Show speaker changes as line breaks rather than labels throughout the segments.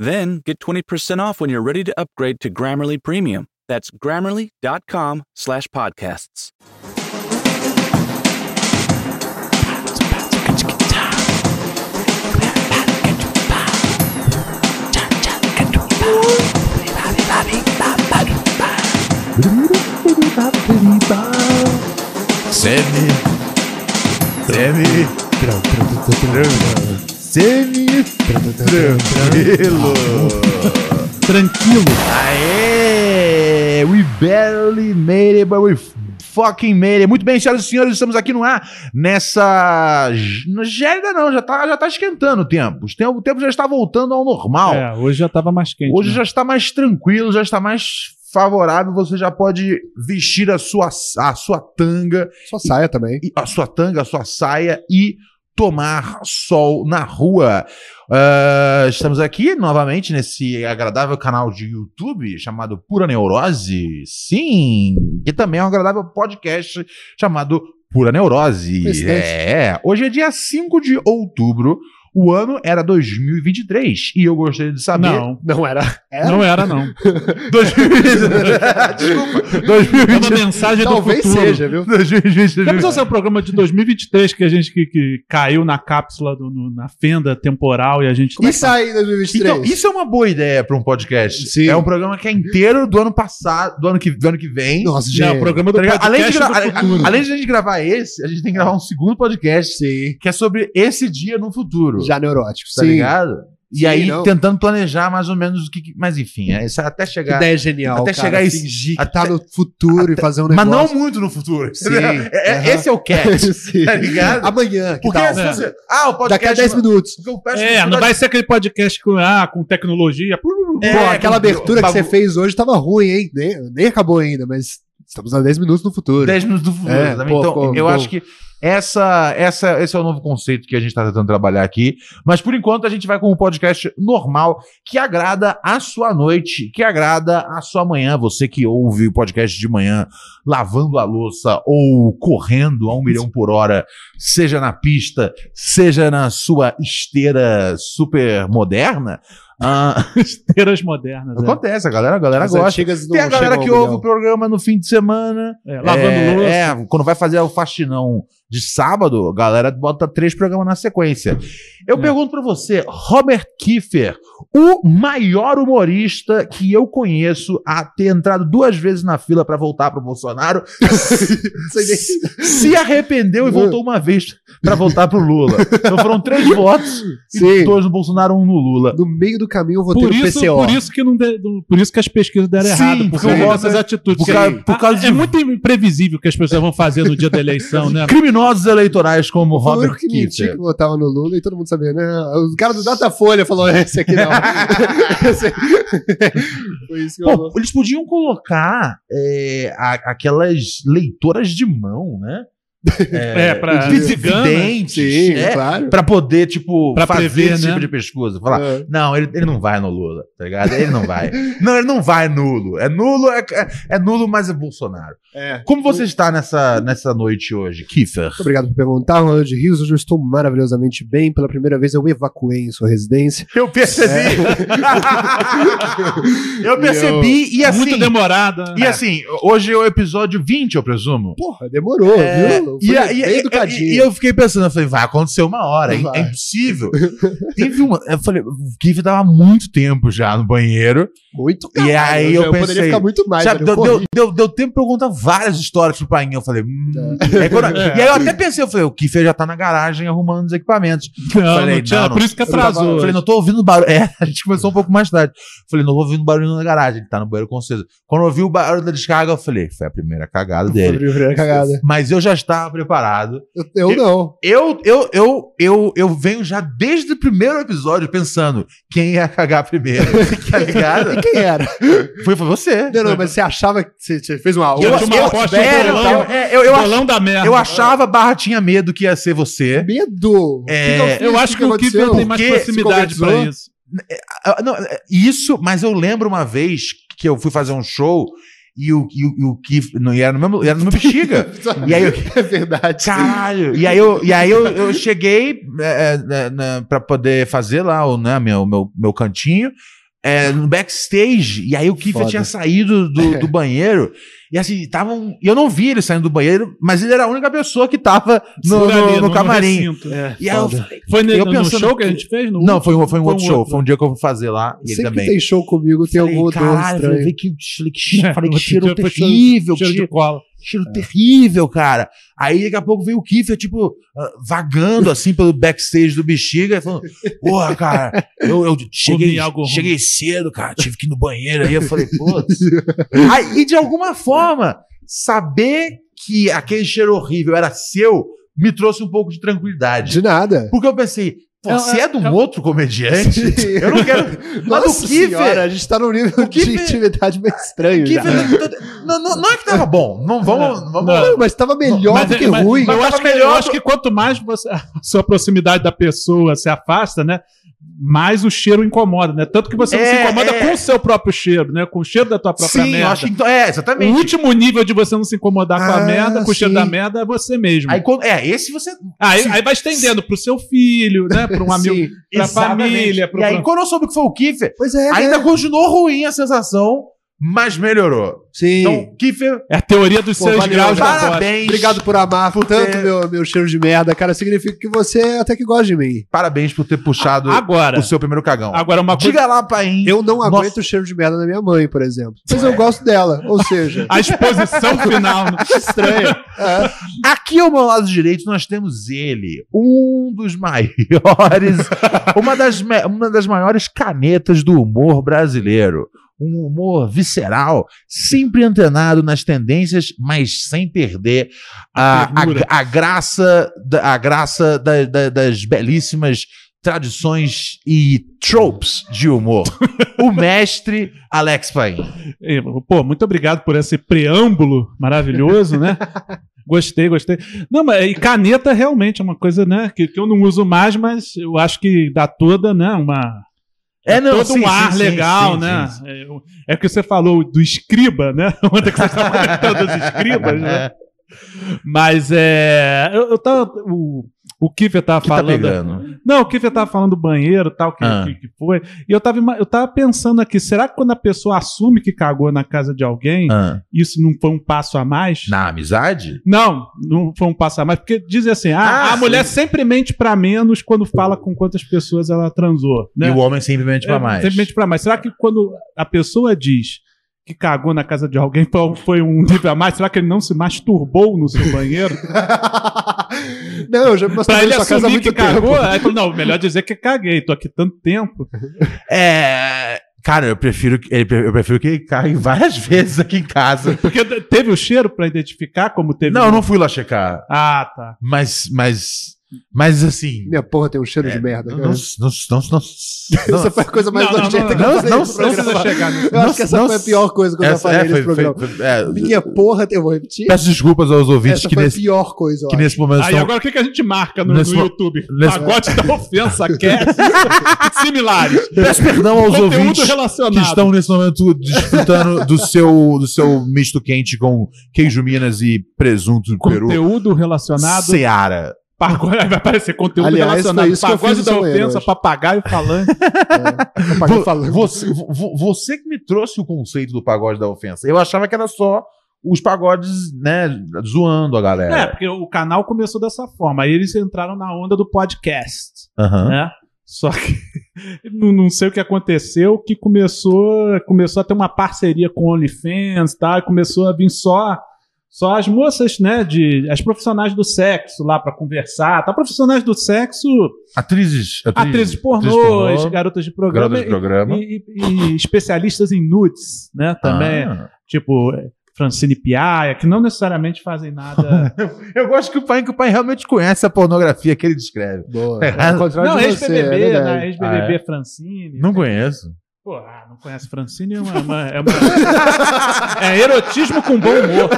Then get 20% off when you're ready to upgrade to Grammarly Premium. That's grammarly.com slash podcasts.
Semi. Semi. Semi. Tranquilo.
Tranquilo.
Aê! We barely made it, but we fucking made it. Muito bem, senhoras e senhores, estamos aqui no ar nessa... não é Gélida não, já tá, já tá esquentando o tempo. O tempo. O tempo já está voltando ao normal.
É, hoje já tava mais quente.
Hoje
né?
já está mais tranquilo, já está mais favorável, você já pode vestir a sua, a sua tanga
Só saia também.
e- a sua tanga, a sua saia e tomar sol na rua. Ah, estamos aqui novamente nesse agradável canal de YouTube chamado Pura Neurose. Sim, que também é um agradável podcast chamado Pura Neurose.
Coincidência.
É, hoje é dia 5 de outubro. O ano era 2023 e eu gostaria de saber.
Não,
Não era.
não era não.
2023. Desculpa.
É uma
2023.
mensagem
Talvez
do futuro.
seja, viu?
2023.
Já pensou ser o programa de 2023 que a gente que, que caiu na cápsula, do- no- na fenda temporal e a gente...
E sai em 2023.
é tá? Então, isso é uma boa ideia para um podcast.
Sim.
É um programa que é inteiro do ano passado, do ano que, do ano que vem.
Nossa,
Não, o
gente.
programa do
Tá ligado? além, de
podcast é
gra-
do
a-
futuro.
a- além de a gente gravar esse, a gente tem que gravar um segundo podcast
Sim.
que é sobre esse dia no futuro.
Já neurótico.
tá ligado? E
Sim,
aí,
não.
tentando planejar mais ou menos o que. que- Mas enfim, é isso até
Que
chegar.
ideia genial.
Até
cara.
chegar esse-
Fingir que
até-
tá no futuro e fazer um
Mas
negócio.
não muito no futuro.
Sim,
É- é-
aham.
Esse é o catch.
Sim.
tá ligado?
Amanhã. que
Porque
tal? É.
se você. Ah, o podcast.
Daqui a 10 minutos.
Eu peço
É, não
dificuldade-
vai ser aquele podcast com, ah, com tecnologia.
É,
Pô, aquela
com-
abertura que
bagu-
você fez hoje tava ruim, hein? Nem, nem acabou ainda, mas estamos a 10 minutos no futuro.
10 minutos do futuro.
É,
exatamente.
pô,
então,
pô,
eu
pô.
acho que essa, essa, esse é o novo conceito que a gente está tentando trabalhar aqui. Mas por enquanto a gente vai com um podcast normal que agrada a sua noite, que agrada a sua manhã. Você que ouve o podcast de manhã, lavando a louça ou correndo a um milhão por hora, seja na pista, seja na sua esteira super moderna. Ah,
Teiras modernas. é.
acontece, a galera, a galera
né? As
gosta.
antigas não
Tem a galera
chegam
que
ao
ouve o
milhão.
programa no fim de semana.
É, lavando
É,
louça.
É, quando vai fazer o faxinão de sábado, a galera bota três programas na sequência. Eu
É.
pergunto pra você, Robert Kiefer, o maior humorista que eu conheço a ter entrado duas vezes na fila pra voltar pro Bolsonaro,
Sem nem-
se arrependeu e voltou uma vez pra voltar pro Lula. Então foram três votos,
Sim.
dois no Bolsonaro, um no Lula.
No meio do caminho eu vou
Por
ter
isso,
o PCO.
por isso que não de- do- por isso que as pesquisas deram
Sim,
errado, por
porque
causa
o
dessas
voto-
atitudes.
por
que-
causa- por
Ah,
causa
É
de-
muito imprevisível o que as pessoas vão fazer no dia da eleição, né?
Criminosos eleitorais
Foi
como
o
Robert
único que mentiu
Kiefer.
que votava no Lula e todo mundo sabia, né? O cara do Datafolha falou "É, esse aqui é não. Esse- Foi isso que
Pô,
rolou.
eles podiam colocar é, a- aquelas leitoras de mão, né?
É, pra
Videntes,
Sim,
é,
claro.
pra poder, tipo,
Pra
fazer
prever,
esse
né?
tipo de pesquisa. Falar,
É.
não, ele, ele não vai no Lula, tá ligado? Ele não vai. não, ele não vai nulo. É nulo, é, é- é nulo, mas é Bolsonaro.
É.
Como você está nessa, Ah, nessa noite hoje, Kiefer?
Muito obrigado por perguntar, Ronald Rios. Hoje eu estou maravilhosamente bem. Pela primeira vez eu evacuei em sua residência.
Eu
É.
percebi. eu percebi e assim...
Muito demorada. né?
E assim, hoje é o episódio 20, eu presumo.
Porra, demorou, viu?
É,
tranquilo. Foi
E, a- e-
bem
e-
educadinho.
e- e eu fiquei pensando, eu falei, vai acontecer uma hora, é-
Vai.
é impossível. Teve uma. Eu falei, o Kiff tava há muito tempo já no banheiro.
Muito
E aí eu pensei,
poderia ficar muito mais.
Sabe,
velho, eu
deu,
corri.
deu, deu, deu tempo pra eu contar várias histórias pro Painho. Eu falei, hum. Aí quando-
É.
E aí eu até pensei, eu falei, o Kiff já tá na garagem arrumando os equipamentos.
Não,
Falei,
não tinha,
não, não.
por isso que
Eu tava-
atrasou.
Eu falei, não tô ouvindo barulho. É, a gente começou um pouco mais tarde. Eu Falei, não tô ouvindo barulho na garagem, ele tá no banheiro com certeza. Quando eu ouvi o barulho da descarga, eu falei, foi a primeira cagada dele.
Abriu a primeira cagada.
Mas eu já estava preparado.
Eu- Eu não.
Eu, eu, eu, eu, eu venho já desde o primeiro episódio pensando quem ia cagar primeiro, tá ligado?
E quem é? era?
Foi, foi você.
Não, não, mas você achava que você você fez uma
Eu
aula.
tinha uma aposta no
é,
bolão.
eu, é, eu, eu, ach-
Bolão da merda.
eu achava, barra tinha medo que ia ser você.
Medo.
É,
O que que
Eu
fiz?
acho que, o Kiffer
aconteceu?
tem mais
Porque
proximidade
se
pra
concretizou?
isso.
Ah, não, é, isso, mas eu lembro uma vez que eu fui fazer um show e o, e o, e o Keith- não, e era no mesmo, era no mesmo bexiga. E aí eu,
É verdade.
Caralho! E aí eu, e aí eu, eu cheguei é, é, é, na- pra poder fazer lá o né, meu, meu, meu cantinho é, no backstage. E aí o Kiffer
Foda.
tinha saído do, do banheiro. E assim, tavam, e eu não vi ele saindo do banheiro, mas ele era a única pessoa que tava no,
Por ali,
no- no camarim.
recinto. né?
e aí eu
Foda.
falei,
Foi ne-
Eu
no
pensando
show que a
que-
gente fez? No
não, foi um, foi um
Foi
outro
um
show.
outro.
Foi um dia que eu fui fazer lá e ele
Sempre que
também.
tem show comigo, tem
Falei,
algum odor
caralho, falei,
estranho.
vê que, cheiro- que cheiro,
É,
falei, que
outro
cheiro
dia foi cheiro-
terrível, que
Cheiro
cheiro
de É. cola.
cheiro terrível, cara. Aí daqui a pouco veio o Kiffer, tipo, ah, vagando assim pelo backstage do bexiga, e falando: Porra, cara, eu, eu cheguei,
Comi algo ruim."
cheguei cedo, cara, tive que ir no banheiro. Aí eu falei, putz. Aí, e de alguma forma, saber que aquele cheiro horrível era seu me trouxe um pouco de tranquilidade.
De nada.
Porque eu pensei, pô,
Eu-
se é de um
eu-
outro comediante, eu não quero. Mas
Nossa
o Kiffer-
senhora, a gente tá num nível
o Kiffer-
de intimidade meio estranho.
Que-
já.
não, não- não é que tava bom. Não vamos.
Não,
vamos
Não, mas tava melhor
Mas- é,
do que
mas-
ruim.
mas eu,
Mas
acho
tava
que, eu
melhor
acho
do-
que quanto mais você- a sua proximidade da pessoa se afasta, né? Mais o cheiro incomoda, né? Tanto que você não se
É,
incomoda
é.
com o seu próprio cheiro, né? Com o cheiro da tua própria
Sim, eu
merda.
acho que. então- É,
O
exatamente.
último nível de você não se incomodar com
Ah,
a merda, com o cheiro
sim.
da merda, é você mesmo.
Aí
Aí,
quando- é, esse você. sim.
aí vai estendendo pro seu filho, né? Pra um amigo,
Sim.
pra
Exatamente.
família. Pro
E aí, quando eu soube que foi o Kiffer,
Pois é, né?
ainda continuou ruim a sensação, mas melhorou.
Sim.
Então, Kiffer,
É a teoria dos
Pô,
seus
valeu,
graus da bosta.
parabéns.
Obrigado por amar
Por
tanto
ter-
meu, meu cheiro de merda, cara. Significa que você até que gosta de mim.
Parabéns por ter puxado
Agora,
o seu primeiro cagão.
agora uma coisa.
Diga lá, Paim.
Eu não
Nossa.
aguento o cheiro de merda da minha mãe, por exemplo. Mas
É.
eu gosto dela, ou seja,
A exposição final. né?
estranho. É.
Aqui ao meu lado direito nós temos ele, um dos maiores, uma das, me- uma das maiores canetas do humor brasileiro. Um humor visceral, sempre antenado nas tendências, mas sem perder a, a,
ternura.
a graça, da, a graça da- da- das belíssimas tradições e tropes de humor. O mestre Alex Paim.
E, Pô, muito obrigado por esse preâmbulo maravilhoso, né? Gostei, gostei. Não, mas e caneta realmente é uma coisa, né? Que, que eu não uso mais, mas eu acho que dá toda, né? Uma.
É, não,
todo
sim,
um ar
sim, sim,
legal,
sim,
né?
sim, sim.
É, o- É, o que você falou do escriba, né? Ontem que você estava comentando dos escribas,
É.
né? Mas é. Eu, eu tava. O, o Kiffer tava
Que tá
falando.
pegando?
Não, o Kiffer tava falando do banheiro tal, que,
Ah.
que, que foi. E eu tava, ima- eu tava pensando aqui, será que quando a pessoa assume que cagou na casa de alguém,
Ah,
isso não foi um passo a mais?
na amizade?
Não, não foi um passo a mais. Porque dizem assim, ah,
Ah,
a
sim.
mulher sempre mente pra menos quando fala com quantas pessoas ela transou. Né?
E o homem simplesmente pra
É,
mais.
Sempre mente pra mais. Será que quando a pessoa diz que cagou na casa de alguém foi- foi um nível a mais, será que ele não se masturbou no seu banheiro?
Não, eu já me
pra
masturbei
ele
na sua casa há
assumir que
muito
cagou,
tempo.
aí ele falou, não, melhor dizer que caguei, tô aqui tanto tempo.
É. Cara, eu prefiro, que- eu prefiro que ele caia várias vezes aqui em casa.
Porque d- teve o cheiro pra identificar como teve.
Não, eu não fui lá checar.
Ah, tá.
Mas, mas, mas assim.
Minha porra tem um cheiro de merda.
Não,
Cara.
não, não, não, não, não-
Essa foi a coisa mais
Não, não,
nojenta
não,
que eu
não,
falei
não,
no
não,
programa.
Precisa chegar nisso.
Eu acho que essa
não-
foi a pior coisa que eu já
essa
falei
é,
nesse
foi,
programa.
foi- foi- é,
Minha porra, tem- eu vou repetir.
peço desculpas aos ouvintes
Essa
que
foi a
nesse,
pior coisa, eu
que
acho.
nesse momento
Aí
estão.
agora o que, que a gente marca no,
então, Nesse
no
mo-
YouTube?
nesse-
Pagode da ofensa, cast, similares.
Peço perdão aos ouvintes que
relacionado.
estão nesse momento desfrutando do seu, do seu misto quente com queijo Minas e presunto do Peru.
Conteúdo relacionado.
Seara.
Pagode, vai aparecer conteúdo
Aliás, foi
relacionado.
isso que eu
Pagode
fiz
da
no banheiro
ofensa,
hoje.
papagaio falando.
É, eu paguei
Vo-
falando.
Você, vo- vo- você que me trouxe o conceito do pagode da ofensa. Eu achava que era só os pagodes, né, zoando a
É,
galera.
porque o canal começou dessa forma. Aí eles entraram na onda do podcast.
Aham.
né? Só que não, não sei o que aconteceu, que começou, começou a ter uma parceria com o OnlyFans tá? e tal, e começou a vir só só as moças, né, de as profissionais do sexo lá pra conversar, tá profissionais do sexo,
Atrizes, atrizes,
atrizes pornôs, garotas de programa,
garotas de programa.
E, e- e especialistas em nudes, né, também,
Ah.
tipo Francine Piaia, que não necessariamente fazem nada.
Eu gosto que o pai, que o pai realmente conhece a pornografia que ele descreve.
Boa.
É.
Ao contrário
não,
de você, é
ex-BBB,
verdade.
né, ex-BBB Francine.
Ah, Não conheço.
Pô, ah, não conhece Francine? É, uma, é uma- é uma- é erotismo com bom humor.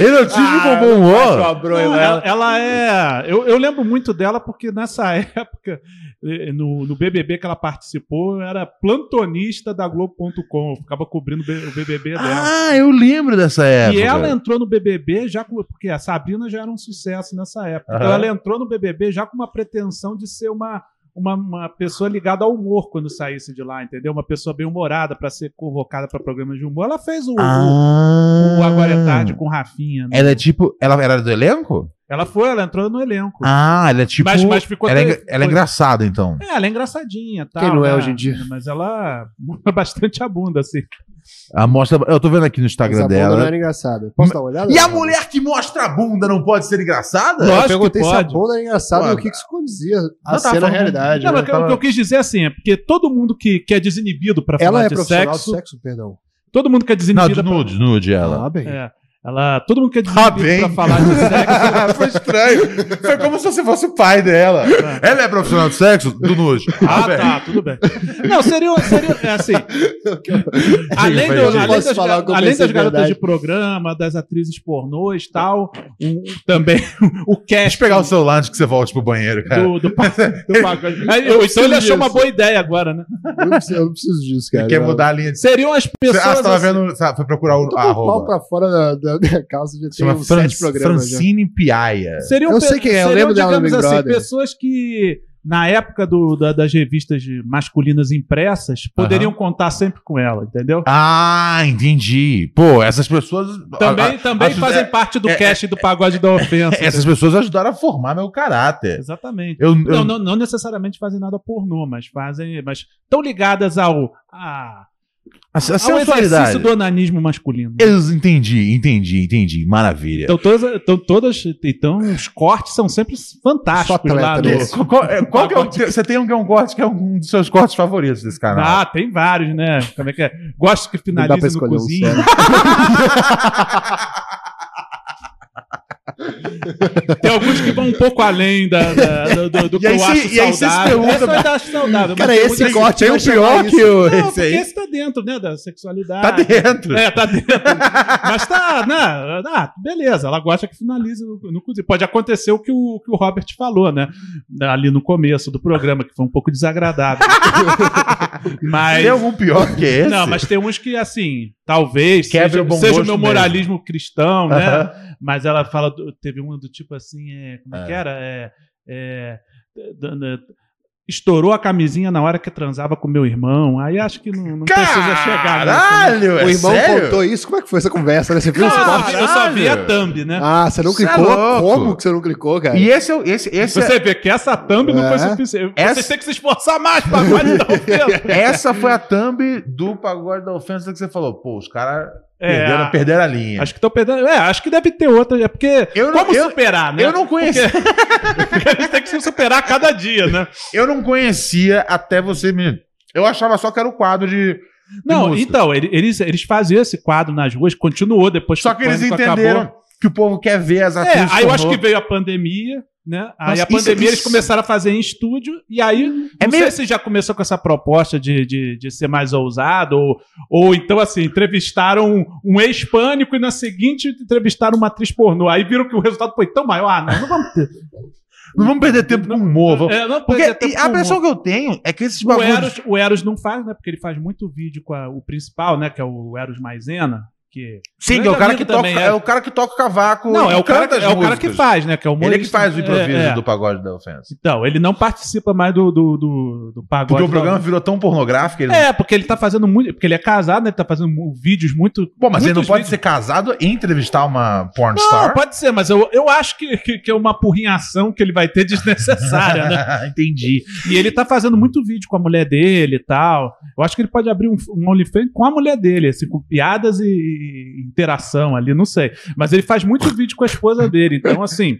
Erotismo
Ah,
com bom humor.
Não, ela, ela é. Eu, eu lembro muito dela porque nessa época, eh, no, no BBB que ela participou, eu era plantonista da Globo.com. Eu ficava cobrindo o B- o BBB dela.
Ah, eu lembro dessa época.
e ela entrou no BBB já com. Porque a Sabrina já era um sucesso nessa época. Então
Aham.
ela entrou no BBB já com uma pretensão de ser uma. Uma, uma pessoa ligada ao humor quando saísse de lá, entendeu? Uma pessoa bem humorada para ser convocada para programas de humor. Ela fez o, o-
Ah.
o Agora é Tarde com Rafinha. né?
Ela é tipo. Ela era do elenco?
Ela foi, ela entrou no elenco.
Ah, ela é tipo.
mas, mas ficou
ela, é,
até-
engra- ela é engraçada, então.
É, ela é engraçadinha, tá?
Quem não é hoje em dia?
Mas ela mostra bastante a bunda, assim.
A mostra. Eu tô vendo aqui no Instagram
Essa bunda não
dela.
era engraçada. Posso dar uma olhada?
E a mulher que mostra a bunda não pode ser engraçada?
Lógico
Eu perguntei
que
se a
pode.
bunda era engraçada
Pode.
e o que que isso condizia a
Não,
ser
tá
na
falando-
realidade. né?
Não, mas o que eu- o que eu quis dizer assim, é porque todo mundo que, que é desinibido pra falar
Ela é
de
profissional
sexo,
do sexo, perdão.
todo mundo que é
Não,
desinibido
de nude, nude ela. Ah,
Ah, bem.
É, ela, todo mundo que é desinibido pra falar de sexo.
Foi estranho. Foi como se você fosse o pai dela. Ela é profissional de sexo? Do nude.
Ah, tá, tudo bem. Não, seria, seria é assim. além, do-
Eu não
além
posso
das,
falar
ga-
o que eu
além
pensei
das
de
garotas
verdade.
de programa, das atrizes pornôs e tal, o- também o
Deixa
cast
eu pegar o celular antes que você volte pro banheiro, cara.
do, do, pa- do pagode. Aí, então ele achou uma boa ideia agora, né?
Eu não preciso, eu não preciso disso, cara.
Ele quer
Eu-
mudar a linha de.
Seriam as pessoas.
ah, você tava
assim-
vendo. sabe, Foi procurar
Eu
o.
tô
a
com o pau
arroba.
pra fora da, da, da calça já tem
Chama
uns
Fran-
sete programas já.
Francine Piaia.
Seriam,
Eu
pe-
sei quem é, eu
seriam,
lembro dela no
digamos assim,
Big Brother.
pessoas que, na época do, da- das revistas de- masculinas impressas, poderiam contar sempre com ela, entendeu?
Ah, entendi. Pô, essas pessoas.
Também,
a-
também
acho-
fazem
é-
parte do
é-
cast do Pagode da Ofensa.
a- essas pessoas ajudaram a formar meu caráter.
Exatamente.
Eu, eu-
Não, não, não necessariamente fazem nada pornô, mas fazem. Mas estão ligadas ao, a,
a, a
ao
sensualidade.
exercício do onanismo masculino.
Eu entendi, entendi, entendi. Maravilha.
Então todas, então todas, então os cortes são sempre fantásticos
Só atleta
lá no...
desse.
Qual- qual, é- qual que é o, você tem um que é um corte que é um dos seus cortes favoritos desse canal?
Ah, tem vários, né? Como é que é? Gosto que
Não dá pra
finalize
escolher
no
um
cozinho. tem alguns que vão um pouco além da, da- do, do, do
E
que
aí
eu
cê-
acho
e aí cê se
saudável. é
pergunta-
Esse eu ainda acho saudável.
Cara,
mas tem
esse
muitos-
corte
tem
vai
um
chamar
pior
isso.
que o.
Não,
esse
porque
aí.
esse tá dentro, né? Da sexualidade.
Tá dentro.
É, tá dentro. Mas tá, né? Ah, beleza, ela gosta que finalize no, no cozinho. Pode acontecer o que, o que o Robert falou, né? Ali no começo do programa, que foi um pouco desagradável. mas.
Tem algum pior que esse?
Não, mas tem uns que, assim, talvez
Quebra
seja,
o bom
seja o
gosto
meu
mesmo.
moralismo cristão, né?
Aham.
Mas ela fala, do- teve uma do tipo assim, é, como é,
É.
que era? É, é, d- d- estourou a camisinha na hora que transava com meu irmão. Aí acho que não, não precisa chegar. né?
Caralho, é
o irmão
sério?
contou isso? Como é que foi essa conversa, né? Você viu
Eu
os
só
cortes?
vi- eu só vi a
Caralho!
thumb, né?
Ah, você não
Cê é
clicou?
louco.
Como que você não clicou, cara?
E esse é o- esse, esse é-
Você vê que essa thumb não
É.
foi suficiente.
Essa-
Vocês têm que se esforçar mais pra quase dar ofensa.
Essa foi a thumb do pagode da ofensa que você falou. Pô, os caras perderam,
É,
perderam a linha.
acho que estão perdendo. É, acho que deve ter outra. É porque.
Eu não-
como
eu-
superar, né?
Eu não, conheci,
A gente tem que se superar a cada dia, né?
eu não conhecia até você me. Eu achava só que era o quadro de. de
Não,
música.
então, ele- eles, eles faziam esse quadro nas ruas, continuou depois
Só que eles
pânico
entenderam
acabou.
que o povo quer ver as
É,
atrizes.
aí eu acho que
pornô.
veio a pandemia, né? Aí
Nossa,
a pandemia
isso-
eles
isso-
começaram a fazer em estúdio, e aí não
É meio-
sei se já começou com essa proposta de, de, de ser mais ousado, ou, ou então assim, entrevistaram um, um ex-pânico e na seguinte entrevistaram uma atriz pornô. Aí viram que o resultado foi tão maior. Ah, não, não vamos ter.
Não vamos perder tempo com humor. Vamos...
É, não,
Porque
pois é, tá
e a
bom.
impressão que eu tenho é que esses
O
bagulhos.
Eros, o Eros não faz, né? Porque ele faz muito vídeo com a- o principal, né? Que é o Eros Maisena. que
Sim,
Grande
é o, cara
amigo
que toca,
também,
é.
é.
o cara que toca cavaco.
não
e
é o cara
canta
que,
as
é o cara que
músicas.
faz, né? Que é o
Ele é que faz o improviso
é, é.
do pagode da ofensa.
Então ele não participa mais do do, do, do pagode.
Porque o
do-
programa virou tão pornográfico. Ele não-
É, porque ele tá fazendo muito. Porque ele é casado, né? Ele tá fazendo mu- vídeos muito.
Bom, mas ele não
muitos
pode
vídeos.
ser casado e entrevistar uma
Não,
pornstar?
pode ser, mas eu, eu acho que, que, que é uma porrinhação que ele vai ter desnecessária, né?
Entendi.
E ele tá fazendo muito vídeo com a mulher dele e tal. Eu acho que ele pode abrir um, um OnlyFans com a mulher dele, assim, com piadas e, e interação ali, não sei. Mas ele faz muito vídeo com a esposa dele. Então, assim.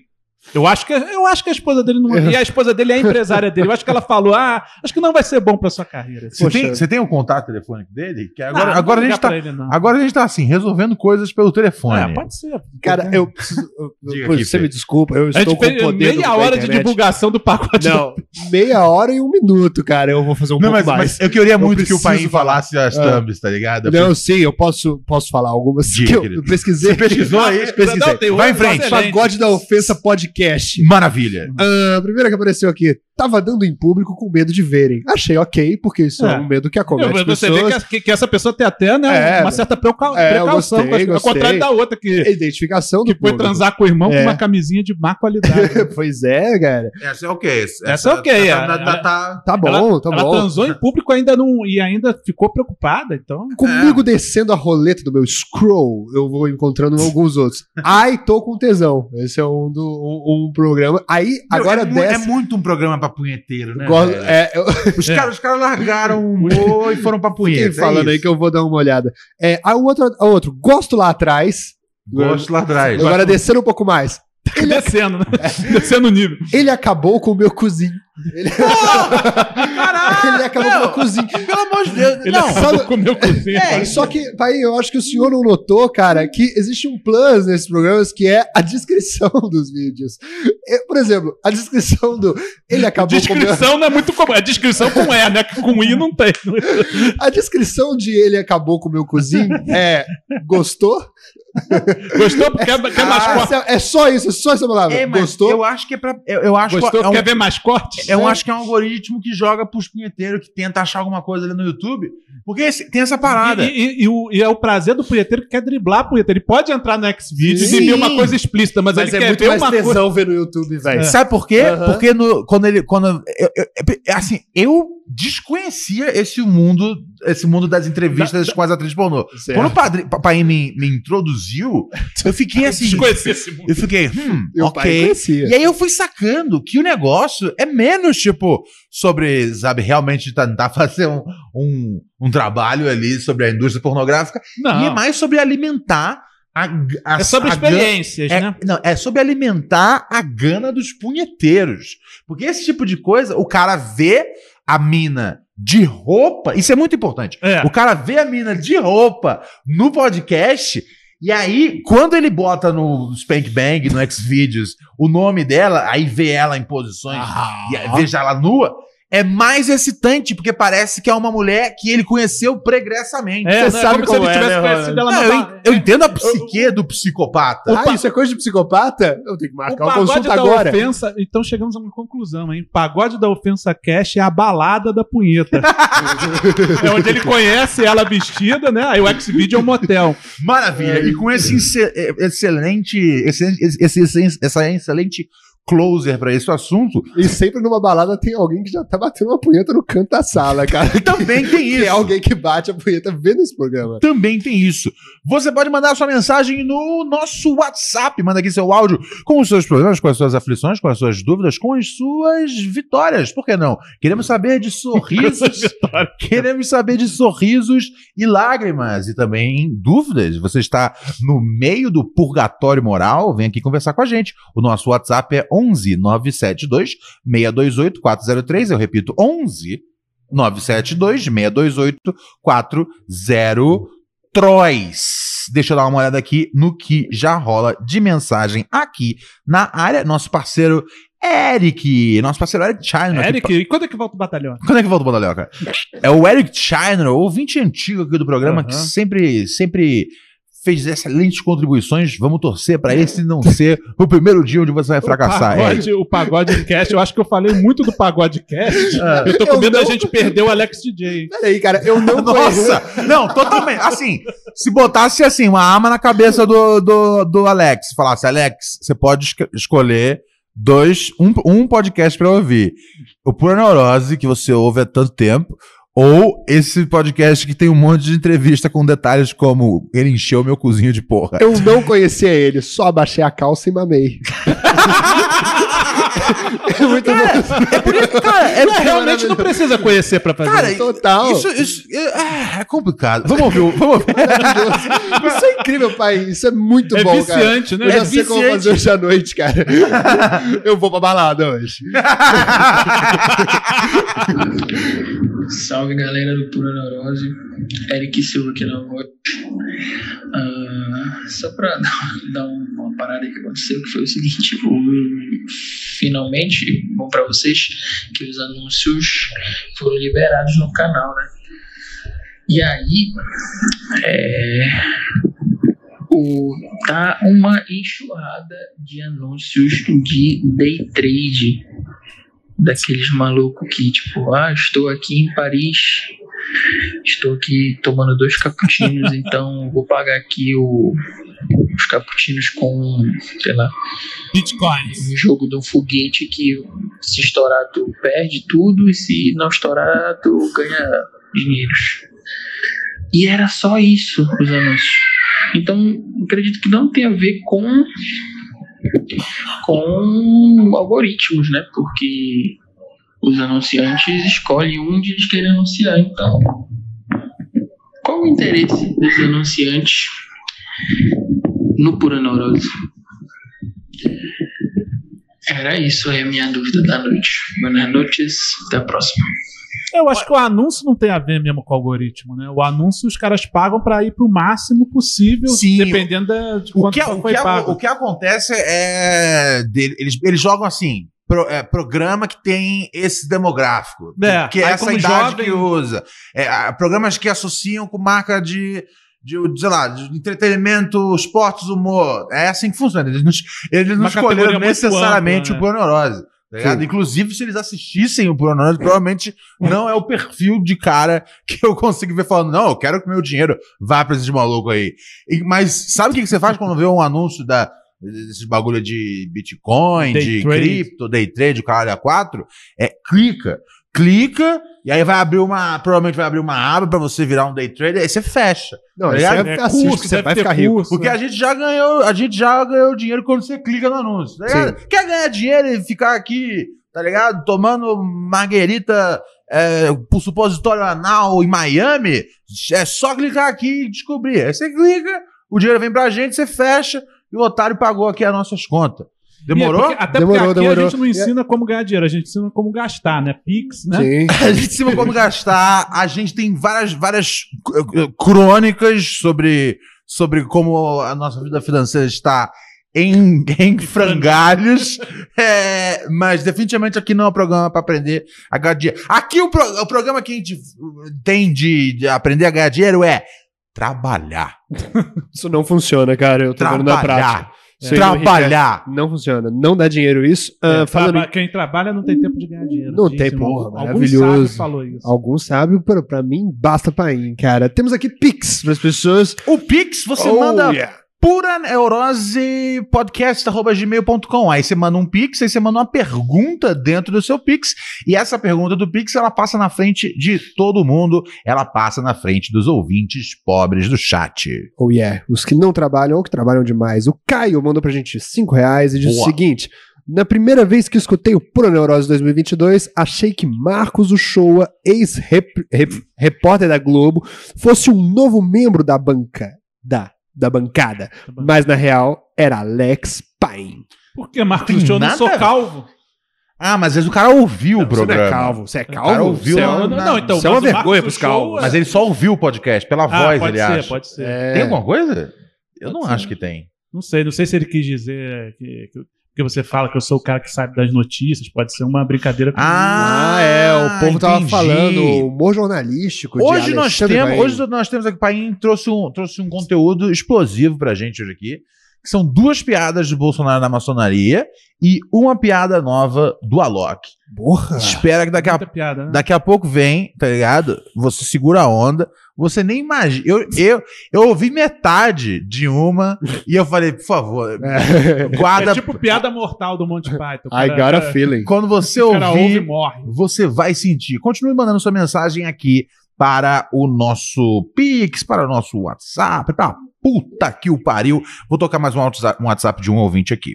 Eu acho, que, eu acho que a esposa dele não. E a esposa dele é a empresária dele. Eu acho que ela falou: ah, acho que não vai ser bom pra sua carreira.
Você
Poxa.
tem, você tem o contato telefônico dele? Que agora,
Ah, não
agora,
vou
a
ligar
gente tá,
pra ele, não.
agora a gente tá assim, resolvendo coisas pelo telefone.
Ah, pode ser.
Cara, eu preciso. eu-
Diga
pô,
aqui,
você
Fê.
me desculpa, eu
A
estou
gente
com o
fez
poder. do-
meia
da
hora de
internet.
divulgação do pacote.
Não, meia hora e um minuto, cara. Eu vou fazer um
Não,
pouco
mas,
mais.
mas eu queria muito que o
preciso
Paim
falar.
falasse as thumbs, tá ligado? Eu
Não, sim, eu posso, posso falar algumas
Diga,
que eu,
querido.
eu pesquisei.
Você pesquisou aí?
Eu pesquisei.
Não, tem
Vai em
outro
frente.
excelente.
Pagode da Ofensa Podcast.
Maravilha.
Ah, a primeira que apareceu aqui. Tava dando em público com medo de verem. Achei ok, porque isso é,
É.
um medo que acomete
Eu- Você vê
pessoas.
que, a- que- que essa pessoa tem até né,
É.
uma certa precau-
É, eu
precaução,
gostei,
mas- ao
gostei.
contrário da outra que,
A Identificação
que
do
foi
público.
transar com o irmão
É.
com uma camisinha de má qualidade.
pois é, cara.
Essa é o quê?
Essa é o quê?
tá-
É-
tá- tá- tá-
Tá bom, tá
Ela
bom.
transou em público ainda não, e ainda ficou preocupada, então.
Comigo descendo a roleta do meu scroll, eu vou encontrando alguns outros. Ai, tô com tesão. Esse é um, do, um, um programa. Aí, agora
é, mu- é
desce.
muito um programa pra punheteiro, né?
gosto-
velho?
é, eu
Os, Caras, os caras largaram o humor e foram pra punheta.
fiquei
é
falando aí
isso.
que eu vou dar uma olhada. É, aí o outro, o outro, gosto lá atrás.
Gosto lá atrás.
Agora descendo um pouco mais. Ele,
Descendo, né? Descendo o nível.
ele acabou com o meu cozinho. Ele, ele acabou com o meu cozinho.
Pelo amor de Deus.
Ele
Não,
acabou
sabe-
com o meu cozinho.
É, só que, pai, eu acho que o senhor não notou, cara, que existe um plus nesses programas que é a descrição dos vídeos. Eu, por exemplo, a descrição do. Ele acabou com o meu.
Descrição não é muito comum. É descrição com E, né? Que com I não tem.
A descrição de ele acabou com o meu cozinho é. Gostou?
Gostou? Quer, quer mais
Ah,
corte?
essa- é só isso, é só essa palavra.
É, mas
Gostou?
Eu acho que é pra. Eu, eu acho
Gostou?
que é um,
Quer ver mais cortes?
eu acho que é um algoritmo que joga pros punheteiros que tenta achar alguma coisa ali no YouTube. Porque esse- tem essa parada.
E, e- e o- e é o prazer do punheteiro que quer driblar a punheta. Ele pode entrar no X-Videos e
Sim.
ver uma coisa explícita, mas,
é
ele quer ver uma coisa. É.
ver no YouTube, velho.
Sabe por quê?
é. Aham.
Porque no- quando ele. Quando, eu- eu- eu- assim, eu desconhecia esse mundo, esse mundo das entrevistas com as atrizes pornô.
Certo.
Quando o padre, papai me, me introduziu, eu fiquei assim.
Desconhecer esse mundo.
eu fiquei, hum,
Meu pai
ok.
conhecia.
E aí eu fui sacando que o negócio é menos, tipo, sobre, sabe, realmente tentar fazer um, um, um trabalho ali sobre a indústria pornográfica, e é
Não.
mais sobre alimentar a, g- a
É sobre
a gan-
experiências,
é,
né?
Não, é sobre alimentar a gana dos punheteiros. Porque esse tipo de coisa, o cara vê a mina de roupa, isso é muito importante.
É.
O cara vê a mina de roupa no podcast. E aí, quando ele bota no Spank Bang, no Xvideos, o nome dela, aí vê ela em posições,
Ah.
e aí veja ela nua, é mais excitante, porque parece que é uma mulher que ele conheceu pregressamente.
É,
Você
né?
sabe
como se
como
ele
é,
tivesse
né,
conhecido ela
Não,
na
eu,
bar-
en- eu entendo a psique do psicopata.
Ah, isso é coisa de psicopata? Eu tenho que
O
marcar uma
pagode tá
consulta
da
agora.
ofensa. Então chegamos a uma conclusão, hein? Pagode da ofensa cash é a balada da punheta. é onde ele conhece ela vestida, né? Aí o X-Video é um motel.
Maravilha. E com esse ince- eh, excelente, excelente esse, esse- essa excelente closer para esse assunto,
E sempre numa balada tem alguém que já tá batendo uma punheta no canto da sala, cara.
também tem
Tem
isso.
alguém que bate a punheta vendo esse programa.
Também tem isso. Você pode mandar sua mensagem no nosso WhatsApp. Manda aqui seu áudio com os seus problemas, com as suas aflições, com as suas dúvidas, com as suas vitórias. Por que não? Queremos saber de sorrisos. Queremos saber de sorrisos e lágrimas e também dúvidas. Você está no meio do purgatório moral? Vem aqui conversar com a gente. O nosso WhatsApp é 11 972 628 403. Eu repito, 11 972 628 403. Deixa eu dar uma olhada aqui no que já rola de mensagem aqui na área. Nosso parceiro Eric. Nosso parceiro Eric China. que
Eric, e quando é que volta o batalhão?
quando é que volta o Bandalhoca? É o Eric Chiner, ouvinte antigo aqui do programa,
Aham.
que sempre, sempre fez excelentes contribuições. Vamos torcer para esse não ser o primeiro dia onde você vai fracassar.
O
É.
pagode, o pagode cast, eu acho que eu falei muito do pagode cast. Eu tô com
É. Eu
medo da
não-
gente perder o Alex DJ. hein?
Peraí, cara, eu não conheço.
Nossa! Não, totalmente. Assim, se botasse assim, uma arma na cabeça do, do, do Alex, falasse, Alex, você pode esco- escolher dois, um, um podcast pra ouvir. O Pura Neurose, que você ouve há tanto tempo, ou esse podcast que tem um monte de entrevista com detalhes como ele encheu meu cozinho de porra.
Eu não conhecia ele, só abaixei a calça e mamei. é muito bom.
É por isso, cara, é
Realmente não precisa conhecer pra fazer.
Cara,
Total.
Isso, isso é, é complicado. Vamos ouvir, o- vamos ouvir.
maravilhoso. Isso é incrível, pai. Isso é muito
é
bom, cara.
viciante,
Eu
né?
É
já sei como fazer hoje à noite, cara. Eu vou pra balada hoje.
Salve galera do Pura Neurose, Eric Silva aqui na voz. Ah, só pra dar, dar uma parada que aconteceu, que foi o seguinte: o- finalmente, bom pra vocês, que os anúncios foram liberados no canal, né? E aí, é, o, tá uma enxurrada de anúncios de day trade daqueles malucos que, tipo, ah, estou aqui em Paris, estou aqui tomando dois cappuccinos, então vou pagar aqui o, os cappuccinos com, sei lá,
Bitcoins.
um jogo de um foguete que se estourar tu perde tudo e se não estourar tu ganha dinheiros. E era só isso os anúncios. Então, acredito que não tem a ver com com algoritmos, né? Porque os anunciantes escolhem um onde eles querem anunciar, então. Qual o interesse dos anunciantes no pura neurose? Era isso aí a minha dúvida da noite. Boas noites, até a próxima.
Eu acho que o anúncio não tem a ver mesmo com o algoritmo, né? O anúncio os caras pagam pra ir pro máximo possível,
Sim,
dependendo da, de
O
quanto
que, o,
foi
que,
pago.
o que acontece é. dele- Eles, eles jogam assim. pro- é, programa que tem esse demográfico.
É,
que é
aí
essa
como
idade
jovem-
que usa. É, a- programas que associam com marca de. De, sei lá, de entretenimento, esportes, humor. É assim que funciona. Eles não, eles não
Uma
escolheram
categoria muito
necessariamente
ampla, né?
o Pura Neurose. tá ligado?
Sim.
Inclusive, se eles assistissem o Pura Neurose, provavelmente não é o perfil de cara que eu consigo ver falando: não, eu quero que meu dinheiro vá pra esses malucos aí. E- mas sabe o que que você faz quando vê um anúncio da, desses bagulho de Bitcoin,
Day
de
trade.
cripto, day trade, o caralho a quatro? É clica. Clica, e aí vai abrir uma. Provavelmente vai abrir uma aba pra você virar um day trader, aí você fecha. tá
Não,
isso
é,
aí
É
assiste,
curso,
você
deve
vai
ter
ficar rico.
curso,
Porque
né?
a gente já ganhou, a gente já ganhou dinheiro quando você clica no anúncio. tá ligado? Quer ganhar dinheiro e ficar aqui, tá ligado? Tomando marguerita é, pro supositório anal em Miami, é só clicar aqui e descobrir. Aí você clica, o dinheiro vem pra gente, você fecha e o otário pagou aqui as nossas contas.
E é
Demorou?
porque- até
Demorou,
porque aqui
demorou.
a gente não ensina como ganhar dinheiro, a gente ensina como gastar, né? Pix, né?
Sim.
A gente sabe como gastar, a gente tem várias, várias eh, crônicas sobre, sobre como a nossa vida financeira está em, em frangalhos, É, mas definitivamente aqui não é um programa para aprender a ganhar dinheiro. Aqui o, pro- o programa que a gente uh, tem de, de aprender a ganhar dinheiro é trabalhar.
Isso não funciona, cara. Eu tô vendo na prática.
Trabalhar.
Sim.
Trabalhar.
Não funciona. Não dá dinheiro isso. Ah,
É,
falando
traba- Quem trabalha não tem tempo de ganhar dinheiro.
Não tem,
irmão.
porra,
Algum sábio
maravilhoso.
falou isso.
Alguns sabem, pra, pra mim basta pra ir, cara. Temos aqui Pix pras pessoas.
O Pix, você
Oh,
manda
yeah.
pura neurose podcast@gmail.com. Aí você manda um pix, aí você manda uma pergunta dentro do seu pix, e essa pergunta do pix ela passa na frente de todo mundo, ela passa na frente dos ouvintes pobres do chat.
Oh yeah, os que não trabalham ou que trabalham demais. O Caio mandou pra gente 5 reais e disse
Boa.
o seguinte: Na primeira vez que escutei o Pura Neurose 2022, achei que Marcos Uchoa, ex-repórter da Globo, fosse um novo membro da banca. Da, da bancada. Mas na real, era Alex Paine.
Por que,
Tem
Marcos? Eu não
nada a
sou
ver.
calvo.
Ah, mas às vezes o cara ouviu o
Você não é
programa.
calvo, você é
O cara
calvo?
ouviu
Você é
lá
um-
Não,
na-
não, então,
isso é uma
mas o Marcos
vergonha pros
Uchoa-
calvos.
Mas ele só ouviu o podcast pela
Ah,
voz,
pode
ele
ser,
acha.
pode ser.
É.
Tem alguma coisa? Eu não acho que tem.
Não sei, não sei se ele quis dizer que, que- Porque você fala que eu sou o cara que sabe das notícias, pode ser uma brincadeira comigo.
Ah,
é, o povo tava
entendi.
falando, o humor jornalístico. de
Hoje nós,
Alexandre
temos,
Paim.
hoje nós temos aqui, Paim trouxe um, trouxe um conteúdo explosivo pra gente hoje aqui, que são duas piadas de Bolsonaro na maçonaria e uma piada nova do Alok.
Porra.
Espera que daqui a,
Muita piada, né?
daqui a pouco vem, tá ligado? Você segura a onda, você nem imagina. Eu, eu, eu ouvi metade de uma e eu falei, por favor, guarda.
É tipo piada mortal do Monty Python.
I got a feeling.
Então, é, Quando você
o cara ouve e
ouvir,
morre.
você vai sentir. Continue mandando sua mensagem aqui para o nosso Pix, para o nosso WhatsApp, para a puta que o pariu. Vou tocar mais um WhatsApp, um WhatsApp de um ouvinte aqui.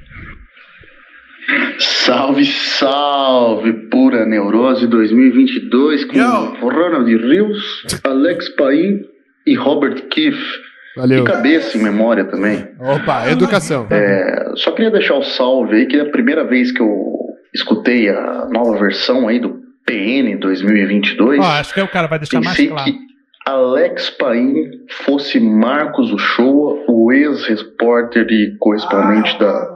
Salve, salve, pura neurose 2022 com
Yo.
Ronald Rios, Alex Paim e Robert Keefe.
Valeu.
E cabeça e memória também.
Opa, educação.
É, só queria deixar o salve aí, que é a primeira vez que eu escutei a nova versão aí do PN 2022.
Ó, acho que aí o cara vai deixar mais
Pensei
claro.
que Alex Paim fosse Marcos Uchoa, o ex-repórter e correspondente da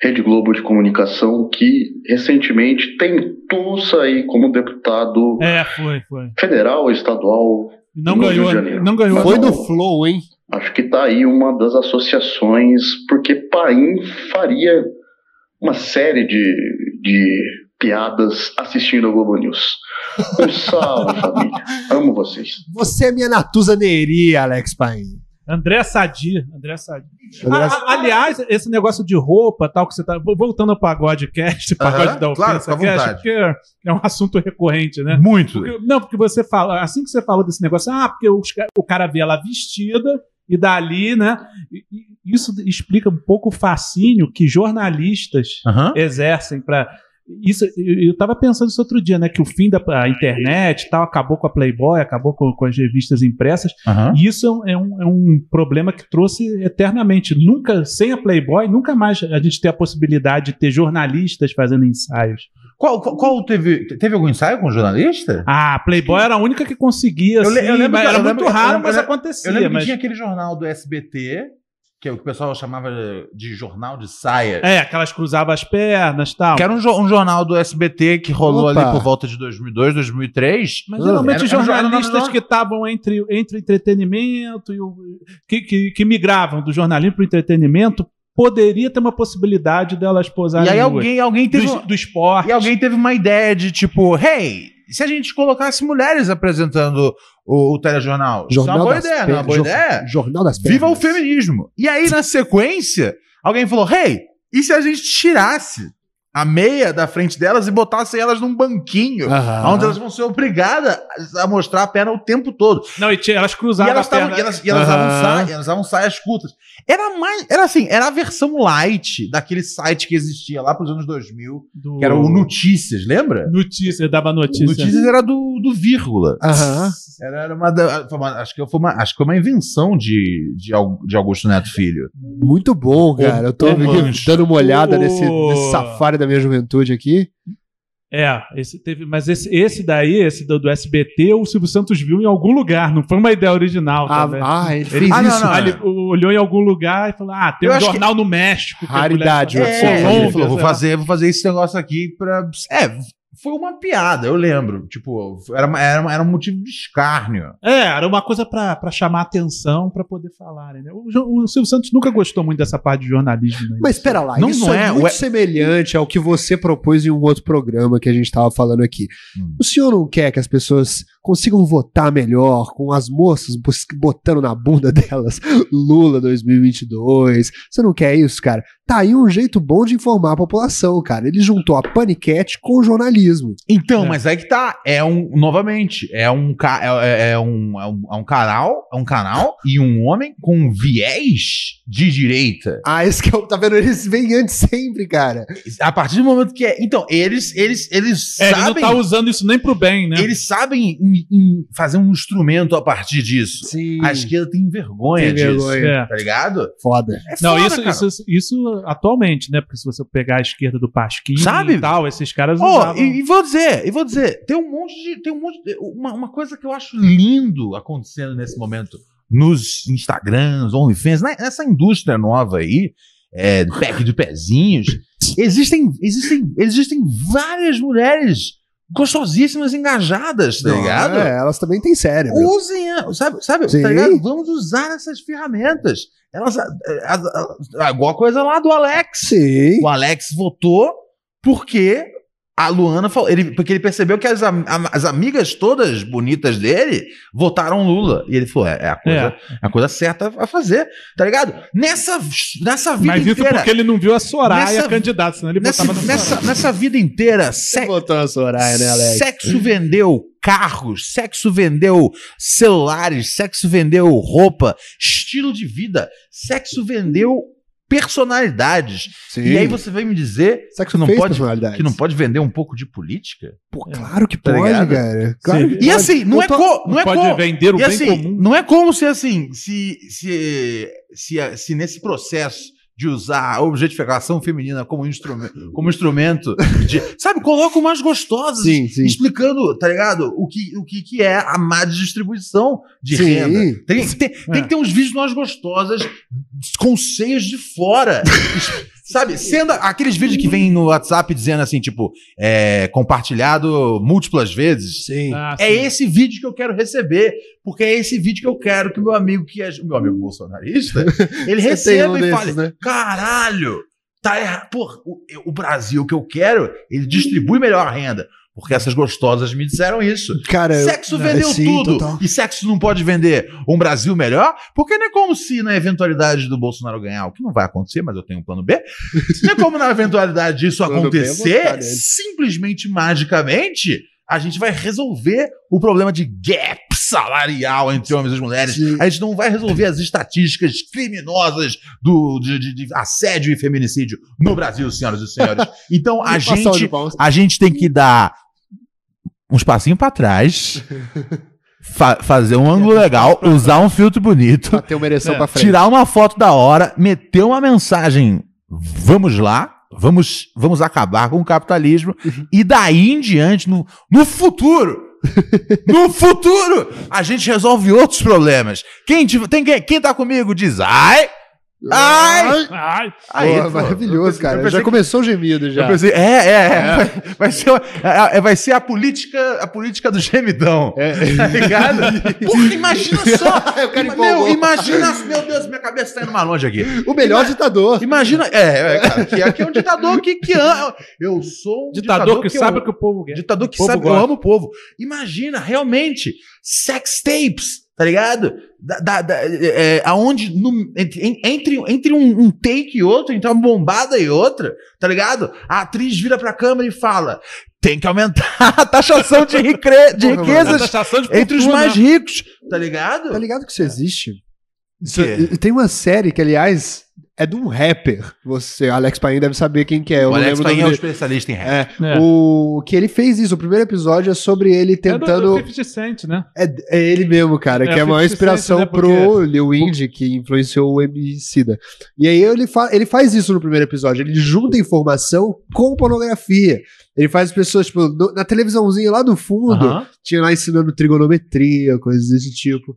Rede Globo de Comunicação, que recentemente tentou sair como deputado
É, foi, foi.
federal ou estadual.
Não
No Rio
ganhou,
de Janeiro.
não ganhou.
Foi no flow, hein?
Acho que tá aí uma das associações, porque Paim faria uma série de, de piadas assistindo a Globo News. Um salve, família. Amo vocês.
Você é minha Natuza Neri, Alex Paim.
André Sadi. André Sadi.
André-
A- a- aliás, esse negócio de roupa, tal, que você tá. Voltando ao pagode cast, pagode
Aham,
da ofensa
claro, fica à
cast,
vontade.
porque é um assunto recorrente, né?
Muito.
Porque- não, porque você fala, assim que você falou desse negócio, ah, porque os ca- o cara vê ela vestida e dali, né? e- e Isso explica um pouco o fascínio que jornalistas
Aham.
exercem para isso eu, eu tava pensando isso outro dia né que o fim da a internet e tal acabou com a Playboy acabou com, com as revistas impressas
Aham.
e isso é um, é um- é um problema que trouxe eternamente nunca sem a Playboy nunca mais a gente ter a possibilidade de ter jornalistas fazendo ensaios
Qual, qual, qual teve, teve algum ensaio com um jornalista?
ah a Playboy era a única que conseguia
Eu le-
assim,
eu lembro
mas
que-
era
eu
muito
lembro- eu
raro
lembro-
mas
eu lembro- Eu
acontecia
lembro
mas
que tinha aquele jornal do SBT, que é o que o pessoal chamava de jornal de saia.
é aquelas cruzavam as pernas tal
Que era um, jo- um jornal do SBT que rolou
Opa.
ali por volta de 2002, 2003.
Mas geralmente
Era-
os
era um jornal-
jornalistas
jornal-
que estavam entre, entre o entretenimento e o. Que, que, que migravam do jornalismo para o entretenimento poderia ter uma possibilidade delas posarem.
E aí
nuas.
alguém, alguém
do,
teve um-
do esporte.
e alguém teve uma ideia de tipo, hey, se a gente colocasse mulheres apresentando o, o telejornal? Isso é uma boa ideia, não é uma boa
Jor-
ideia?
Jornal das
Viva o
Pernas.
feminismo! E aí, na sequência, alguém falou: hey, e se a gente tirasse a meia da frente delas e botasse elas num banquinho?
Aham.
Onde elas vão ser obrigadas a mostrar a perna o tempo todo.
Não, e tinha- elas
E
cruzavam
elas,
a
tavam,
perna.
e elas, e elas
Aham.
usavam saia- elas usavam saias curtas. Era mais. Era assim, era a versão light daquele site que existia lá pros anos 2000,
do-
que era o Notícias, lembra?
Notícia, dava notícia.
Notícias era do, do vírgula.
Aham.
Era, era uma, da- foi uma- Acho que foi uma, acho que foi uma invenção de, de, Au- de Augusto Neto Filho.
Muito bom, cara. Eu tô
o
aqui
mancho.
dando uma olhada nesse,
O-
nesse safari da minha juventude aqui.
É, esse teve, mas esse, esse daí, esse do, do SBT, o Silvio Santos viu em algum lugar, não foi uma ideia original.
Ah,
talvez.
ah, ele fez
Ah, não,
isso.
não,
Aí
cara.
ele olhou em algum lugar e falou: Ah, tem
Eu
um
acho que-
jornal no México. que a mulher
Raridade,
faz-
uma
É,
um
Colômbia,
ele falou, vou
sei lá.
fazer, vou fazer esse negócio aqui pra. É, Foi uma piada, eu lembro. Tipo, era, uma- era, uma- era um motivo de escárnio.
É, era uma coisa pra pra chamar atenção, pra poder falarem. Né? O, Jo- o Silvio Santos nunca gostou muito dessa parte de jornalismo. Né?
Mas espera lá,
Não,
isso
não
é,
é,
muito
ué-
semelhante ao que você propôs em um outro programa que a gente estava falando aqui.
Hum.
O senhor não quer que as pessoas consigam votar melhor, com as moças bus- botando na bunda delas Lula 2022? Você não quer isso, cara? Tá aí um jeito bom de informar a população, cara. Ele juntou a paniquete com o jornalismo. Né?
Então,
É.
mas aí que tá. É um, novamente, é um, ca- é, é- é um, é, um, é um canal, é um canal e um homem com um viés de direita.
Ah, esse que eu, tá vendo? Eles vêm antes sempre, cara.
A partir do momento que é. Então, eles, eles, eles
É, ele não
sabem.
tá usando isso nem pro bem, né?
Eles sabem em- em fazer um instrumento a partir disso.
Sim.
A esquerda tem
Tem
vergonha disso.
vergonha.
É.
Tá ligado?
Foda.
É
Não,
foda,
isso,
cara.
isso, isso atualmente, né? Porque se você pegar a esquerda do Pasquim
Sabe?
e tal, esses caras
Ó,
usavam...
e, e vou dizer, e vou dizer, tem um monte de. Tem um monte de- uma, uma coisa que eu acho lindo acontecendo nesse momento nos Instagrams, OnlyFans, né, nessa indústria nova aí, é, do pack de pezinhos, existem, existem, existem várias mulheres gostosíssimas engajadas, tá ligado?
É, elas também têm cérebro.
Usem, a- sabe, sabe
Sim.
tá ligado? Vamos usar essas ferramentas. Elas, a- a- a- igual a coisa lá do Alex.
Sim.
O Alex votou porque a Luana falou. Ele, porque ele percebeu que as, am- am- as amigas todas bonitas dele votaram Lula. E ele falou: é, é a, coisa,
É.
é a coisa certa a fazer, tá ligado? Nessa, nessa vida
Mas isso
inteira.
porque ele não viu a Soraya
Nessa-
candidata, senão ele
Nessa,
botava na
nessa, nessa vida inteira, sexo.
botou a Soraya, né, Alex?
Sexo vendeu carros, sexo vendeu celulares, sexo vendeu roupa, estilo de vida, sexo vendeu personalidades.
Sim.
E aí você vem me dizer
Sexo
que não
fez
pode-
personalidade.
que não pode vender um pouco de política?
Pô, claro que
Tá
pode,
ligado?
cara. Claro
Sim.
que
E assim, não
Eu
é
tô-
como, não é
pode
como,
vender o
e
bem
assim,
comum.
não é como se assim, se se, se, se nesse processo de usar a objetificação feminina como instrumento, como instrumento de, sabe, coloca umas gostosas
Sim, sim.
explicando, tá ligado? O que, o que, que é a má distribuição de
Sim.
renda. Tem, tem, tem que ter uns vídeos mais gostosas com seios de fora. Sabe, sendo aqueles vídeos que vem no WhatsApp dizendo assim, tipo, é, compartilhado múltiplas vezes.
Sim.
Ah,
É
sim.
esse vídeo que eu quero receber, porque é esse vídeo que eu quero que o meu amigo que é meu amigo bolsonarista, ele
Você
receba
tem um
e fale:
desses, né?
"Caralho, tá errado, Porra, o, o Brasil que eu quero, ele distribui melhor a renda, porque essas gostosas me disseram isso.
Cara, eu-
Sexo
não,
vendeu
sim,
tudo
total.
e sexo não pode vender um Brasil melhor, porque não é como se na eventualidade do Bolsonaro ganhar, o que não vai acontecer, mas eu tenho um plano B. Não é como na eventualidade disso
Plano B, eu vou votar
acontecer,
nele.
simplesmente magicamente a gente vai resolver o problema de gap salarial entre homens e mulheres.
Sim.
A gente não vai resolver as estatísticas criminosas do, de, de- de assédio e feminicídio no Brasil, senhoras e senhores. Então a
Uma salva de
gente
palmas.
a gente tem que dar uns passinhos pra trás, fa- fazer um ângulo legal, usar um filtro bonito,
Bater uma ereção
É,
pra frente.
tirar uma foto da hora, meter uma mensagem. Vamos lá, vamos, vamos acabar com o capitalismo.
Uhum.
E daí em diante, no, no futuro. No futuro, a gente resolve outros problemas. Quem, tiver- tem, quem, quem tá comigo diz ai. Ai!
Ai,
Aí,
Pô,
pô,
maravilhoso,
eu pensei- eu
cara.
pensei
Já
que-
começou o gemido já.
eu pensei, é, é, é. Vai, vai ser, é, é, vai ser a política, a política do gemidão. Tá ligado? Porra, imagina só.
O cara
Ima-
empolgou.
meu, imagina, meu Deus, minha cabeça tá indo mais longe aqui.
O melhor ditador.
Imagina, é, é, cara, que aqui é um ditador que, que ama. Eu sou um
ditador, que,
eu-
sabe o que o povo quer.
Ditador que
O povo
sabe, eu
gosta.
amo o povo. Imagina, realmente, sex tapes, tá ligado? Da, da- da- é, é, aonde, no- entre, entre, entre um, um take e outro, entre uma bombada e outra, tá ligado? A atriz vira pra câmera e fala: tem que aumentar a taxação de, ricre- de
Porra,
A
riquezas
taxação de
entre os
fortuna.
mais ricos, tá ligado?
Tá ligado que isso existe? Isso-
quê?
e- e tem uma série que, aliás, é de um rapper. Você, Alex Paim, deve saber quem que é. Eu
o
não
Alex
lembro o
Paim
nome
é um
dele.
especialista em rap.
É,
É.
o que ele fez isso. O primeiro episódio é sobre ele
É do,
tentando.
do 50 Cent, né?
É, é ele mesmo, cara,
É,
que é a maior
50 Cent,
inspiração
né, porque-
pro Lil Indy, que influenciou o Emicida. E aí ele, fa- ele faz isso no primeiro episódio, ele junta informação com pornografia. Ele faz as pessoas, tipo, no- na televisãozinha lá do fundo,
Aham.
tinha lá ensinando trigonometria, coisas desse tipo.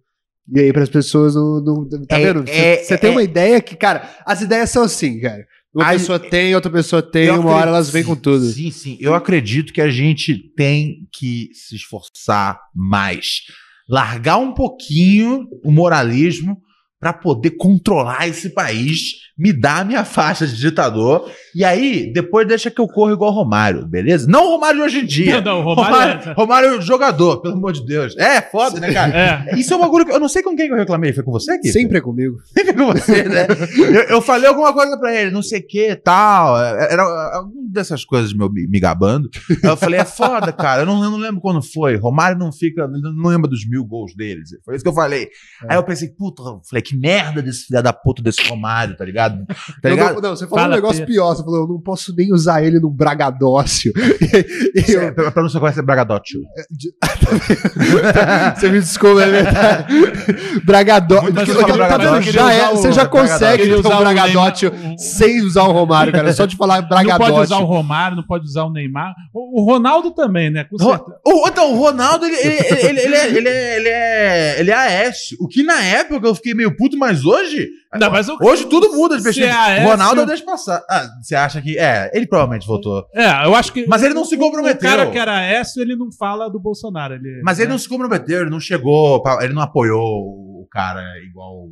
E aí, pras pessoas não. não- tá
É-
vendo? Você
é-
tem
é-
uma ideia que, cara, as ideias são assim, cara.
Uma
Aí-
pessoa tem, outra pessoa tem,
Eu
uma
acredito-
hora elas vêm com tudo.
Sim, sim. Eu acredito que a gente tem que se esforçar mais. Largar um pouquinho o moralismo para poder controlar esse país, me dar a minha faixa de ditador. E aí, depois deixa que eu corra igual Romário, beleza? Não o Romário de hoje em dia.
Não, não, Romário-
Romário, Romário jogador, pelo amor de Deus. É, foda, né, cara?
É.
Isso é um bagulho que eu não sei com quem que eu reclamei. Foi com você aqui?
Sempre é comigo.
Sempre com você, né? Eu, eu falei alguma coisa pra ele, não sei o que tal. Era alguma dessas coisas meu, me, me gabando. Aí Eu falei, é foda, cara. Eu não, eu não lembro quando foi. Romário não fica, não não lembra dos mil gols deles. Foi isso que eu falei.
É.
Aí eu pensei, puta, eu falei, que merda desse filho da puta desse Romário, tá ligado? Tá
Eu
ligado?
não, não, você falou
Fala,
um negócio
Pedro.
pior. Você falou, eu não posso nem usar ele num bragadócio. E
Isso é-
eu-
Pra pra não ser conhece, é Bragadócio.
você me desculpa, é verdade. Bragadócio.
Muito
Aquilo-
mais
aquilo
usar
tá
o
vendo?
bragadócio.
Já é,
Queria usar
você
o
já
bragadócio.
consegue
Queria
ter
usar
um
o
bragadócio
Neymar, o-
sem usar o Romário, cara. Só de falar
Não pode usar o
bragadócio.
Romário, não pode usar o Neymar. O, o Ronaldo também, né? Com certeza.
O, então, o Ronaldo, ele, ele, ele, ele, é, ele, é, ele, é, ele é Aécio. O que na época eu fiquei meio puto, mas hoje.
Não, mas o-
Hoje tudo muda as pesquisas.
Se é Aécio-
Ronaldo eu deixo passar. Ah, você acha que. É, ele provavelmente votou.
É, eu acho que.
Mas ele não se
o
comprometeu.
cara que era Aécio, ele não fala do Bolsonaro. Ele,
Mas ele
né?
não se comprometeu, ele não chegou. pra- Ele não apoiou o cara igual,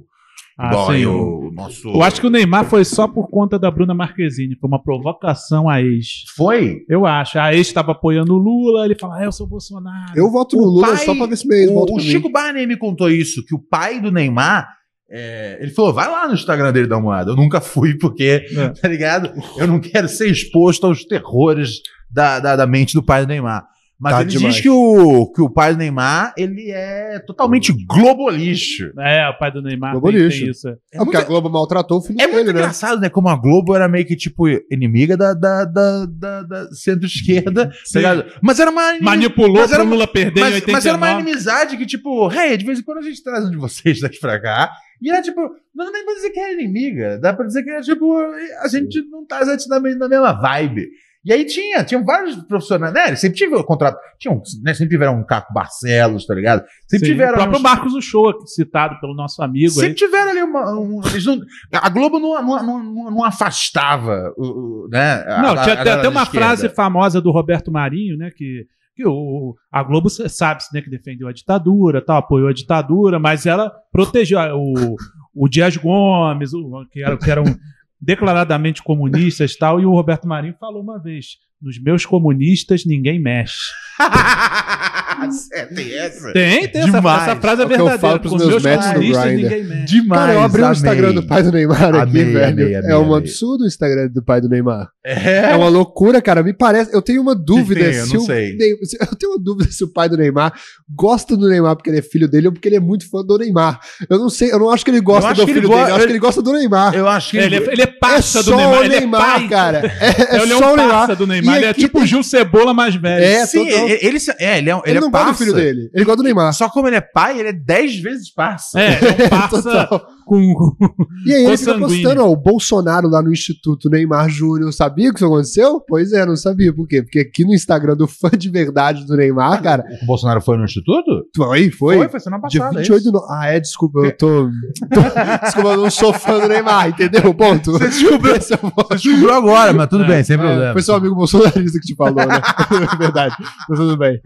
Ah,
igual aí
sim.
o nosso.
Eu acho que o Neymar foi só por conta da Bruna Marquezine. Foi uma provocação a ex.
foi.
Eu acho. A ex estava apoiando o Lula, ele fala, ah, eu sou Bolsonaro.
Eu voto no Lula
pai-
só pra ver se meu ex volta
O, o
pra mim.
Chico Barney me contou isso, que o pai do Neymar. é, ele falou, vai lá no Instagram dele dar uma olhada. Eu nunca fui, porque,
É.
tá ligado? Eu não quero ser exposto aos terrores da, da, da mente do pai do Neymar. Mas
Tá
ele
demais.
diz que o, que o pai do Neymar, ele é totalmente globolixo.
É, o pai do Neymar
Globo
tem, tem
lixo.
isso. é.
um
É porque a Globo maltratou o filho
É muito
dele, né?
engraçado, né? Como a Globo era meio que, tipo, inimiga da, da, da, da- da centro-esquerda.
Sim.
tá ligado? Mas era uma.
Manipulou
Mas
pro
era uma-
Lula perder em
Mas,
89.
mas era uma inimizade que, tipo, hey, de vez em quando a gente traz um de vocês daqui pra cá. E era tipo, não dá nem pra dizer que era inimiga. Dá pra dizer que era tipo, a gente não tá exatamente na mesma- na mesma vibe. E aí tinha, tinham vários profissionais, né? Eles Sempre tiveram contrato. Tinham, né? Sempre tiveram um Caco Barcelos, tá ligado? Sempre
Sim,
tiveram.
o próprio
uns-
Marcos Uchoa, citado pelo nosso amigo
Sempre
aí.
tiveram ali uma. um- eles não- a Globo não, não, não- não- não afastava o, o- né,
É,
a-
Não,
a-
tinha
a
até,
galera
até
da
uma
esquerda.
frase famosa do Roberto Marinho, né? Que, que o, a Globo cê sabe né, que defendeu a ditadura, tal, apoiou a ditadura, mas ela protegeu a- o, o Dias Gomes, o- que, era, que eram declaradamente comunistas e tal, e o Roberto Marinho falou uma vez: nos meus comunistas ninguém mexe.
é, tem essa.
Tem, tem essa,
Demais.
essa frase é
É o que eu
verdadeira.
falo pros
Com
meus mestres do Grindr.
ninguém mexe.
Demais.
Cara, eu abri o
amei.
Instagram do pai do Neymar aqui,
Amei,
velho.
amei, amei,
é um
amei.
absurdo o Instagram do pai do Neymar.
É.
É uma loucura, cara. Me parece. Eu tenho uma dúvida
tem, eu
se
não
o
sei.
Ney- se- Eu tenho uma dúvida se o pai do Neymar gosta do Neymar porque ele é filho dele ou porque ele é muito fã do Neymar. Eu não sei, eu não acho que ele gosta
Eu acho
do
que ele
filho
go-
dele, eu acho
ele-
que ele gosta do Neymar.
Eu acho que
Ele é, ele é
é
parça
só
do Neymar.
o
Ele é
Neymar,
pai.
cara. É, é
ele é
só
um
o Neymar.
parça do Neymar.
E
Ele é
aqui
tipo o Gil Cebola mais velho.
É,
Sim,
total.
ele, ele, se- é, ele é, ele
Ele,
é
não gosta do
parça.
filho dele, ele gosta do Neymar.
Só como ele é pai, ele é 10 vezes parça.
É, é um parça
Total.
com,
E aí ele fica
Consanguíneo.
postando, ó, o Bolsonaro lá no Instituto Neymar Júnior. Sabia que isso aconteceu? Pois é, não sabia. Por quê? Porque aqui no Instagram do fã de verdade do Neymar, cara,
Ah, O Bolsonaro foi no instituto?
foi, foi.
foi semana
Dia
passada.
28 de no... Ah, é, desculpa, eu tô. tô- desculpa, eu não sou fã do Neymar, entendeu? Ponto. é Você descobriu essa
Você descobriu agora, mas tudo bem, sem problema.
É, Foi seu amigo bolsonarista que te falou, né? É verdade. Mas tudo bem.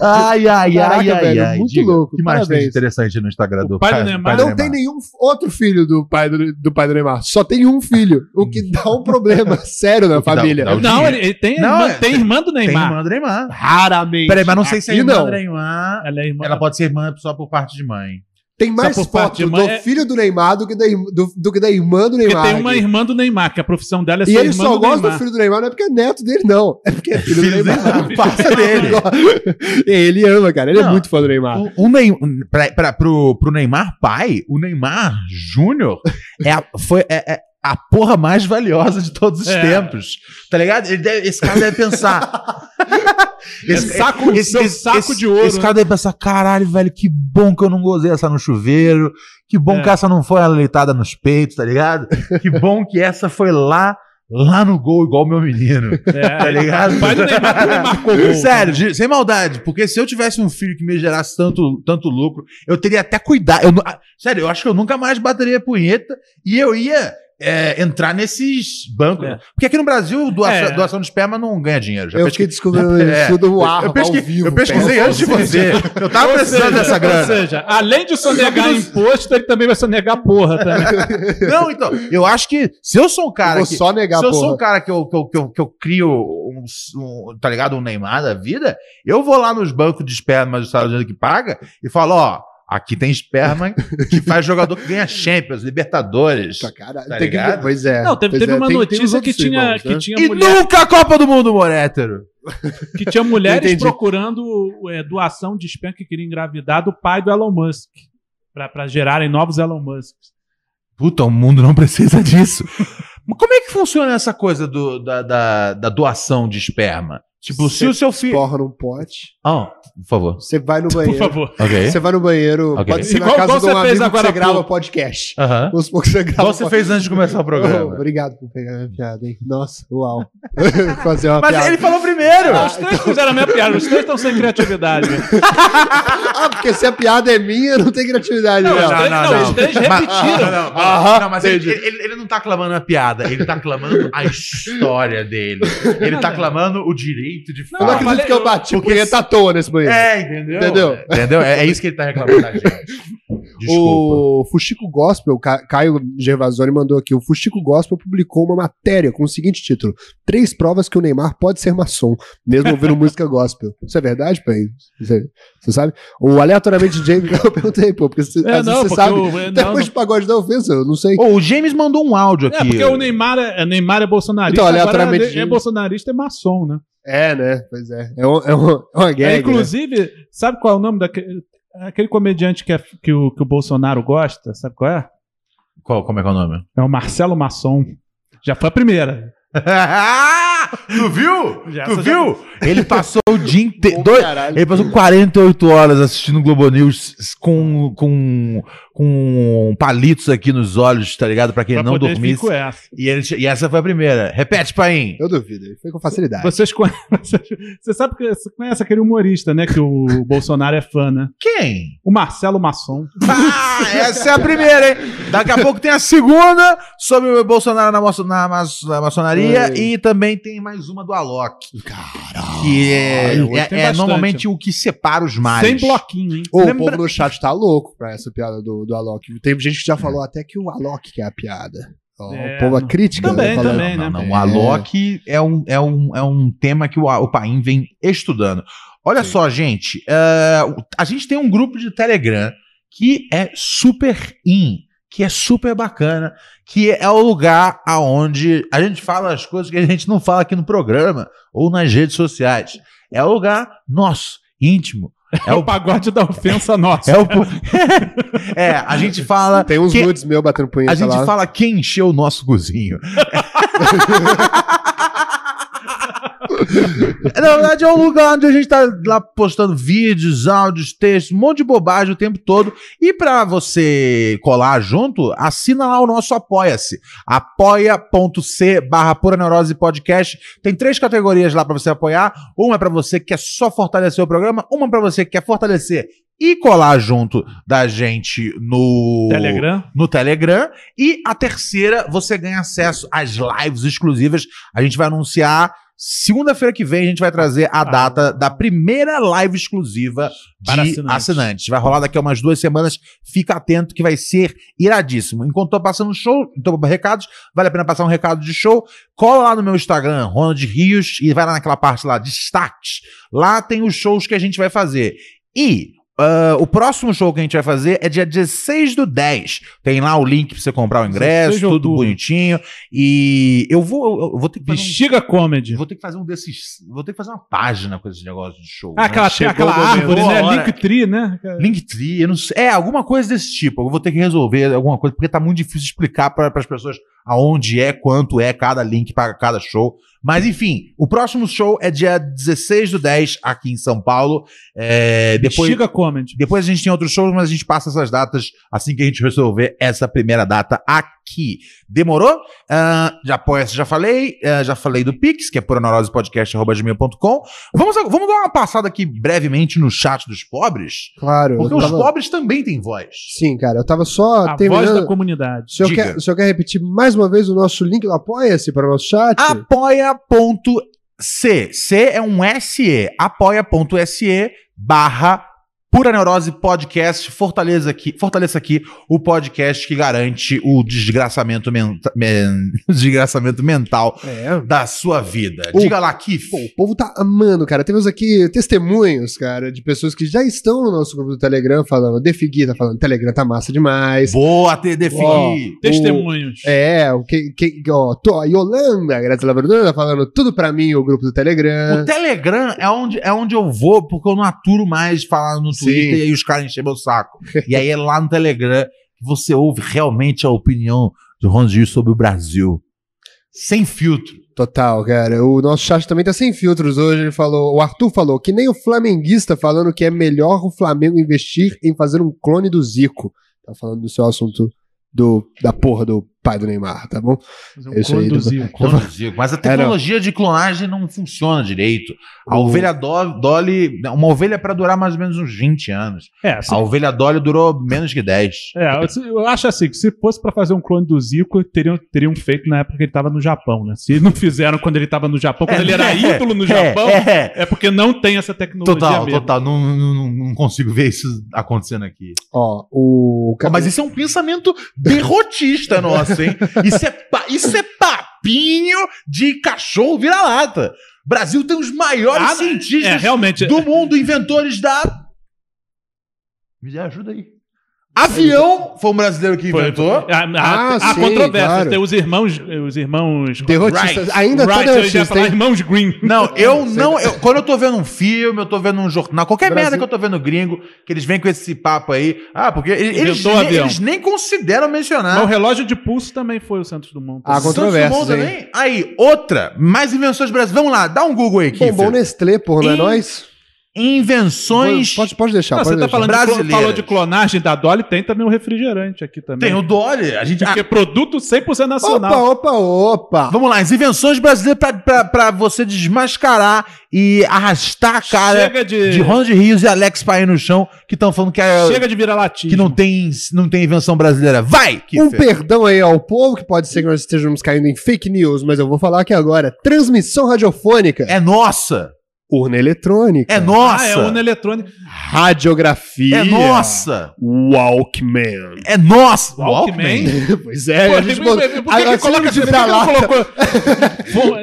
Ai, ai, ai,
Caraca,
ai,
velho,
ai.
muito
Diga,
louco,
Que mais tem de
parabéns.
interessante no Instagram
O
do
pai do
do
Neymar.
do
não tem nenhum f- outro filho do pai do, do pai do Neymar. Só tem um filho, o que dá um problema sério na
que dá-
família.
dá o-
Não, ele, ele tem, a
Não,
irmã,
é-
tem irmã do
Tem
Neymar.
irmã do Neymar.
Raramente.
Peraí, mas não sei se é
Aqui
irmã
não.
do Neymar.
Ela é irmã.
Ela pode ser irmã só por parte de mãe.
Tem mais
por parte de
foto do
mãe, é-
filho do Neymar do que da, irm- do, do que da irmã do
porque
Neymar.
tem uma
aqui.
irmã do Neymar, que a profissão dela é
e
ser
ele
irmã
só
do
gosta
Neymar.
do filho do Neymar, não é porque é neto dele, não. É porque é filho,
Filho
do
do
Neymar.
Neymar.
Passa dele. ele ama, cara. Ele é
Não.
muito fã do Neymar.
O, o Ney- pra- pra- pro, pro Neymar pai, o Neymar Júnior é a, foi, é, é a porra mais valiosa de todos os
É.
tempos. Tá ligado? Ele deve- esse cara deve pensar.
É saco- seu saco de ouro,
Esse cara deve pensar: caralho, velho, que bom que eu não gozei essa no chuveiro. Que bom
É.
que essa não foi aleitada nos peitos, tá ligado? Que bom que essa foi lá, lá no gol, igual meu menino.
É,
Tá ligado?
O pai do Neymar também marcou gol.
Sério, de- sem maldade, porque se eu tivesse um filho que me gerasse tanto, tanto lucro, eu teria até cuidado. Eu nu- ah, sério, eu acho que eu nunca mais bateria punheta e eu ia. é, entrar nesses bancos.
É.
Porque aqui no Brasil, doação,
É.
doação de esperma não ganha dinheiro. Já
Eu
pesquei-
fiquei descobrindo
É,
isso do ar,
eu, pesquei-
ao vivo.
eu pesquisei
cara.
antes de você. Eu tava precisando dessa grana.
Ou seja, além de sonegar imposto, ele também vai sonegar porra também.
Não, então, eu acho que se eu sou um cara.
Vou
que-
só negar,
se eu sou
porra.
um cara que eu, que eu, que eu, que eu crio um, um, tá ligado? Um Neymar da vida, eu vou lá nos bancos de esperma dos Estados Unidos que paga e falo, ó, aqui tem esperma que faz jogador que ganha Champions, Libertadores.
Puta, caralho,
Tá
tem que-
ligado?
pois é.
Não, teve,
pois
teve
é,
uma
tem- tem os
notícia que,
outros
tinha,
irmãos, né?
que tinha
E
mulher-
nunca a Copa do Mundo, morétero!
que tinha mulheres
Entendi.
procurando é, doação de esperma que queria engravidar do pai do Elon Musk. Pra, pra gerarem novos Elon Musk.
Puta, o mundo não precisa disso. Mas como é que funciona essa coisa do- da, da- da doação de esperma? Tipo, se o seu filho.
Porra num pote,
Ah, por favor.
você vai no
Por
banheiro.
favor.
Ok.
Você vai no banheiro,
Ok.
pode ser
Igual-
na casa
igual
de um
você
amigo
fez
que
agora
você
há
grava
pouco.
podcast.
Aham.
Vamos supor que você grava
Igual você fez antes de começar o
Oh,
programa.
obrigado por pegar minha piada, hein? Nossa, uau. Fazer uma
Mas
piada.
ele falou primeiro!
Ah, os três fizeram a minha piada, os três tá- estão sem criatividade. velho.
Ah, porque se a piada é minha, não tem criatividade,
Não,
não.
os três-
não,
não,
não.
os três repetiram.
Não, não,
Aham,
não, mas ele, ele- ele não tá clamando a piada, ele tá clamando a história dele. Ele tá clamando o direito de
Eu não acredito
falar.
que eu bati
Porque
porque ele tá à toa nesse banheiro.
É, entendeu?
Entendeu?
Entendeu? É, é isso que ele tá reclamando da gente. Desculpa.
O Fuxico Gospel, Ca- Caio Gervasoni mandou aqui. O Fuxico Gospel publicou uma matéria com o seguinte título: Três provas que o Neymar pode ser maçom, mesmo ouvindo música gospel. Isso é verdade, Pen? Você, você sabe? O aleatoriamente James, eu perguntei, pô, porque você, às
É,
vezes
não,
você
porque
sabe.
o- é,
Até
não,
hoje o pagode da ofensa, eu não sei.
Ô, o James mandou um áudio
É, porque o Neymar é, Neymar é bolsonarista.
Então,
agora
aleatoriamente,
é, é
gente.
bolsonarista é maçom, né?
É, né? Pois é. É, um, é, um, é uma
É,
gag. né?
inclusive, sabe qual é o nome daquele aquele comediante que, é- que, o, que o Bolsonaro gosta? Sabe qual é?
Qual, como é que é o nome?
É o Marcelo Maçom. Já foi a primeira.
tu viu?
Já,
tu
já-
viu? Ele passou o dia inteiro.
Bom,
dois-
caralho.
Ele passou 48 horas assistindo o Globo News com, com, com palitos aqui nos olhos, tá ligado? Pra quem
Pra
não
poder vir
dormisse.
com essa.
E, ele che- e essa foi a primeira. Repete, Paim.
Eu duvido, ele foi com facilidade.
Vocês conhecem, você sabe que você conhece aquele humorista, né? Que o Bolsonaro é fã, né?
Quem?
O Marcelo Maçom.
Ah, essa é a primeira, hein? Daqui a pouco tem a segunda sobre o Bolsonaro na, maço- na maço- na maçonaria e também tem mais uma do Alok. Caralho. Que é,
Ah, Hoje
é-
tem
é
bastante.
normalmente o que separa os mares.
Sem bloquinho, hein?
Ô,
Lembra-
O povo no chat tá louco pra essa piada do, do Alok. Tem gente que já falou até que o Alok que é a piada. Ó,
É.
o povo, a crítica.
Também,
né, falando-
também, né?
não, não, o Alok é um, é um, é um tema que o, o Paim vem estudando. Olha só, gente, é, o- a gente tem um grupo de Telegram que é super in, que é super bacana, que é o lugar aonde a gente fala as coisas que a gente não fala aqui no programa ou nas redes sociais. É o lugar nosso, íntimo. É
É o
o,
pagode da ofensa nossa.
é, o, é a gente fala
Tem uns
que-
nudes meu batendo punheta
a gente
lá.
fala quem encheu o nosso cozinho. Na verdade, é um lugar onde a gente tá lá postando vídeos, áudios, textos, um monte de bobagem o tempo todo. E pra você colar junto, assina lá o nosso Apoia-se. apoia.c barra pura neurose podcast. Tem três categorias lá pra você apoiar. Uma é pra você que quer só fortalecer o programa, uma pra você que quer fortalecer e colar junto da gente no
Telegram.
no Telegram. E a terceira, você ganha acesso às lives exclusivas. A gente vai anunciar. Segunda-feira que vem a gente vai trazer a data da primeira live exclusiva de
Para
assinantes.
assinantes.
Vai rolar daqui a umas duas semanas. Fica atento que vai ser iradíssimo. Enquanto tô passando show, tô recados, vale a pena passar um recado de show. Cola lá no meu Instagram, Ronald Rios, e vai lá naquela parte lá, destaques. Lá tem os shows que a gente vai fazer. E ah, o próximo show que a gente vai fazer é dia 16 do 10. Tem lá o link pra você comprar o
16
ingresso,
de
tudo
outubro.
bonitinho. E eu vou, eu vou ter que fazer um,
Bexiga Comedy.
eu vou ter que fazer um desses, vou ter que fazer uma página com esse negócio de show.
Ah,
né?
aquela,
Chegou
aquela
o momento.
árvore,
Boa
né?
hora.
Linktree, né?
Linktree, eu não sei. É, alguma coisa desse tipo. Eu vou ter que resolver alguma coisa, porque tá muito difícil explicar para as pessoas aonde é, quanto é cada link para cada show. Mas enfim, o próximo show é dia 16 do 10 aqui em São Paulo. É, depois,
Bexiga Comedy.
depois a gente tem outros shows, mas a gente passa essas datas assim que a gente resolver essa primeira data aqui aqui. Demorou? Ah, já apoia-se, já falei. Ah, já falei do Pix, que é poronorospodcast.com. Vamos, a- vamos dar uma passada aqui brevemente no chat dos pobres.
Claro.
Porque
eu
os
tava-
pobres também têm voz.
Sim, cara, eu tava só
A voz da
terminando. O
comunidade.
senhor,
Diga.
quer, o senhor quer repetir mais uma vez o nosso link do Apoia-se para o nosso chat?
apoia.c. C é um SE. apoia.se barra Pura Neurose Podcast. Fortaleça aqui, fortaleça aqui o podcast que garante o desgraçamento, menta, men- desgraçamento mental
É.
da sua vida.
O-
Diga lá, Kif.
Pô, o povo tá amando, cara. Temos aqui testemunhos, cara, de pessoas que já estão no nosso grupo do Telegram falando. Defigui tá falando, Telegram tá massa demais.
Boa, TDFI.
Testemunhos.
É, o que, que, ó, tô, a Yolanda, Graziela Verdana, tá falando tudo pra mim, o grupo do Telegram.
O Telegram é onde, é onde eu vou, porque eu não aturo mais falar no
Sim.
Twitter e aí os caras enchem meu saco. E aí é lá no Telegram que você ouve realmente a opinião de Ron Gil sobre o Brasil. Sem filtro.
Total, cara. O nosso chat também tá sem filtros hoje. Ele falou, o Arthur falou, que nem o flamenguista falando que é melhor o Flamengo investir em fazer um clone do Zico. Tá falando do seu assunto do, da porra do pai do Neymar, tá bom?
é
Um
Isso aí,
conduzir.
Conduzir. Mas a tecnologia de clonagem não funciona direito. A ovelha do- Dolly. Uma ovelha para durar mais ou menos uns 20 anos.
É, assim,
A ovelha Dolly durou menos que 10.
É, eu- eu acho assim, que se fosse pra fazer um clone do Zico, teriam, teriam feito na época que ele tava no Japão, né? Se não fizeram quando ele tava no Japão, quando ele era ídolo no Japão, é,
É, é.
porque não tem essa tecnologia
Total,
mesmo.
total. Não, não- não- não consigo ver isso acontecendo aqui.
Ó, o...
Pô, mas isso é um pensamento derrotista nosso, hein? Isso é, pa- isso é papinho de cachorro vira-lata. Brasil tem os maiores
Ah, É,
cientistas
realmente.
do mundo, inventores da. Me ajuda aí. Avião foi um brasileiro que
Foi-
inventou.
Há, há,
Ah,
há
sim,
controvérsias.
claro.
Tem os irmãos. Os irmãos.
Derrotistas. Ainda tá
Wright, eu ia
derrotista,
falar
hein?
irmãos Green.
Não, eu
sei.
não. eu- quando eu tô vendo um filme, eu tô vendo um jornal, qualquer
Brasil-
merda que eu tô vendo gringo, que eles vêm com esse papo aí. Ah, porque eles, eles,
Inventou o
nem,
avião.
eles nem consideram mencionar.
Mas o relógio de pulso também foi o Santos Dumont.
Ah, Há
Santos
controvérsias,
Dumont também? Aí, outra. Mais invenções do Brasil. Vamos lá, dá um Google aí, Kiffer.
Bombom Nestlé, porra, não é
Ih,
nóis?
Invenções.
Pode, pode deixar,
Não,
pode
você tá
deixar.
falando de, clo-
Brasileiras.
falou de clonagem da Dolly, tem também o refrigerante aqui também.
Tem o Dolly. A gente.
Porque é produto 100%
Opa,
nacional.
opa,
Ah,
opa!
vamos lá, as invenções brasileiras pra, pra, pra você desmascarar e arrastar a cara
chega de,
de Ronald Rios e Alex Paim no chão, que estão falando que, é-
chega de virar latinha.
que não, tem, não tem invenção brasileira. Vai,
Um
Kiffer.
perdão aí ao povo, que pode ser que nós estejamos caindo em fake news, mas eu vou falar aqui agora. Transmissão radiofônica,
É nossa.
urna eletrônica,
É
Ah, é
nossa.
urna eletrônica.
radiografia,
é, nossa.
Walkman.
É nossa.
Walkman.
pois é,
Pô,
a gente
por
botou...
que que
a- a síndrome de vira-lata.
colocou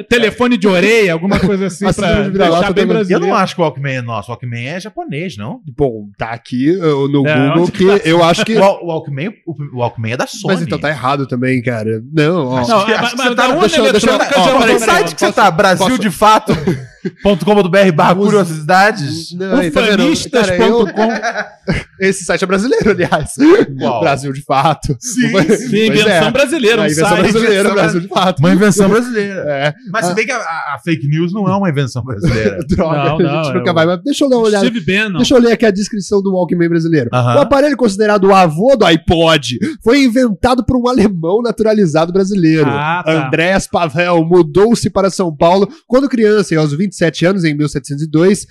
telefone de orelha, alguma coisa assim,
A síndrome
pra
de vira-lata
deixar bem
também.
Eu
brasileiro.
não acho que o Walkman é nosso. O Walkman é japonês, não?
Bom, tá aqui eu, no
É,
Google
onde
que eu acho que...
tá? O Wal- o Walkman, o Walkman é da Sony.
Mas então tá errado também, cara. Não, ó.
Não,
Acho
é, mas-
que
mas
você
da
tá-
urna
deixa eu- deixa eu- ó,
eletrônica
Qual
japonesa-
o site que você tá? Brasildefato.com.br barra
Posso-
curiosidades?
Não, aí tá vendo? Cara, eu-
Ufanistas.com.
Esse site é brasileiro, aliás.
Qual?
Brasil de fato.
Sim,
é.
Sim, invenção brasileira, um
A É, invenção
site.
brasileira,
invenção
Brasil de fato.
Uma invenção brasileira.
É,
Mas se bem que a, a- a fake news não é uma invenção brasileira.
droga,
Não,
a
não,
gente
é
nunca
o-
vai. Mas deixa eu dar uma olhada.
Steve Bannon.
Deixa eu ler aqui a descrição do Walkman brasileiro.
Aham.
O aparelho considerado o avô do iPod foi inventado por um alemão naturalizado brasileiro.
Ah, tá.
Andrés Pavel mudou-se para São Paulo quando criança e aos 27 anos, em 1702,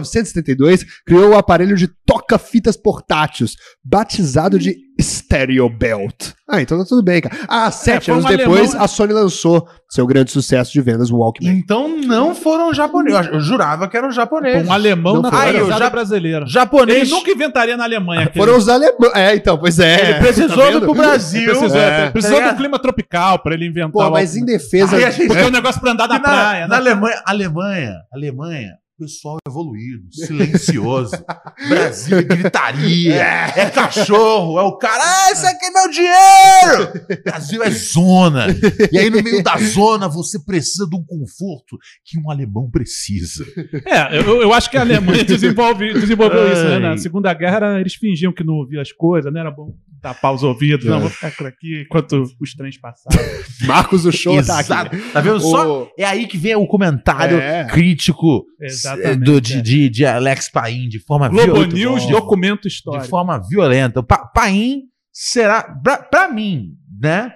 1972, criou o aparelho de toca-fitas portáteis, batizado de Stereo Belt. Ah, então tá tudo bem, cara. Ah, sete
foi um
anos depois,
alemão, né?
a Sony lançou seu grande sucesso de vendas, o Walkman.
Então não foram japoneses. Eu jurava que eram japoneses.
Um alemão
Não foi.
naturalizado
Ah, eu já-
brasileiro. Ele
Japonês
nunca inventaria na Alemanha. aquele-
Foram os alemães. É, então, pois é.
ele precisou
Tá
do
vendo?
ir pro Brasil.
Precisou,
É.
precisou
Tá
do clima tropical pra ele inventar.
Pô,
o
mas em
né?
álcool.
defesa.
Aí a gente-
Porque é um negócio pra andar na,
na,
praia.
na
né?
Alemanha, Alemanha, Alemanha, pessoal evoluído, silencioso. Brasil, é gritaria, é cachorro, é o cara, ah, isso aqui é meu dinheiro! Brasil é zona. E aí, no meio da zona, você precisa de um conforto que um alemão precisa.
É, eu, eu acho que a Alemanha desenvolve- desenvolveu isso, né?
Ai.
Na Segunda Guerra, era- eles fingiam que não ouviam as coisas, né? Era bom tapar os ouvidos.
É.
É.
Não, vou ficar por aqui enquanto os trens passavam.
Marcos do show tá aqui.
Exato. Tá vendo só?
O-
É aí que vem o comentário
É.
crítico
Exatamente,
do- de,
é.
de- de Alex Paim, de forma
Globo
violenta.
News,
De
documento
de
histórico.
forma violenta. O Pa- Paim será, pra, pra mim, né?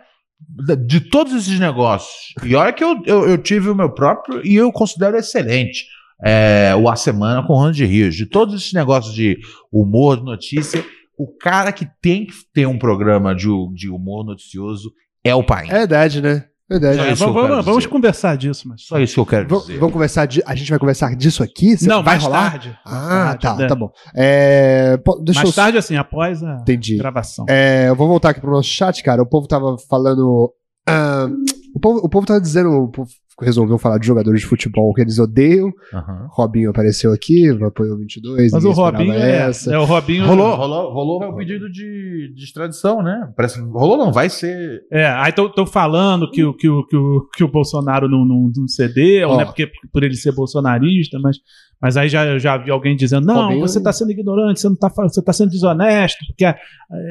da- de todos esses negócios. E olha que eu, eu, eu tive o meu próprio e eu considero excelente. É, o A Semana com o Ronald Rios. De todos esses negócios de humor, de notícia, o cara que tem que ter um programa de, hu- de humor noticioso é o pai.
É verdade, né? Verdade.
É
Vamos,
isso que eu quero
vamos- vamos
dizer.
conversar disso, mas.
Só isso que eu quero
Vam-
dizer.
Vamos conversar. de- a gente vai conversar disso aqui? Cê-
Não,
vai
mais
rolar?
tarde.
Ah,
Mais tarde,
tá,
né?
tá bom. É, pô, deixa
mais
eu.
tarde, assim, após a
Entendi.
gravação.
É, eu vou voltar aqui pro nosso chat, cara. O povo tava falando. ah, o, povo, o povo tava dizendo. O povo resolveu falar de jogadores de futebol que eles odeiam.
Aham.
Robinho apareceu aqui, apoiou 22.
mas o
ninguém
Robinho
esperava
é,
essa.
é o Robinho.
Rolou, rolou, rolou. É o pedido de, de extradição, né? Parece, rolou não, vai ser.
É, aí estão falando que, o- que, o- que, o- que o Bolsonaro não, não, não cedeu,
Ó.
né? Porque por ele ser bolsonarista, mas, mas aí já, eu já vi alguém dizendo: não,
Robinho-
você está sendo ignorante, você, não tá, fa- você tá sendo desonesto, porque ah,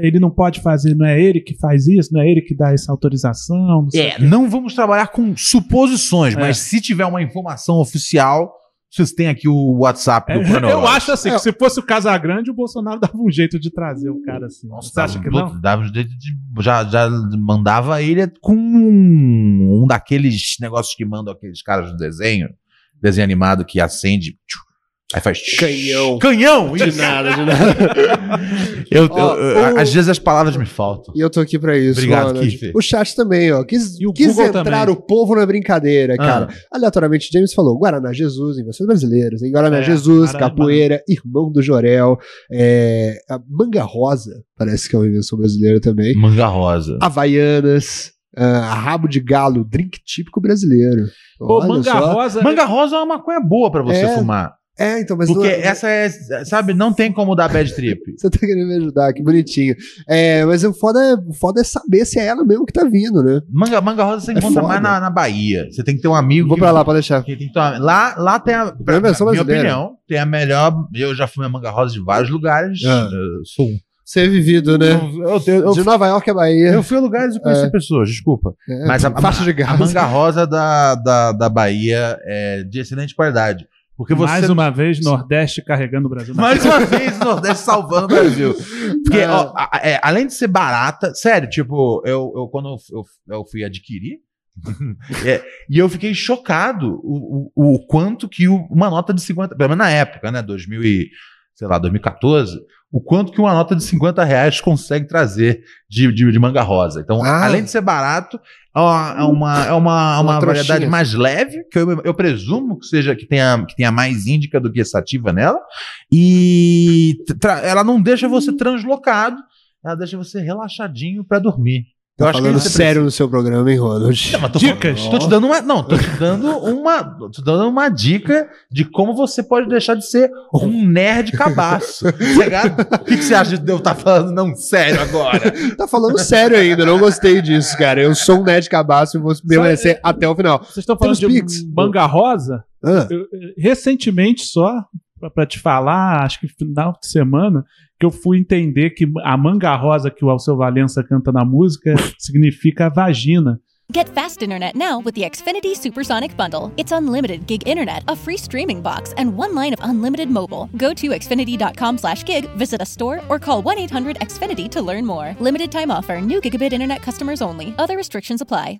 ele não pode fazer, não é ele que faz isso, não é ele que dá essa autorização. Não sei.
É, não vamos trabalhar com suposições,
É.
mas se tiver uma informação oficial, vocês têm aqui o WhatsApp do
É,
Panorama.
eu acho assim,
É.
que se fosse o Casagrande, o Bolsonaro dava um jeito de trazer o cara assim.
Nossa,
você acha
dava-
que não?
puta, dava um jeito de- já, já mandava ele com um, um daqueles negócios que mandam aqueles caras do desenho, desenho animado que acende, tchiu, aí faz tchiu.
Canhão.
Canhão,
De
isso.
nada, de nada.
Eu,
Ó,
eu- eu-
o-
Às vezes as palavras me faltam.
E eu tô aqui pra isso,
Obrigado,
Ronald.
Keith.
O chat também, ó. Quis,
E o
quis
Google
entrar o
também.
povo na brincadeira, cara.
Ah.
Aleatoriamente, James falou: Guaraná Jesus, invenções brasileiras, hein? Guaraná
É,
Jesus,
Guaraná-
capoeira, irmão do Jorel, é, a manga rosa, parece que é uma invenção brasileira também.
Manga rosa.
Havaianas, ah, rabo de galo, drink típico brasileiro.
Pô,
Olha
manga
só.
rosa.
Manga rosa é uma maconha boa pra você
É,
fumar.
É, então, mas
Porque
não-
essa é, sabe, não tem como dar bad trip.
Você tá querendo me ajudar, que bonitinho. É, mas o foda, é- o foda é saber se é ela mesmo que tá vindo, né?
Manga, manga rosa você encontra
foda.
mais na, na Bahia. Você tem que ter um amigo.
Vou
que-
pra lá pra deixar.
que tem que ter uma- lá, lá tem a.
Não
pra-
é versão
minha
brasileira.
opinião, tem a melhor. Eu já fumei manga rosa de vários lugares.
Ah.
Eu sou um.
Ser vivido, né?
Eu, eu- eu-
de Nova York a Bahia.
eu fui a lugares e conheci pessoas, desculpa.
É,
Mas a,
faixa de
a, a
gás.
manga rosa da, da, da Bahia é de excelente qualidade. Porque você. é
Mais uma vez, Nordeste carregando o Brasil. na
Mais uma vez, o Nordeste salvando o Brasil. Porque, ó, a- é, além de ser barata, sério, tipo, eu, eu quando eu, eu- eu fui adquirir, é, e eu fiquei chocado o, o, o quanto que o- uma nota de 50, pelo menos na época, né, 2000 e, sei lá, 2014, o quanto que uma nota de 50 reais consegue trazer de, de, de manga rosa. Então,
Ah.
além de ser barato, é uma, é uma, é uma, uma
Uma trouxinha.
variedade mais leve, que eu, eu presumo que seja que tenha, que tenha mais índica do que sativa nela, e tra- ela não deixa
Hum.
você translocado, ela deixa você relaxadinho pra dormir.
Tá falando
isso é
sério no seu programa, hein, Ronald?
não, mas tô
Dicas.
falando- tô te dando uma, não, tô te dando uma, tô te dando uma dica de como você pode deixar de ser um nerd cabaço. Chegado? O que, que você acha de eu estar falando não sério agora?
Tá falando sério ainda, não gostei disso, cara. Eu sou um nerd cabaço e vou permanecer até o final.
Vocês estão falando
Tem os
de
Pix.
manga rosa?
Ah,
Eu, eh, recentemente só, pra- pra te falar, acho que final de semana, que eu fui entender que a manga rosa que o Alceu Valença canta na música significa vagina.
Get fast internet now with the Xfinity Supersonic Bundle. It's unlimited gig internet, a free streaming box, and one line of unlimited mobile. Go to xfinity.com slash gig, visit a store, or call 1-800-XFINITY to learn more. Limited time offer. New gigabit internet customers only. Other restrictions apply.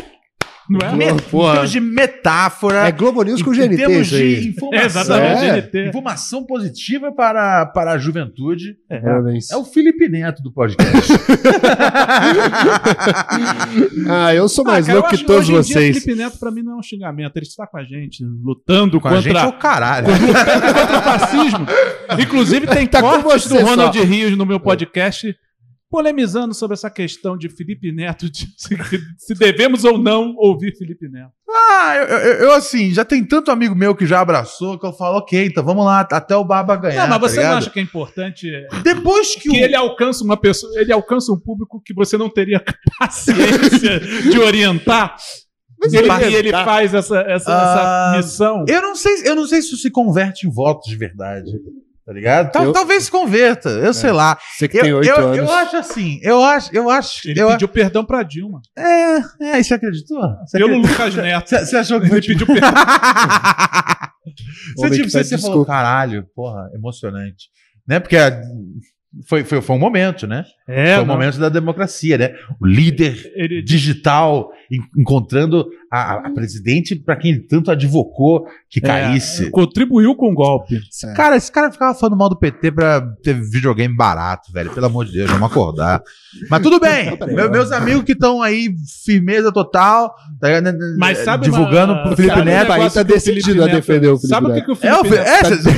não é?
me- em termos de metáfora.
É Globo News com
em
GNT,
termos
isso aí.
de
É,
informação.
exatamente.
É.
GNT.
Informação positiva para, para a juventude.
Parabéns.
É o Felipe Neto do podcast.
Ah, eu sou
Ah,
mais
cara, eu
louco que
acho-
todos
hoje em dia,
vocês.
Felipe Neto, pra mim, não é um xingamento. Ele está com a gente, lutando
Com a gente é
contra, Tá
o caralho.
contra o fascismo. Inclusive, tem
Tá com
cortes
você
do
só.
Ronald Rios no meu podcast polemizando sobre essa questão de Felipe Neto, de se, se devemos ou não ouvir Felipe Neto.
Ah, eu, eu- eu, assim, já tem tanto amigo meu que já abraçou que eu falo, ok, então vamos lá, até o Baba ganhar.
não, mas você
tá
não
ligado?
acha que é importante é,
Depois que,
que
o.
ele alcança uma pessoa, ele alcança um público que você não teria paciência de orientar? E ele, e ele faz essa, essa, essa
Ah,
missão.
Eu não sei, eu não sei se isso se converte em votos de verdade. Tá ligado? Tal-
Eu- É.
Talvez se converta, eu sei lá.
Você que
Eu,
tem oito
eu-
anos.
eu acho assim, eu acho, eu acho.
Ele
eu,
pediu perdão pra Dilma.
É, é, aí você acreditou? Você
Pelo
acredi-
Lucas Neto.
Você você achou que
Ele
foi tipo.
pediu perdão.
você
Homem
tipo,
que
você,
pede
você falou,
desculpa.
caralho, porra, emocionante. Né? Porque a- foi, foi, foi um momento, né?
É,
foi o
não.
momento da democracia, né? O líder
Ele
digital en- encontrando a, a- a presidente para quem ele tanto advocou que caísse.
É, contribuiu com o golpe.
É.
Cara, esse cara ficava falando mal do PT pra ter videogame barato, velho. Pelo amor de Deus, vamos acordar. Mas tudo bem. né? Meu- meus amigos que estão aí, firmeza total, tá ligado, né,
É,
Mas sabe
divulgando
uma-
pro Felipe
sabe um
Neto.
negócio
aí tá
que o Felipe
decidido a
Neto-
defender o Felipe
Sabe o que,
Neto.
que o
É,
Felipe
o Fe-
Neto... tá
é, você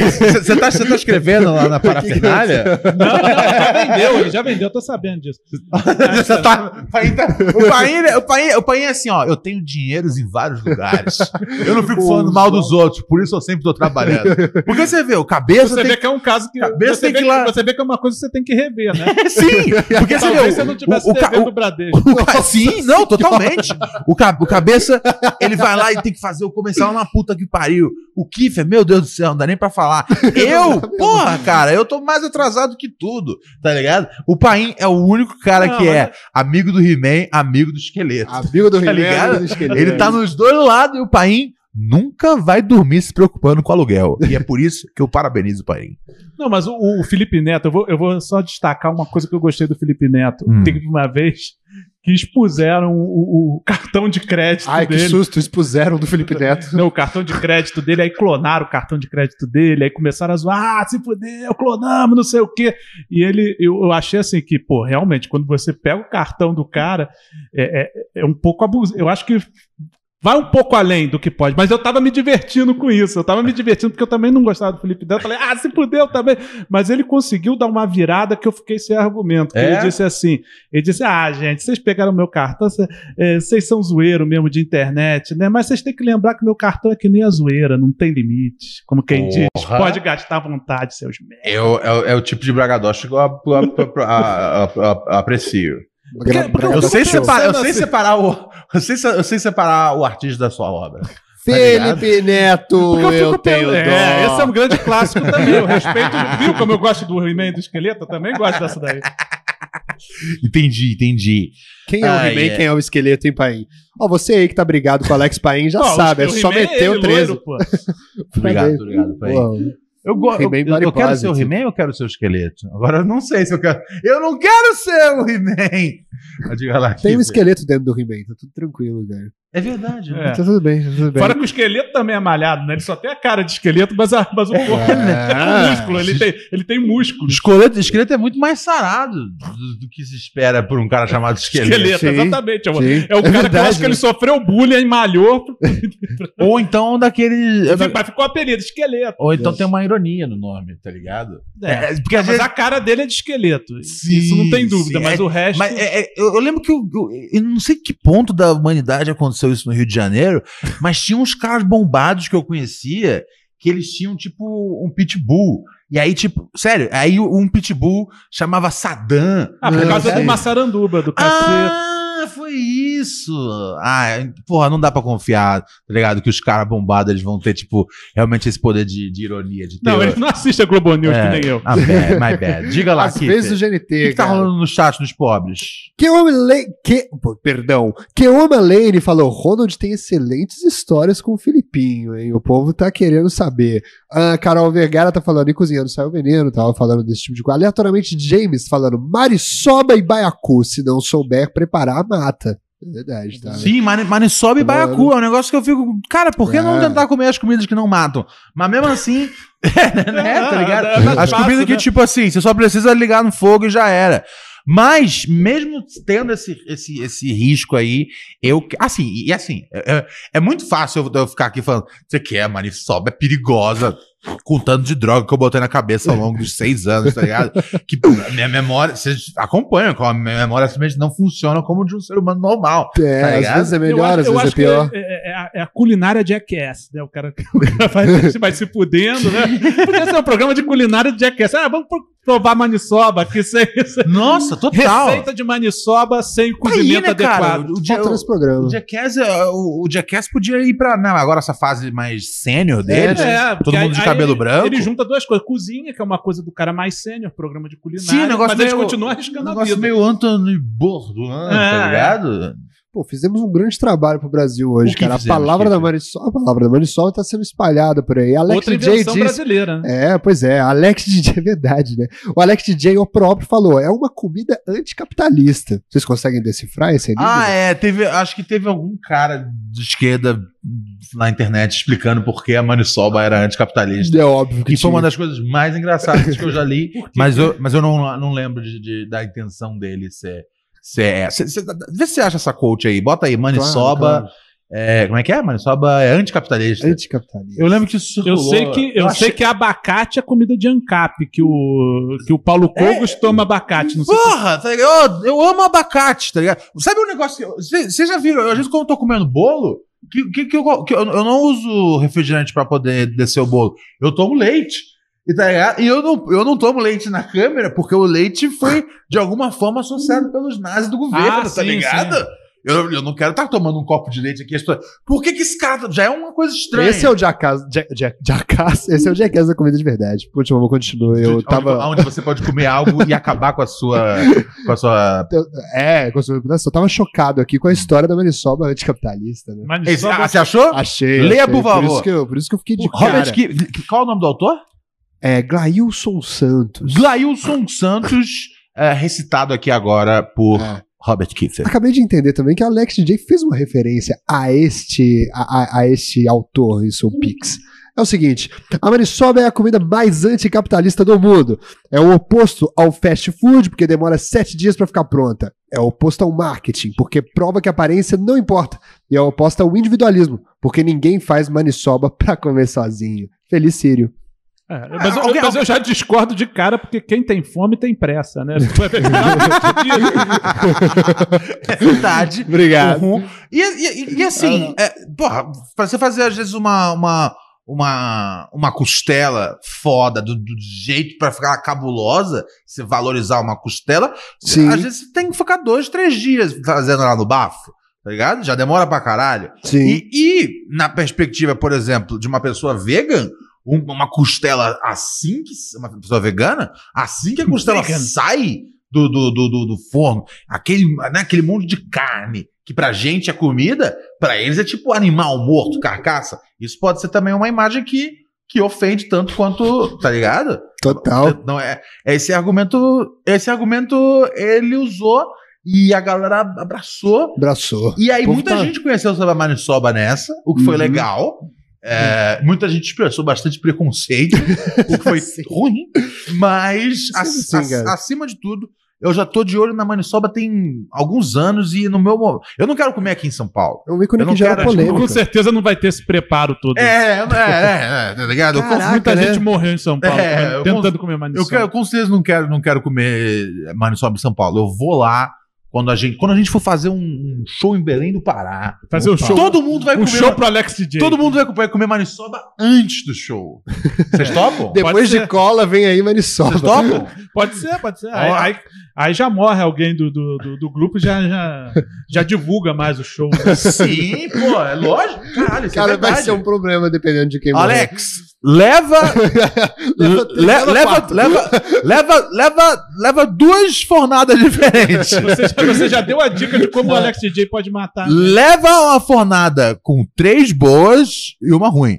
tá, cê tá escrevendo lá na parafernália?
Não, não, já vendeu, ele já vendeu, eu tô sabendo disso.
Você tá- o Paim tá- o Paim, o Paim- o Paim é assim, ó, eu tenho dinheiros em vários lugares. Eu não fico falando mal dos outros, por isso eu sempre tô trabalhando. Porque você vê, o cabeça
Você
tem
vê que é um caso que.
Cabeça
Você
tem
vê
que
que,
ir lá-
você vê que é uma coisa que você tem que rever, né?
Sim, porque você vê,
Talvez
o-
você não tivesse
o, o, ca-
devendo o
o-
Bradesco.
o ca- sim, não, totalmente. O, ca- o cabeça, ele vai lá e tem que fazer o comercial na puta que pariu. O Kiffer, meu Deus do céu, não dá nem pra falar. Eu, porra, cara, eu tô mais atrasado que tudo, tá ligado? O Paim é o único cara
Não,
que
mas-
é amigo do He-Man, amigo do esqueleto.
Amigo do
Tá ligado?
Ribeiro,
Ele tá nos dois lados e o Paim nunca vai dormir se preocupando com aluguel. E é por isso que eu parabenizo o Paim.
Não, mas o, o Felipe Neto, eu vou, eu vou só destacar uma coisa que eu gostei do Felipe Neto.
Hum.
Teve uma vez que expuseram o, o cartão de crédito
Ai, que
dele.
susto, expuseram do Felipe Neto.
Não, o cartão de crédito dele, aí clonaram o cartão de crédito dele, aí começaram a zoar, ah, se fudeu, clonamos, não sei o quê. E ele, eu, eu achei assim que, pô, realmente, quando você pega o cartão do cara, é, é- é um pouco abusivo. Eu acho que vai um pouco além do que pode, mas eu tava me divertindo com isso, eu tava me divertindo porque eu também não gostava do Felipe Neto, eu falei, ah, se fudeu também. Mas ele conseguiu dar uma virada que eu fiquei sem argumento, que
É?
ele disse assim, ele disse, ah, gente, vocês pegaram meu cartão, cê- é, vocês são zoeiro mesmo de internet, né? Mas vocês têm que lembrar que meu cartão é que nem a zoeira, não tem limite. Como quem diz,
Porra.
pode gastar à vontade, seus merda.
É o, é o- é o tipo de bragadocho que eu ap- ap- ap- a- a- a- a- aprecio.
Porque- porque
Eu
Eu
sei,
tô
separar, eu
pensando
sei
assim.
separar o. Eu sei, se- eu sei separar o artista da sua obra.
Felipe Neto,
Porque
eu
fico
tenho
pensando-
dó.
É, esse é um grande clássico também. Eu respeito, viu como eu gosto do He-Man e do Esqueleto? Eu também gosto dessa daí.
Entendi, entendi.
Quem é o
Ah,
He-Man,
yeah.
quem é o esqueleto, hein, Paim? Ó, você aí que tá brigado com o Alex Paim já
Ó,
sabe, é
o
só
He-Man
meter
ele
o 13.
loiro, pô.
Obrigado,
Parabéns.
obrigado. Pai.
Pô, é um
Eu, go- eu,
He-Man
eu,
Body
eu quero
Positive.
ser o He-Man ou eu quero ser o esqueleto? Agora eu não sei se eu quero. Eu não quero ser o He-Man! Mas Diga lá.
Tem um
Kiko.
esqueleto dentro do He-Man, tá tudo tranquilo, cara.
É verdade. né?
É.
Tá tudo bem, tá tudo bem.
Fora que o esqueleto também é malhado, né? Ele só tem a cara de esqueleto, mas, a- mas o corpo é músculo. Ele tem, ele tem
O
músculo.
esqueleto, o esqueleto é muito mais sarado do, do que se espera por um cara chamado esqueleto.
Esqueleto,
Sim,
exatamente. É o-
sim.
É o cara que eu
verdade,
acho que ele
né?
sofreu bullying, malhou,
Ou então daquele.
fi- mas ficou o apelido, esqueleto.
Ou então tem uma ironia no nome, tá ligado?
É.
porque às
Mas
vezes.
a cara dele é de esqueleto.
Sim,
Isso não tem dúvida,
sim.
mas
É-
o resto.
Mas é- é- eu, eu lembro que eu, eu- eu não sei que ponto da humanidade aconteceu isso no Rio de Janeiro, mas tinha uns caras bombados que eu conhecia que eles tinham tipo um pitbull. E aí, tipo, sério, aí um pitbull chamava Saddam.
Ah, por
Não,
é.
causa do
sim.
maçaranduba, do cacete.
Ah, foi isso. Ah, porra, não dá pra confiar, tá ligado? Que os caras bombados eles vão ter, tipo, realmente esse poder de, de ironia, de
não,
ter-
ele não assiste a Globo News, que nem eu.
Ah, bad, my bad. Diga lá,
Às
Kiko.
vezes o
O
GNT,
que, que tá
cara.
rolando no chat dos pobres?
Que homem Lane. Que, pô, perdão. Que homem Lane falou: Ronald tem excelentes histórias com o Filipinho, hein? O povo tá querendo saber. A Carol Vergara tá falando: e cozinhando saiu veneno, tava falando desse tipo de coisa. Aleatoriamente, James falando: Marisoba e Baiacu, se não souber preparar, mata. É verdade, tá?
Sim, mani- maniçoba e baiacu. É um negócio que eu fico. Cara, por que não
É.
tentar comer as comidas que não matam? Mas mesmo assim. né, tá ligado?
É mais
As
fácil,
comidas que,
né?
tipo assim, você só precisa ligar no fogo e já era. Mas, mesmo tendo esse, esse, esse risco aí, eu. Assim, e assim, é, é- é muito fácil eu, eu ficar aqui falando: você quer, maniçoba é perigosa. Com o tanto de droga que eu botei na cabeça ao longo dos seis anos, tá ligado? Que a minha memória, vocês acompanham, como a minha memória simplesmente não funciona como de um ser humano normal.
É,
Tá
às
ligado?
vezes é
Eu
melhor,
acho-
às
eu
vezes é
acho que
pior.
É, é- é a- é a culinária jackass, né? O cara, o cara vai, se- vai se fudendo, né? Podia ser um programa de culinária de jackass. Ah, vamos pro- provar maniçoba aqui sem sem-
Nossa, total.
Receita de maniçoba sem
Aí,
cozimento
né, cara?
adequado.
O, dia-
Falta
o,
nesse programa.
o Jackass, é, o, o Jackass podia ir pra. Não, agora essa fase mais
É,
sênior
né?
dele.
É, porque
mundo de cabelo
ele-
branco.
Ele junta duas coisas. Cozinha, que é uma coisa do cara mais sênior, programa de culinária.
Sim, o negócio
mas eles
meio-
continuam
um
arriscando a
negócio
vida.
meio Anthony Bourdain, tá
É.
ligado?
Pô, fizemos um grande trabalho pro Brasil
O
hoje,
que
cara. A
fizemos,
palavra da
Kiko?
Marisol, a palavra da Marisol tá sendo espalhada por aí. Alex
Outra
J
invenção
diz
brasileira. né?
É, pois é, Alex DJ é verdade, né? O Alex DJ, o próprio, falou: é uma comida anticapitalista. Vocês conseguem decifrar esse enigma?
Ah, é. Teve, acho que teve algum cara de esquerda na internet explicando por que a Manisoba era anticapitalista.
É óbvio que
Que foi
tinha.
uma das coisas mais engraçadas que eu já li, mas eu, mas eu não, não lembro de, de- da intenção dele ser. ser essa. Cê- cê- vê se você acha essa coach aí. Bota aí,
Claro,
Manisoba.
claro.
É, como é que é? Manisoba é anticapitalista.
Anticapitalista.
Eu lembro que isso
Eu
circulou.
sei que, eu
achei-
sei que abacate é comida de ancap, que o, que o Paulo
É,
Cogos toma abacate. Não sei se-
Porra, tá ligado? Eu, eu amo abacate, tá ligado? Sabe um negócio que. eu- cê- Vocês já viram? Às vezes, quando eu tô comendo bolo, que, que, que eu, que eu, eu não uso refrigerante pra poder descer o bolo. Eu tomo leite. E, tá ligado? e eu, não, eu não tomo leite na câmera, porque o leite foi, de alguma forma, associado pelos nazis do governo,
Ah,
tá
sim,
ligado? Eu, eu não quero estar tomando um copo de leite aqui. as pessoas- Por que, que esse cara já é uma coisa estranha?
Esse é o Jackass, Ja- Ja- Jackass, esse é o Jackass da comida de verdade. Continua, vou continuar. Eu
Onde-
tava.
onde você pode comer algo e acabar com a sua. Com a sua
É, consumidor de mudança, eu tava chocado aqui com a história da Marissoba anticapitalista, né?
Mas
Esse-
só
ah,
você-
você achou?
Achei.
Leia,
achei.
por favor.
Por isso que eu, por isso que eu fiquei de
O Robert
cara.
Ki- que- Qual é o nome do autor?
É, Glailson Santos.
Glailson Santos, é, recitado aqui agora por
É.
Robert Kiefer.
Acabei de entender também que Alex DJ fez uma referência a este, a, a- a este autor em seu Pix. É o seguinte, a maniçoba é a comida mais anticapitalista do mundo. É o oposto ao fast food, porque demora sete dias para ficar pronta. É o oposto ao marketing, porque prova que a aparência não importa. E é o oposto ao individualismo, porque ninguém faz maniçoba pra comer sozinho. Feliz Sírio.
É, mas, eu-
alguém-
mas eu já discordo de cara, porque quem tem fome tem pressa, né? Vai ver que tá
É verdade.
Obrigado.
Uhum. E, e- e assim, é, porra, pra você fazer às vezes uma, uma, uma, uma costela foda, do, do jeito pra ficar cabulosa, você valorizar uma costela,
Sim.
às vezes você tem que ficar dois, três dias fazendo lá no bafo, tá ligado? Já demora pra caralho.
Sim.
E, e, na perspectiva, por exemplo, de uma pessoa vegan, um- uma costela assim que. Uma pessoa vegana, assim que a costela
Vegan.
sai do, do, do, do- do forno, aquele, né, aquele monte de carne que pra gente é comida, pra eles é tipo animal morto, carcaça. Isso pode ser também uma imagem que que ofende tanto quanto, tá ligado?
Total.
Não é, é esse argumento, é esse argumento ele usou e a galera abraçou.
Abraçou.
E aí
O povo
muita
tá-
gente conheceu o Samba Maniçoba nessa, o que foi
Uhum.
legal. É, muita gente expressou bastante preconceito, o que foi
Sim.
ruim, mas
Sim,
ac-
sim,
ac-
cara.
acima de tudo, eu já tô de olho na Maniçoba tem alguns anos e no meu mo- eu não quero comer aqui em São Paulo.
Vamos ver quando é
Eu não
que gera
quero, tipo,
Com
polêmica.
certeza não vai ter esse preparo todo.
É, é, é, é, tá ligado?
Caraca,
Eu confundo-
Muita
né?
gente morreu em São Paulo
É,
comendo-
eu
tentando
cons-
comer maniçoba.
Eu, quero, eu com certeza não quero, não quero comer eh, maniçoba em São Paulo. Eu vou lá quando a gente, quando a gente for fazer um- um show em Belém do Pará.
Fazer um
Opa.
show.
Todo mundo vai
um
comer.
show pro Alex DJ.
Todo mundo vai, vai comer maniçoba antes do show. Vocês topam?
É. pode
Depois
ser.
de cola, vem aí
Vocês
Maniçoba.
topam?
Pode ser, pode
uh,
ser. Aí,
Ó.
aí- aí já morre alguém do, do, do, do grupo já já já divulga mais o show. né?
Sim, pô, é lógico. Caralho, isso é
Cara, vai
verdade.
ser um problema dependendo de quem morrer.
Alex, leva. le-
leva
leva,
quatro.
leva, leva, leva, leva duas fornadas diferentes.
Você, você já deu a dica de como o Alex DJ pode matar. né?
Leva uma fornada com três boas e uma ruim.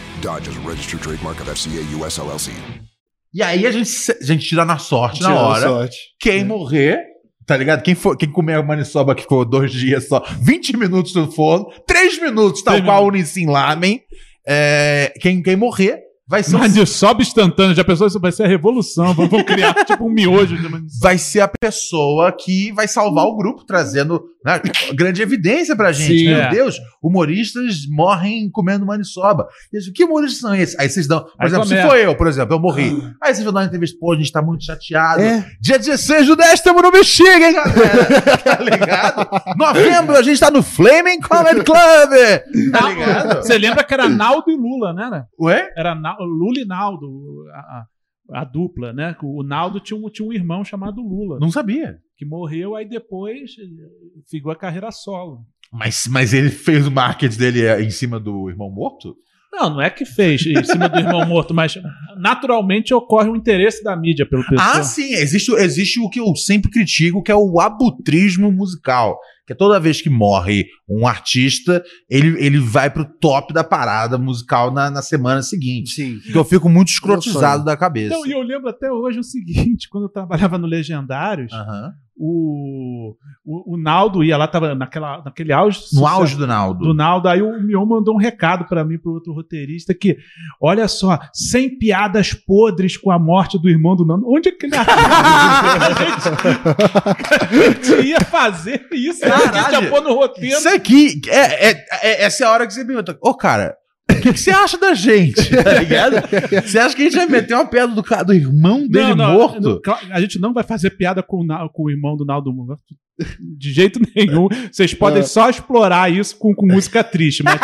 Dodge is a registered trademark of FCA US LLC.
E aí a gente, se- a gente tira na sorte
Tirando
na hora.
sorte.
Quem morrer, tá ligado? Quem, for, quem comer a maniçoba que ficou dois dias só, 20 minutos no forno, 3 minutos, tal
Três
qual o Nissin Lamen. é, quem, quem morrer vai ser,
Mas isso sobe instantâneo. Já pensou isso vai ser a revolução? Vamos vamos criar tipo um miojo de maniçoba.
vai ser a pessoa que vai salvar o grupo, trazendo né, grande evidência pra gente.
Sim.
Meu
É.
Deus, humoristas morrem comendo maniçoba. E eles, que humoristas são esses? Aí vocês dão. Por
Aí
exemplo, se
começa.
for eu, por exemplo, eu morri. Aí vocês vão dar uma entrevista, pô, a gente tá muito chateado.
É.
Dia 16 do 10 estamos no Bexiga, hein, galera? tá ligado? Novembro a gente tá no Flaming Comedy Club. Tá ligado?
Você lembra que era Naldo e Lula, né? né?
Ué?
Era Na- Lula e Naldo, a, a- a dupla, né? O Naldo tinha um, tinha um irmão chamado Lula,
Não sabia.
que morreu, aí depois eh, ficou a carreira solo.
Mas, mas ele fez o marketing dele é, em cima do irmão morto?
Não, não é que fez em cima do irmão morto, mas naturalmente ocorre o interesse da mídia pelo pessoal.
Ah, sim, existe, existe o que eu sempre critico, que é o abutrismo musical. Que é toda vez que morre um artista, ele, ele vai pro top da parada musical na, na semana seguinte.
Sim.
Que eu fico muito escrotizado da cabeça.
Então, e eu lembro até hoje o seguinte, quando eu trabalhava no Legendários,
Aham.
o, o, o Naldo ia lá, tava naquela, naquele auge. do
No
sucesso
auge do Naldo.
do Naldo, aí o Mion mandou um recado pra mim, pro outro roteirista, que, olha só, sem piadas podres com a morte do irmão do Nando. Onde é que ele a gente, a gente ia fazer isso? Caralho. A gente
Caralho.
ia pôr no roteiro.
Isso aqui, é, é- é- essa é a hora que você pergunta, ô cara, o que, que você acha da gente? Tá ligado? Você acha que a gente vai meter uma pedra do, ca- do irmão
Não,
dele
não,
morto?
não, cla- a gente não vai fazer piada com, o Na- com o irmão do Naldo morto. De jeito nenhum. Vocês
É.
podem só explorar isso com, com música triste, mas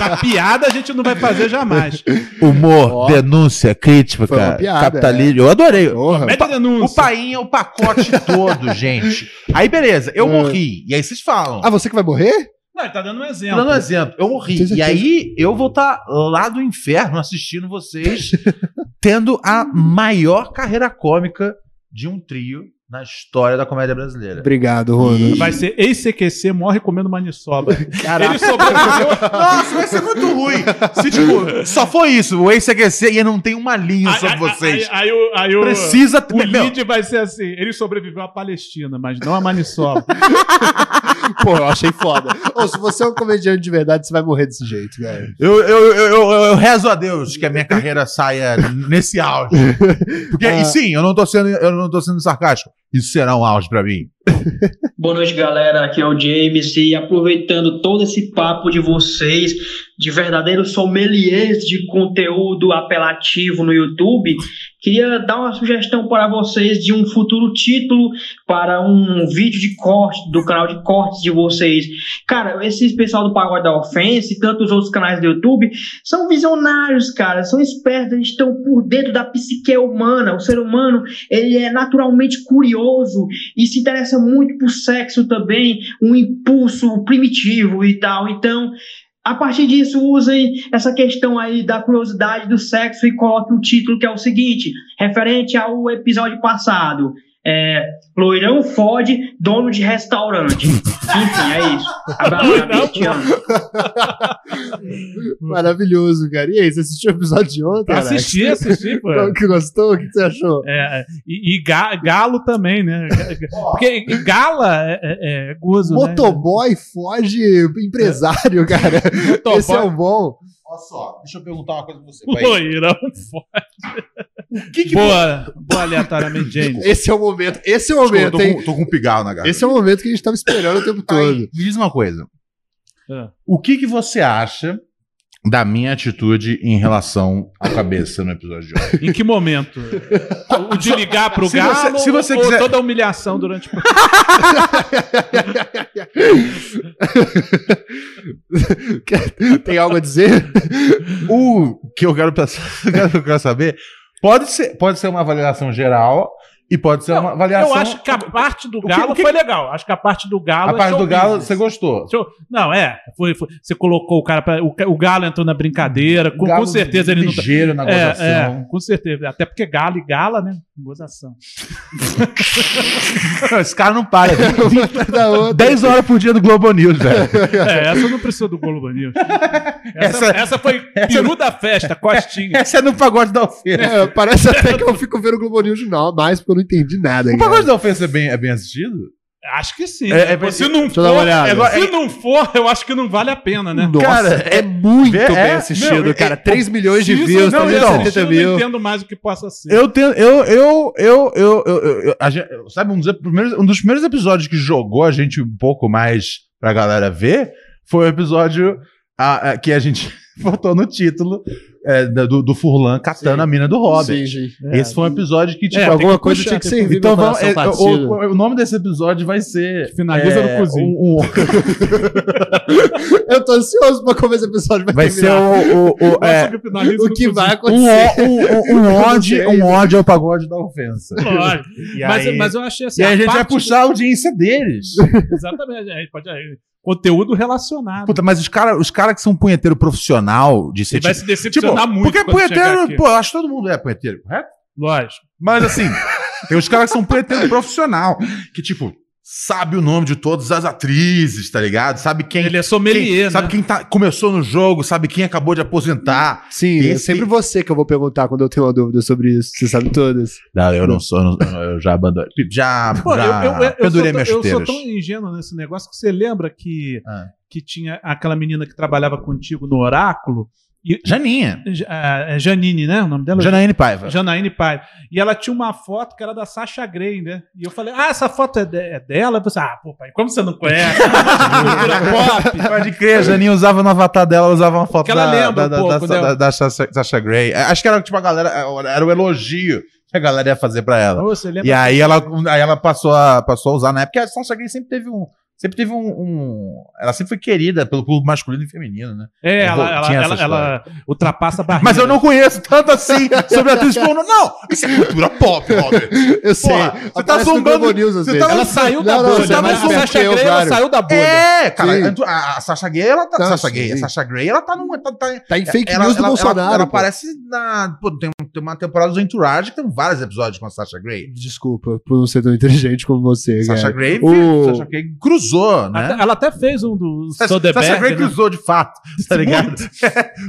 a piada a gente não vai fazer jamais.
Humor,
Ó.
denúncia, crítica,
Foi uma piada,
capitalismo. Eu adorei.
Porra.
Mete a denúncia.
O painho é o pacote todo, gente. Aí, beleza, eu morri. E aí vocês falam.
Hum. Ah, você que vai morrer?
Não, ele tá dando um
Tô
exemplo.
dando um exemplo, eu morri.
Tem
E
certeza.
aí eu vou estar lá do inferno assistindo vocês, tendo a maior carreira cômica de um trio na história da comédia brasileira.
Obrigado, Rono.
Vai ser ex-CQC morre comendo maniçoba.
Ele sobreviveu. Nossa, vai ser muito ruim. Se, tipo, só foi isso. O ex-CQC e não tem um malinho
Aí-
sobre
aí-
vocês.
Aí, aí o- aí o-
Precisa
O
Meu,
lead vai ser assim. Ele sobreviveu à Palestina, mas não à maniçoba.
Pô, eu achei foda. Ou se você é um comediante de verdade, você vai morrer desse jeito, cara.
Eu, eu, eu, eu, eu rezo a Deus que a minha carreira saia nesse auge. Porque,
Ah.
Ah,
e sim, eu não, tô sendo, eu não tô sendo sarcástico. Isso será um auge pra mim.
Boa noite, galera. Aqui é o James e aproveitando todo esse papo de vocês, de verdadeiros sommeliers de conteúdo apelativo no YouTube, queria dar uma sugestão para vocês de um futuro título para um vídeo de corte, do canal de cortes de vocês. Cara, esse pessoal do Pagode da Ofensa e tantos outros canais do YouTube são visionários, cara, são espertos, eles estão por dentro da psique humana. O ser humano, ele é naturalmente curioso e se interessa muito por sexo também, um impulso primitivo e tal. Então, a partir disso, usem essa questão aí da curiosidade do sexo e coloquem um título que é o seguinte, referente ao episódio passado. É, Loirão fode, dono de restaurante. Enfim, é isso. Abraço, amigo, te amo.
Uhum.
Maravilhoso, cara. E aí, você assistiu o episódio de ontem? Alex?
assisti, assisti, pô.
Então, que gostou? O que você achou?
É, é, e e ga- galo também, né? Porque gala é, é- é gozo, né?
Motoboy foge empresário, cara.
Motoboy.
Esse é o bom.
Olha só, deixa eu perguntar uma coisa pra você.
Loirão fode. Boa, boa aleatoriamente, James.
Esse é o momento. Esse é o momento,
tô,
hein?
com, tô com um pigarro na garganta. Tá
Esse é o momento que a gente tava esperando o tempo todo.
Me diz uma coisa.
Ah.
O que, que você acha da minha atitude em relação à cabeça no episódio de hoje?
Em que Um momento? O de ligar pro
Se
galo
você- se você
ou
quiser-
toda a humilhação durante o
Tem algo a dizer?
o que eu quero, pensar, que eu quero saber pode ser, pode ser uma avaliação geral e pode ser uma avaliação.
Eu acho que a parte do
que-
galo
o que-
foi legal. Acho que a parte do galo.
a
é
parte do
showbiz.
Galo, você gostou.
Show- Não, é. Foi, foi- você colocou o cara pra. O, ca- o galo entrou na brincadeira. Com,
Galo
com certeza ele não. tá-
ligeiro na
É,
gozação.
é, com certeza. Até porque galo e gala, né? Gozação.
Não, Esse cara não para.
Da outra.
10 horas por dia do Globo News, velho.
É, essa não precisou do Globo News. Essa,
Essa-
essa foi peru da festa, costinha.
Essa é no pagode da ofensa.
É, parece até que eu fico vendo o Globo News de não, mais porque eu não entendi nada.
O
cara.
pagode da ofensa é bem, é bem assistido?
Acho que sim.
É,
né?
é,
Pô, se não
deixa eu dar uma
for,
olhada.
agora- se não for, eu acho que não vale a pena, né?
Nossa,
Cara,
é muito
É, é-
bem
é-
assistido,
não, é-
cara. 3 milhões de
Se isso
views,
não,
então,
eu
370
assistindo, não
mil.
entendo mais o que possa ser.
Eu tenho. Eu, eu, eu, eu, eu, eu- eu- a gente- sabe, um dos, primeiros, um dos primeiros episódios que jogou a gente um pouco mais pra galera ver foi o episódio a, a- que a gente botou no título é, da- do, do Furlan catando
Sim.
a mina do Hobbit.
Sim, sim.
É.
Esse foi um episódio que, tipo,
É, tem
Alguma
que
coisa
puxar,
tinha que
tem
servir
Então
meu
vamos.
coração
é,
partido.
o, o- o nome desse episódio vai ser.
Finaliza no cozinho.
um- um-
Eu tô ansioso pra como esse episódio vai,
vai ser
terminar.
o. o- o- é,
Nossa, finaliza
o
no
que
cozinho.
vai
um,
acontecer.
ó- um, um, um ódio, um ódio ao pagode da ofensa.
Lógico.
E
mas,
aí-
mas eu achei assim.
e aí a gente vai
parte-
puxar a audiência deles.
Exatamente. aí pode- aí, conteúdo relacionado.
Puta, mas os caras os cara que são punheteiro profissional de ser
Ele vai
tipo-
se decepcionar
tipo,
muito.
Porque
quando chegar
punheteiro,
aqui.
pô, eu acho que todo mundo é punheteiro, correto?
Lógico.
Mas assim, tem os caras que são punheteiro profissional, que tipo, sabe o nome de todas as atrizes, tá ligado? Sabe quem.
Ele é
quem
sommelier, né?
Sabe quem tá, começou no jogo, sabe quem acabou de aposentar.
Sim, é
Esse-
sempre você que eu vou perguntar quando eu tenho uma dúvida sobre isso. Você sabe todas.
Não, eu não sou, eu não- eu já abandonei. Já,
Pô,
já
eu, eu- eu sou
pendurei
tão-
minhas
eu sou
chuteiras.
tão ingênuo nesse negócio que você lembra que,
Ah.
que tinha aquela menina que trabalhava contigo no Oráculo? E,
Janinha.
Ja- é Janine, né? O nome dela?
Janaíne Paiva.
Janaíne Pai. E ela tinha uma foto que era da Sasha Grey, né? E eu falei, ah, essa foto é, de- é dela? Eu pensei, ah, pô, pai, como você não conhece? Cultura pop.
Pode crer, a Janinha usava no avatar dela, ela usava uma foto
Que ela
da,
lembra
da,
um
da,
pouco,
da-
né?
da- da Sasha, Sasha Grey. Acho que era tipo a galera, era o elogio que a galera ia fazer pra ela.
Ô, você lembra?
E aí ela, aí ela passou, a, passou a usar na época, porque a né? Sasha Grey sempre teve um, sempre teve um, um- Ela sempre foi querida pelo público masculino e feminino, né?
É,
Eu vou-
ela, ela,
tinha essa
ela, ela ultrapassa a barreira.
Mas eu não conheço tanto assim sobre atriz pornô. Não! Isso é cultura pop, Robert.
Eu sei.
Porra, você tá
Aparece no
zombando-
Globo News às
você
vezes.
tá-
Ela-
Ela
saiu
da Não, não, bolha, você é mais mas a esperto Sasha que eu, Grey, ela claro. saiu
da
É, cara,
Sim.
a, a Sasha Gay, ela tá.
Tá,
Sasha Gay, a
sim.
Sasha Grey, ela tá numa. Tá, tá-
Tá em fake
ela,
news do
ela-
Bolsonaro.
Ela, ela
pô.
aparece na. Pô, tem, um, tem uma temporada do Entourage que tem vários episódios com a Sasha Grey.
Desculpa por não ser tão inteligente como você,
Sasha
cara.
Grey,
É, O-
Sasha Grey cruzou, né?
Até- Ela até fez um do
Sasha, Sasha Grey
Soderbergh, né?
cruzou de fato, tá ligado?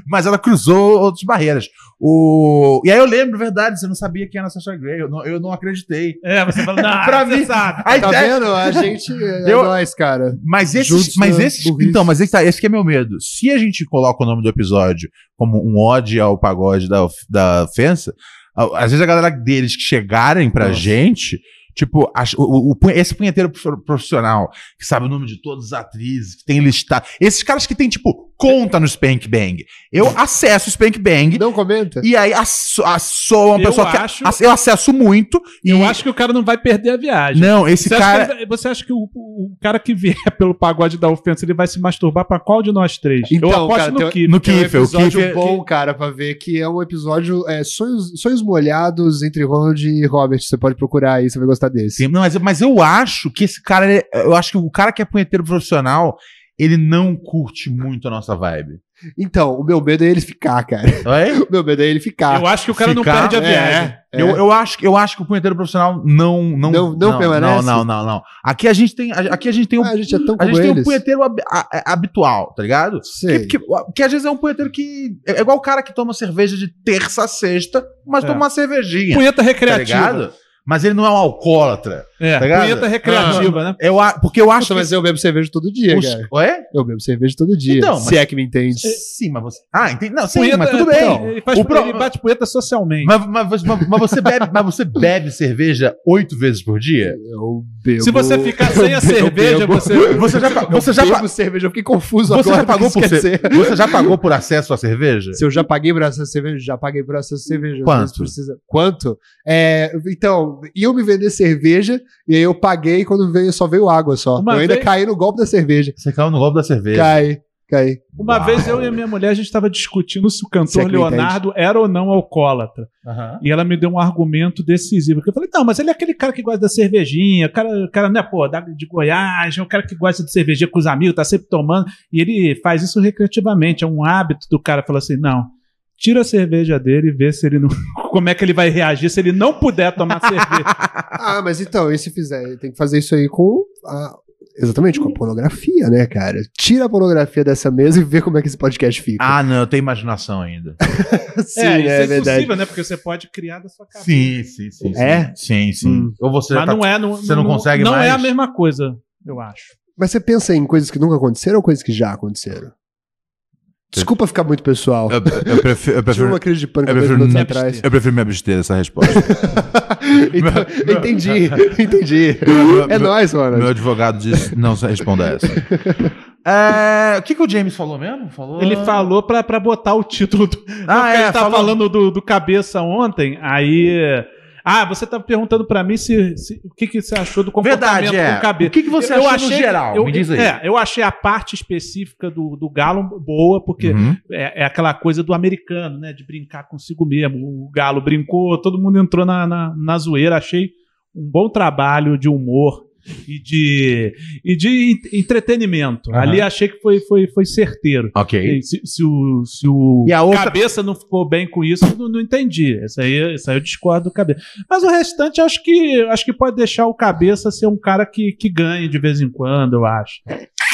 Mas ela cruzou outras barreiras. O... E aí eu lembro, verdade, você não sabia quem era a Sasha Grey, eu não, eu não acreditei.
É, você fala, não,
Pra
você
mim-
sabe.
A
Tá
ideia-
vendo? A gente é
Eu-
nós, cara.
Mas esses,
Juntos
mas
na
esses,
burrice.
então, mas esse, tá, esse que é meu medo. Se a gente coloca o nome do episódio como um ódio ao pagode da, of- da ofensa, a- às vezes a galera deles que chegarem pra gente, tipo, ach- o- o- o pu- esse punheteiro prof- profissional, que sabe o nome de todas as atrizes, que tem listado, esses caras que tem, tipo, conta no Spank Bang. Eu acesso o Spank Bang.
Não comenta?
E aí, asso- a- sou uma
Eu
pessoa que
acho-
ass- eu acesso muito. E
Eu acho que o cara não vai perder a viagem.
Não, esse
Você acha,
cara.
que ele vai- você acha que o, o cara que vier pelo pagode da ofensa, ele vai se masturbar pra qual de nós três?
Então,
eu aposto
cara,
no
tem-
que é
No
Tem um
Kiefer, o
episódio
Kiefer.
bom, cara, pra ver que é um episódio é, sonhos, sonhos molhados entre Ronald e Robert. Você pode procurar aí, você vai gostar desse.
Sim, não, mas, mas eu acho que esse cara, ele- eu acho que o cara que é punheteiro profissional, ele não curte muito a nossa vibe.
Então, o meu medo é ele ficar, cara.
Oi?
O meu medo é ele ficar.
Eu acho que o cara
Ficar-
não perde a
é,
viagem.
é.
Eu, eu, acho, que- eu acho que o punheteiro profissional não não
Não- não permanece?
Não, não, não, não. Aqui a gente tem a- aqui a gente tem um,
Ah, a gente é tão
a gente
como
tem um
eles.
punheteiro hab- a- a- habitual, tá ligado?
Sei.
Que, que, que às vezes é um punheteiro que é igual o cara que toma cerveja de terça a sexta, mas
É.
toma uma cervejinha,
Punheta
tá
recreativa.
ligado? Mas ele não é um alcoólatra.
É,
Tá ligado? Ah, é
punheta recreativa, né?
Eu, a- porque eu acho
Puta, mas eu bebo cerveja todo
que
dia,
os,
cara.
Ué?
Eu bebo cerveja todo dia.
Então,
se é que me entende.
Sim, mas você. Ah, entendi. Não, sim,
Punheta-
mas tudo
é,
bem.
ele, faz,
O pro-
ele bate punheta socialmente.
Mas, mas, você- mas- mas você bebe, mas você bebe cerveja oito vezes por dia?
Eu bebo.
Se você ficar sem a
eu bebo-
cerveja,
eu bebo-
você.
Você já, pa-
Eu
você já,
bebo
pa-
cerveja, eu fiquei confuso
você
agora.
já pagou por
porque
ce-
esqueci.
você já pagou por acesso à cerveja?
Se eu já paguei por essa cerveja, já paguei por essa cerveja.
Quanto?
Às vezes Precisa... Quanto? É, então, iam me vender cerveja, e aí eu paguei e quando veio, só veio água só.
Uma
eu ainda
vez-
caí no golpe da cerveja.
Você caiu no golpe da cerveja.
Cai, cai.
Uma
Uau.
vez eu e a minha mulher, a gente estava discutindo se o
Você
cantor
acredita?
Leonardo era ou não alcoólatra.
Aham.
E ela me deu um argumento decisivo. Que eu falei, não, mas ele é aquele cara que gosta da cervejinha, o cara, o cara né, pô, da- de Goiás, é um cara que gosta de cervejinha com os amigos, tá sempre tomando. E ele faz isso recreativamente, é um hábito do cara. Fala assim, não, tira a cerveja dele e vê se ele não... Como é que ele vai reagir se ele não puder tomar cerveja.
Ah, mas então, e se fizer? Tem que fazer isso aí com a- Exatamente, com a pornografia, né, cara? Tira a pornografia dessa mesa e vê como é que esse podcast fica.
Ah, não, eu tenho imaginação ainda.
Sim, é, verdade.
né? Porque você pode criar da sua cabeça.
Sim, sim, sim. sim.
É?
Sim, sim.
Hum.
Ou você
Mas
já tá-
não é... Não,
você não consegue
Não é
mais?
a mesma coisa, eu acho.
Mas você pensa em coisas que nunca aconteceram ou coisas que já aconteceram? Desculpa ficar muito pessoal.
Eu, eu prefiro, eu
Tive
prefiro,
uma crise de pânico
eu
dois
prefiro
minutos
me
atrás.
eu prefiro me abster dessa resposta.
Então, eu entendi, eu entendi. É nóis,
Meu
mano.
advogado disse não responda essa. É, o que, que o James falou mesmo? Falou...
Ele falou pra, pra botar o título do. Não, porque
é,
ele tava
falou.
falando do, do cabeça ontem, aí. Ah, você tava perguntando pra mim se, se- o que, que você achou do comportamento
Verdade, é.
do cabeça.
O que, que você
Eu- eu
achou no geral?
Eu,
Me diz aí.
é, eu achei a parte específica do, do Galo boa, porque
Uhum.
é, é aquela coisa do americano, né? De brincar consigo mesmo. O Galo brincou, todo mundo entrou na, na, na zoeira. Achei um bom trabalho de humor e de, e de en- entretenimento.
Aham.
Ali achei que foi, foi, foi certeiro.
Ok.
Sim, Se, se o, se o
E a outra-
cabeça não ficou bem com isso, eu não, não entendi. Isso aí, isso aí eu discordo do cabeça. Mas o restante, acho que acho que pode deixar o cabeça ser um cara que, que ganhe de vez em quando, eu acho.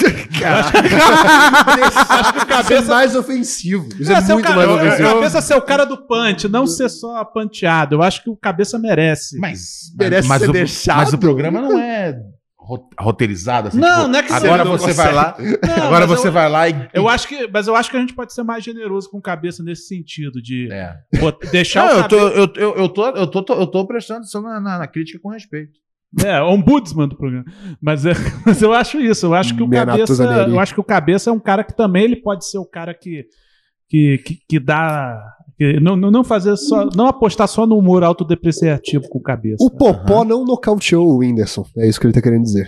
acho que o
Isso é
cabeça.
mais ofensivo. Isso é,
É, ser o
muito
cara-
mais
o-
ofensivo.
o cabeça ser o cara do punch, não ser só panteado. Eu acho que o cabeça merece.
Mas,
Merece
mas,
ser
o,
deixado.
mas o programa não é ro- roteirizado assim.
Não,
tipo,
não é que
agora
você não
você vai lá,
Não,
agora
mas
você
eu,
vai lá e
eu acho que, mas eu acho que a gente pode ser mais generoso com o cabeça nesse sentido de
é.
bot- deixar
Não,
o
eu tô,
cabeça,
eu, eu, eu tô, eu tô, eu tô prestando atenção na, na- na crítica com respeito.
É, ombudsman do programa. Mas, é, mas eu acho isso. Eu acho que o
Minha
cabeça.
natuza nele.
Eu acho que o cabeça é um cara que também ele pode ser o cara que que, que, que dá. que não, não não fazer só. Não apostar só no humor autodepreciativo com o cabeça.
O Popó não nocauteou o Whindersson. É isso que ele tá querendo dizer.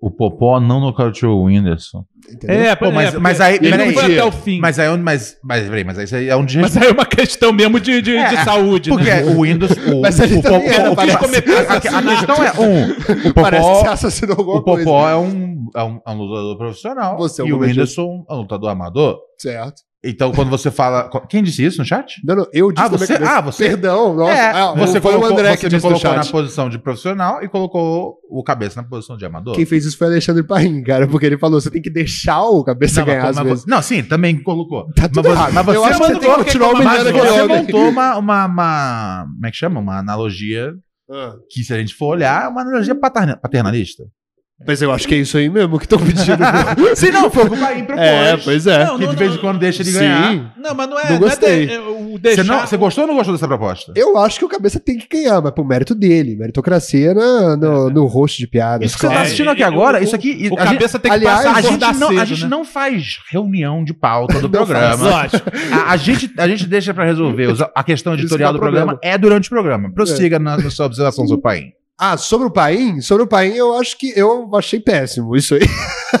O Popó não nocauteou o Whindersson.
Entendeu?
É,
Pô, mas,
é,
mas aí,
ele não
peraí.
foi até o fim.
Mas aí, é um- mas, mas, peraí, mas aí isso aí é um desrespeito.
Mas aí é uma questão mesmo de, de, de
É,
saúde,
Porque
né?
o Windows. O,
Mas tá ele
o Popó-
também era
o-
pra-
a, a- a questão é: um, o
Parece que você
Popó,
assassinou alguma
o Popó
coisa. né?
é, um, é, um, é um lutador profissional.
Você é um
e o
comediante.
Whindersson é um lutador amador.
Certo.
Então, quando você fala. Quem disse isso no chat?
Não, não, eu disse
Ah,
também
você-
que eu disse.
ah, você-
Perdão, nossa.
É,
Ah,
você
foi
colocou,
o André
você
que
me
disse no
colocou
chat.
na posição de profissional e colocou o cabeça na posição de amador.
Quem fez isso foi Alexandre Paim, cara, porque ele falou: você tem que deixar o cabeça
Não, mas- é
ganhar às
mas
vezes.
você- não, sim, também colocou.
Tá tudo
mas, você-
errado.
mas
Eu
você
acho que você
mandou-
tem que continuar
mas
humilhando aquele
você
homem.
montou uma, uma, uma- Como é que chama? Uma analogia
Ah,
que, se a gente for olhar, é uma analogia paterna- paternalista.
Mas eu acho que é isso aí mesmo que estão pedindo.
Se não, foi o que o Bahia propôs.
é, pois é.
que de vez em quando deixa ele
Sim.
ganhar.
Não, mas não é.
Não
não é
gostei.
de- é o
Você,
deixar-
não, você gostou ou não gostou dessa proposta?
Eu acho que o cabeça tem que ganhar, mas pro mérito dele. Meritocracia na, no, no rosto de piadas.
É, né? Isso que você
claro.
tá
É,
assistindo aqui
eu-
agora,
eu-
isso aqui.
O
a gente-
cabeça tem que
aliás,
passar
a gente,
acordar
não, a
cedo,
gente
né?
não faz reunião de pauta do
Não faz.
programa.
Lógico.
A, a gente, a gente deixa pra resolver. os- A questão
Isso
editorial
dá
do programa. é durante o programa. Prossiga na, na sua observação, seu pai.
É. Ah, sobre o Paim? Sobre o Paim, eu acho que eu achei péssimo isso aí.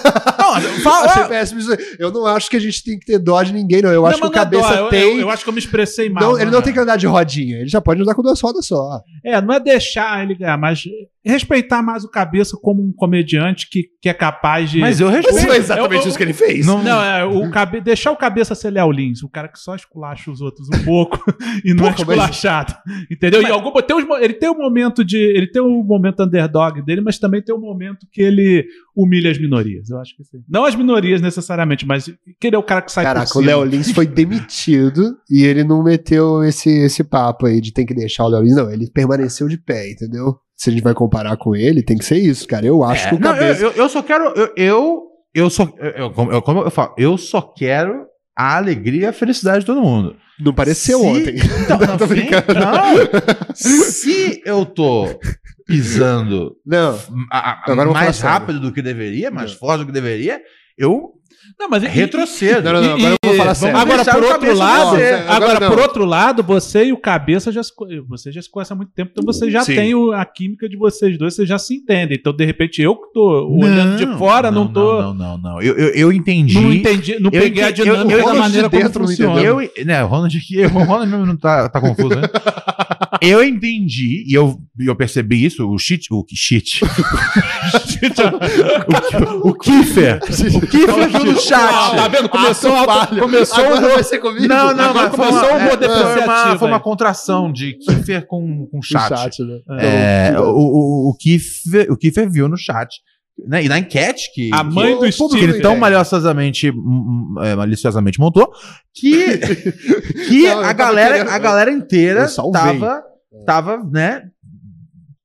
achei péssimo isso aí. Eu não acho que a gente tem que ter dó de ninguém, não. Eu acho que
mas
o
não é dó,
cabeça
eu-
tem.
Eu, eu acho que eu me expressei mal.
não, ele não
né?
tem que andar de rodinha, ele já pode andar com duas rodas só.
É, não é deixar ele ganhar, mas respeitar mais o cabeça como um comediante que, que é capaz de.
Mas eu
Mas
respeito.
foi exatamente
eu- eu-
isso que ele fez.
Não, é, o cabe... deixar o cabeça ser Léo Lins, o cara que só esculacha os outros um pouco e não
Porra,
é esculachado. Entendeu? E alguma... tem os mo- Ele tem o momento de. Ele tem o momento underdog dele, mas também tem o momento que ele humilha as minorias. Eu acho que sim. Não as minorias necessariamente, mas que ele é o cara que sai
Caraca, o
por cima.
Léo Lins foi demitido e ele não meteu esse, esse papo aí de tem que deixar o Léo Lins. Não, ele permaneceu de pé, entendeu? Se a gente vai comparar com ele, tem que ser isso, cara. Eu acho que o
É. Não, eu,
cabeça.
eu, eu só quero. Eu, eu, eu só. Eu, eu- como, eu, como eu falo, eu só quero a alegria e a felicidade de todo mundo.
Não pareceu
Se-
ontem.
Não, não,
Tô
sim,
brincando.
não. Se eu tô pisando
Não.
a- a-
Agora eu vou
mais
falar sério.
rápido do que deveria, mais forte do que deveria, eu
Não,
É
mas ele-
retrocedo.
Não, não, não, agora eu vou falar sério.
Agora,
deixar
por
o
outro
cabeça
lado,
você.
agora,
Agora não.
por outro lado, você e o cabeça já se, co- você já se conhece há muito tempo, então você já
Sim.
tem o- a química de vocês dois, vocês já se entendem. Então, de repente, eu que tô olhando de fora, não, tô. Não,
Não, não, não. Eu, eu, eu entendi.
entendi, não
Eu
peguei a
entendi-
dinâmica
eu- eu
da
entendi
maneira como
dentro, não
funciona.
entendeu?
Eu, né, o Ronald aqui, o Ronald mesmo não tá, tá confuso, né? Eu entendi, e eu, e eu percebi isso, o shit, o que shit. o, o Kiffer. O Kiffer viu no
Ah, tá
chat.
vendo? Começou a auto, começou o
Agora vai ser comigo?
Não, não, mas foi uma,
começou um humor
é, foi uma,
depreciativo,
foi uma
é.
contração de Kiffer com, com
O
chat.
chat, né?
É,
Então,
o, o, o, Kiefer, o Kiefer viu no chat. Né? E na enquete que.
A mãe
que
do
o público,
Steve,
Ele tão
velho.
maliciosamente, hum, hum, é, maliciosamente montou que, que
Não, eu
a,
tava
galera,
querendo-
a galera inteira
Eu salvei. É.
tava, tava, né,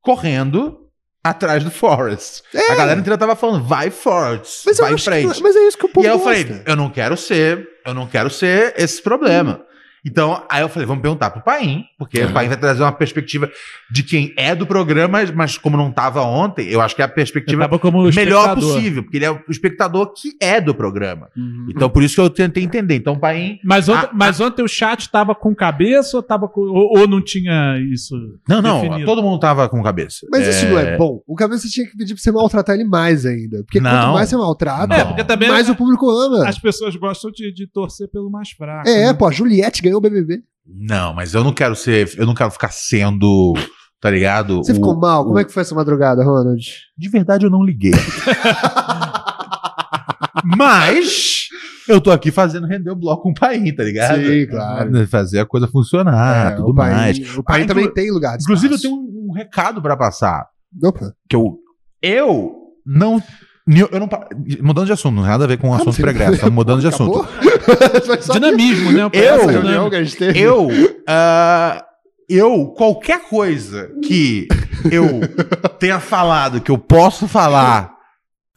correndo atrás do Forrest.
É.
A galera inteira tava falando, vai, Forrest,
Mas, eu
vai em
acho que-
frente.
mas é isso que o povo
E aí eu
gosta.
falei, eu não quero ser, eu não quero ser esse problema. Então, aí eu falei, vamos perguntar pro Paim, porque o Paim vai trazer uma perspectiva de quem é do programa, mas- mas como não tava ontem, eu acho que é a
Eu
perspectiva
tava como
melhor
espectador.
possível, porque ele é o espectador que é do programa.
Uhum.
Então, por isso que eu tentei entender. Então, Paim.
Mas ontem,
Ah,
mas ontem o chat tava com cabeça ou, tava com- ou, ou não tinha isso?
Não, não,
Definido.
todo mundo tava com cabeça.
Mas isso não é bom. O cabeça tinha que pedir pra você maltratar ele mais ainda. Porque
Não.
quanto mais você maltrata,
É,
Porque também
mais o público ama.
as pessoas gostam de, de torcer pelo mais fraco.
É,
né?
pô, a Juliette ganhou o BBB.
Não, mas eu não quero ser, eu não quero ficar sendo, tá ligado?
Você
O-
ficou mal? Como
o-
é que foi essa madrugada, Ronald?
De verdade, eu não liguei. Mas eu tô aqui fazendo render o bloco um país, tá ligado?
Sim, claro.
É, Fazer a coisa funcionar,
É,
tudo
o Paim-
mais.
O pai
Ah,
também
inclu-
tem lugar. de
Inclusive, eu
espaço.
tenho um, um recado pra passar.
Opa.
Que eu. Eu não. Eu não pa- mudando de assunto, não tem nada a ver com o assunto
você-
pregresso, estamos mudando de assunto.
assim? Acabou? Mas só
Dinamismo, né?
Eu-
essa reunião que a gente teve.
Eu, ah, eu, qualquer coisa que eu tenha falado, que eu posso falar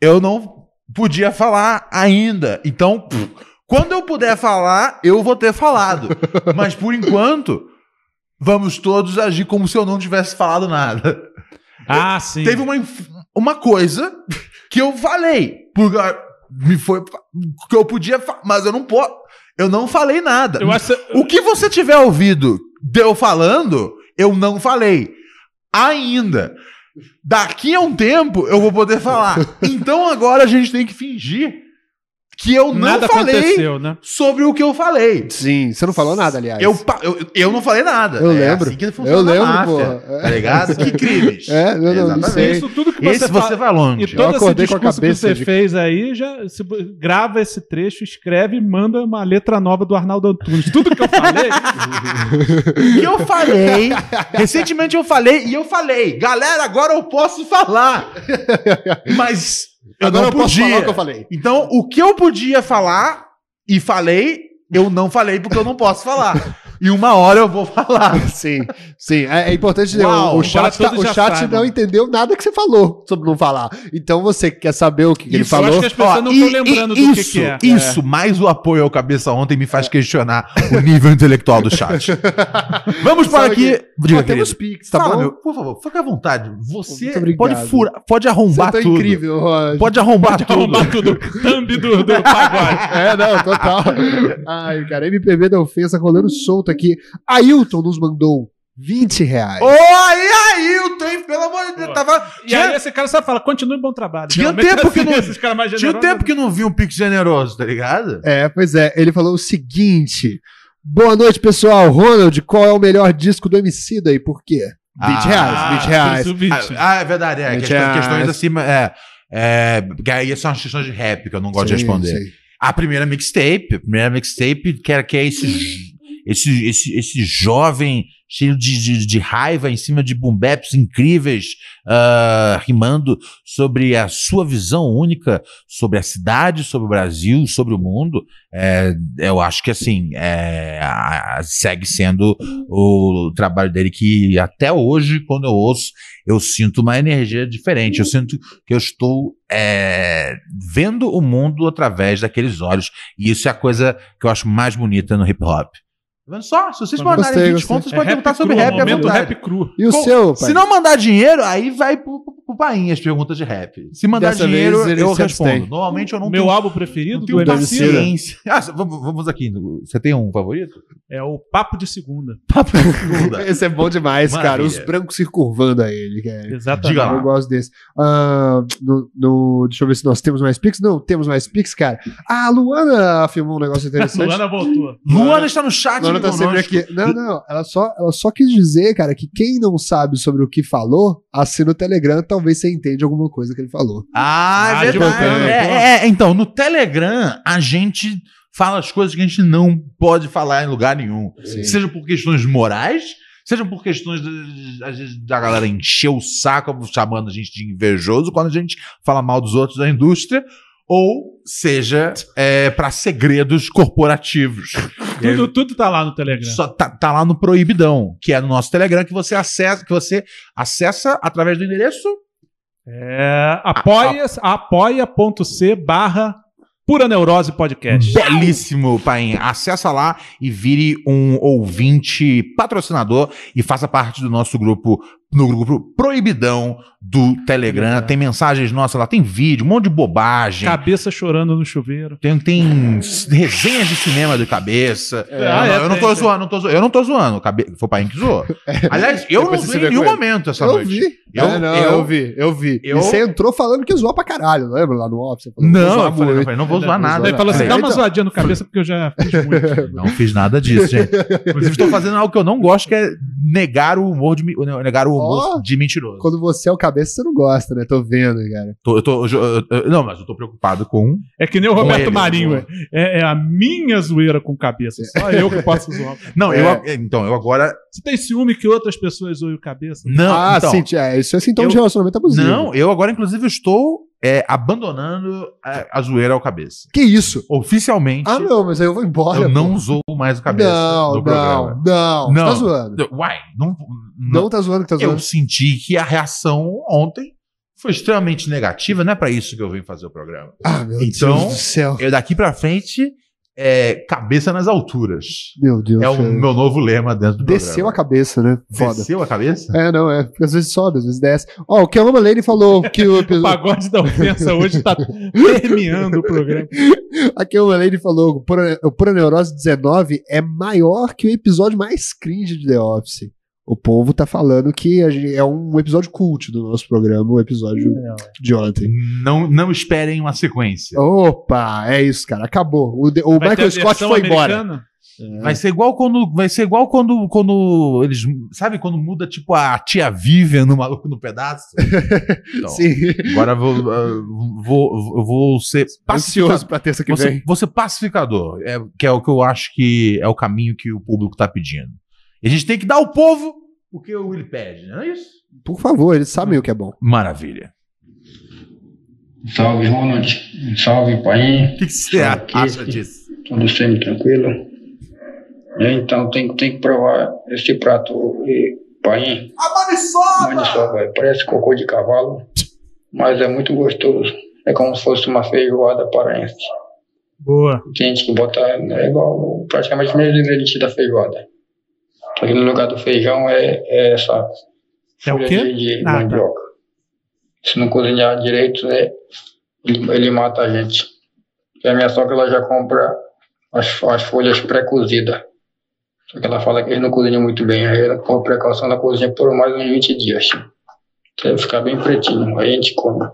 Eu não podia falar ainda. Então, pff, quando eu puder falar, eu vou ter falado. Mas por enquanto, vamos todos agir como se eu não tivesse falado nada.
Ah, sim.
Teve uma, inf- uma coisa que eu falei. Porque ah, me foi que eu podia, fa- mas eu não posso. Eu não falei nada.
Eu acho.
O que você tiver ouvido de eu falando, eu não falei. Ainda. Daqui a um tempo eu vou poder falar. Então agora a gente tem que fingir que eu não
Nada
falei
aconteceu, né?
sobre o que eu falei.
Sim, você não falou nada, aliás.
Eu, pa- eu, eu não falei nada.
Eu lembro.
assim que funciona
Eu
na
lembro,
máfia,
porra.
Tá ligado? Que crimes.
É, eu não- não
Exatamente.
sei.
Isso tudo que você
Esse você vai
E
longe.
todo esse
acordei com a
discurso que
cabeça
você
de-
fez aí, já se- grava esse trecho, escreve e manda uma letra nova do Arnaldo Antunes. Tudo que eu falei,
E eu falei, recentemente eu falei, e eu falei, galera, agora eu posso falar. Mas eu
Agora
não
eu posso
podia.
falar o que eu falei.
Então, o que eu podia falar e falei, eu não falei porque eu não posso falar. E uma hora eu vou falar.
Sim, sim. É, é importante dizer,
Uau,
o, o chat,
agora
tá-
todos
o
já
chat
sabem.
não entendeu nada que você falou sobre não falar. Então você que quer saber o que, que ele
Isso, eu acho
falou.
que as pessoas não
e-
estão lembrando
e
do que
isso,
que é.
Isso, mais o apoio ao cabeça ontem me faz questionar o nível intelectual do chat. Vamos para
Sabe
aqui.
que- Ó, temos Pix, tá
Fala,
bom?
meu, por favor, fica à vontade. Você
Muito obrigado.
pode furar, pode
Você
arrombar
tá
tudo.
incrível, Roger.
Pode arrombar tudo.
arrombar tudo. Thumb do, do pagode.
É, não, total. Ai, cara, MPB da ofensa rolando solto aqui. Ailton nos mandou 20 reais.
Ô, aí, aí, o tempo, pelo amor de Deus,
Pô.
tava...
E aí
Tinha,
esse cara só fala, continue bom trabalho.
Tinha
Geralmente
tempo que não-
Esses caras mais
tinha tempo que não vi um pique generoso, tá ligado?
É, pois é. Ele falou o seguinte. Boa noite, pessoal. Ronald, qual é o melhor disco do MC daí? Por quê? 20
Ah,
reais, 20 reais.
reais.
Ah, é verdade, é.
Gente,
Questões,
ah,
questões
esse-
acima, é... É, porque aí são as questões de rap que eu não gosto de
Sim,
responder.
sim.
A primeira mixtape, a primeira mixtape, que é, que é esse, esse, esse, esse jovem cheio de, de, de raiva em cima de boom baps incríveis, ah, rimando sobre a sua visão única sobre a cidade, sobre o Brasil, sobre o mundo. É, eu acho que assim, é, a- a- segue sendo o trabalho dele que até hoje, quando eu ouço, eu sinto uma energia diferente. Eu sinto que eu estou é, vendo o mundo através daqueles olhos. E isso é a coisa que eu acho mais bonita no hip hop. Tá vendo só? Se vocês
Mas
mandarem
gostei, É
20
gostei.
contos, vocês podem perguntar sobre rap à
é momento
vontade.
rap cru.
E o
Com-
seu, pai?
Se não mandar dinheiro, aí vai pro, pro, pro Paim as perguntas de rap. Se mandar
Dessa
dinheiro,
vez ele
eu
se
respondo.
abstém.
Normalmente eu não
Meu
tenho,
álbum preferido
não
do
um
tenho
MC
paciência. Ah, v- v- vamos aqui. Você tem um favorito?
é o Papo de Segunda.
Segunda.
Esse é bom demais, cara. Os
Maravilha.
brancos se curvando a ele, cara.
Exatamente.
Diga lá.
Eu gosto desse. Ah, no, no- deixa eu ver se nós temos mais Pix. Não, temos mais Pix, cara. Ah, a Luana afirmou um negócio interessante.
Luana voltou.
Luana está no chat.
Luana tá sempre
conosco.
aqui. Não, não. Ela só, ela só quis dizer, cara, que quem não sabe sobre o que falou, assina o Telegram, talvez você entende alguma coisa que ele falou.
Ah, é
Ah, de
verdade.
bacana, pô.
É, é, então, no Telegram, a gente fala as coisas que a gente não pode falar em lugar nenhum.
Sim.
Seja por questões morais, Sejam por questões, de- às vezes, da galera encher o saco, chamando a gente de invejoso quando a gente fala mal dos outros da indústria, ou seja, é, para segredos corporativos. E aí
Tudo, tudo tá lá no Telegram.
só tá, tá lá no Proibidão, que é no nosso Telegram, que você acessa, que você acessa através do endereço.
É, apoia, apoia.c barra Pura Neurose Podcast.
Belíssimo, Paim. Acessa lá e vire um ouvinte patrocinador e faça parte do nosso grupo, no grupo Proibidão do Telegram. Tem mensagens nossas lá, tem vídeo, um monte de bobagem.
Cabeça chorando no chuveiro.
Tem, tem s- resenhas de cinema de cabeça.
É,
Não,
ah, é,
eu não
tem,
tô
tem.
zoando, não tô zoando. Eu não tô zoando. Cabe... Foi o Paim que zoou.
É,
Aliás, eu não
Depois você
zoei
vê
em nenhum
com ele.
momento essa
eu
noite.
Vi.
Eu-
É, não,
eu-
eu, vi, eu vi.
eu-
E você entrou falando que zoou pra caralho, lembra? Lá no office. Você falou, vou
Não,
zoar
eu falei,
muito.
não, falei, não vou zoar nada.
Ele falou assim:
Falei,
dá uma
então-
zoadinha no cabeça porque eu já fiz muito.
Não fiz nada disso, gente. Inclusive, estou fazendo algo que eu não gosto, que é negar o humor de, mi- negar o humor
Ó.
de mentiroso.
Quando você é o cabeça, você não gosta, né? Tô vendo, cara.
Tô- eu tô- eu- eu- eu- não, mas eu tô preocupado com.
É que nem o
Com
Roberto
ele,
Marinho,
boa.
é, é a minha zoeira com cabeça. Só eu que posso zoar.
Não,
É.
eu. Então, eu agora.
Você tem ciúme que outras pessoas zoem o cabeça?
Não,
ah,
então,
sim, é, isso é sintoma
eu-
de relacionamento abusivo.
não, eu agora, inclusive, estou é, abandonando a, a zoeira ao cabeça.
Que isso?
Oficialmente,
Ah, não, mas aí eu vou embora.
eu não
pô.
zoo mais o cabeça
não,
no
não,
programa.
não,
Não.
Tá zoando.
Uai, não.
Não, tá zoando que tá
eu
zoando.
senti que a reação ontem foi extremamente negativa. Não é pra isso que eu vim fazer o programa.
Ah, meu
Então-
Deus do céu.
Eu daqui pra frente é cabeça nas alturas.
Meu Deus.
É o
cara.
meu novo lema dentro do
Desceu a
programa.
cabeça, né? Foda.
Desceu a cabeça?
É, não, é. Porque às vezes sobe, às vezes desce. Ó, o Kelma Lane falou que o
O
episódio.
pagode da ofensa hoje tá permeando o programa.
A Kelma Lane falou que o Pura- o Pura Neurose 19 é maior que o episódio mais cringe de The Office. O povo tá falando que a gente- é um episódio cult do nosso programa, o episódio
É,
de ontem.
Não, não esperem uma sequência.
Opa, é isso, cara. Acabou. O, de- o
Vai ter a
Michael Scott
versão
foi embora. É.
americana?
Vai
é
ser igual quando. Vai ser igual quando, quando eles. Sabe quando muda, tipo, a tia Vivian no maluco no pedaço? Então,
Sim.
Agora eu vou, eu vou, eu vou ser
Ansioso pra terça que
você,
vem.
você pacificador, é, que é o que eu acho que é o caminho que o público está pedindo. E a gente tem que dar ao povo o que ele pede, não é isso?
Por favor, eles sabem o que é bom.
Maravilha.
Salve, Ronald. Salve, Paim.
O que que você
Fala,
acha
Kirk.
disso?
Tudo sempre tranquilo. É, Então, tem, tem que provar esse prato, e, Paim. Olha só, velho. Parece cocô de cavalo, mas é muito gostoso. É como se fosse uma feijoada paraense.
Boa.
Tem gente que bota, é igual, praticamente o mesmo ingrediente da feijoada. Só que no lugar do feijão é, é essa
É o
folha
quê?
de, de
Ah, tá.
mandioca. Se não cozinhar direito, né, ele, ele mata a gente. E a minha sogra ela já compra as, as folhas pré-cozidas. Só que ela fala que eles não cozinham muito bem. Aí, ela, por precaução, ela cozinha por mais uns 20 dias. Deve ficar bem pretinho. Aí a gente come.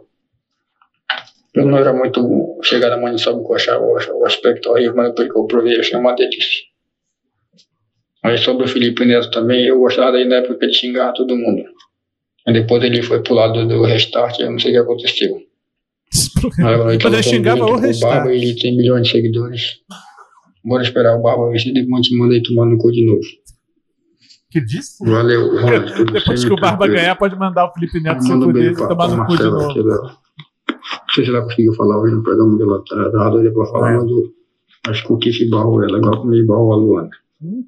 Eu não era muito chegada a mãe sabe o que eu achava, eu achava o aspecto horrível, mas depois que eu provei, achei uma delícia. Mas sobre o Felipe Neto também, eu gostava daí na época de xingar todo mundo. Aí depois ele foi pro lado do restart, eu não sei o que aconteceu. Aí agora ele tá
então,
Mas
lutando
ele xingava
muito
o
com
Restart.
Barba, e ele tem milhões de seguidores. Bora esperar o Barba vestido e te manda aí tomar no cu de novo.
Que disse?
Valeu, Ronald. tudo
Depois que
sempre
o Barba
tranquilo.
ganhar, pode mandar o Felipe Neto se
Manda um
fuder
beijo
e
pra-
tomar
pra
no cu de
Marcela,
novo.
que ela- Não sei se ela conseguiu falar hoje no programa dela, tá errado, ele vai
É.
falar, mas eu acho que o Kiff barrou ela, igual como ele barrou a Luana.
Hum?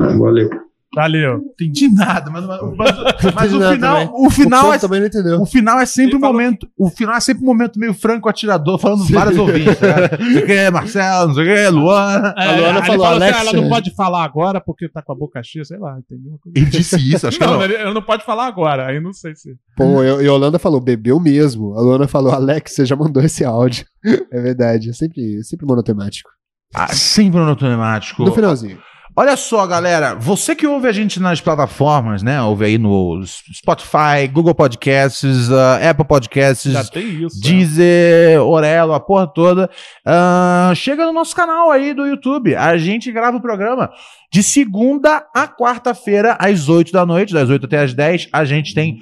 Ah, valeu.
Valeu.
Entendi nada, mas, mas- mas
Entendi
o
nada
final,
também.
o final
povo
é
também não entendeu.
o final é sempre
Ele
um
falou-
momento, o final é sempre um momento meio franco atirador, falando vários ouvintes, né? Não sei o que, Marcelo, não sei o que, Luana.
É,
Luana
ele
falou,
falou assim,
Alexa.
ah, ela não pode falar agora porque tá com a boca cheia, sei lá, entendeu? Uma coisa-
Ele disse isso, acho que
Não,
não.
ele- ela não pode falar agora, aí não sei se.
Pô, e e a Holanda falou, bebeu mesmo. A Holanda falou, Alex, você já mandou esse áudio. É verdade, é sempre, é sempre monotemático.
Ah, sempre monotonemático.
No finalzinho.
Olha só, galera, você que ouve a gente nas plataformas, né? Ouve aí no Spotify, Google Podcasts, ah, Apple Podcasts,
Já tem isso. né?
Deezer, Orelo, a porra toda. Ah, chega no nosso canal aí do YouTube. A gente grava o programa de segunda a quarta-feira, às 8 da noite, das 8 até às 10. A gente tem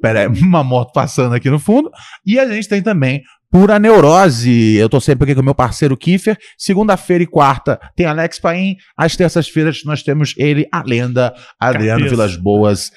Pera aí, uma moto passando aqui no fundo. E a gente tem também Pura Neurose. Eu tô sempre aqui com o meu parceiro Kiefer. Segunda-feira e quarta tem Alex Paim. Às terças-feiras nós temos ele, a lenda Adriano
Cabeça.
Vilas Boas.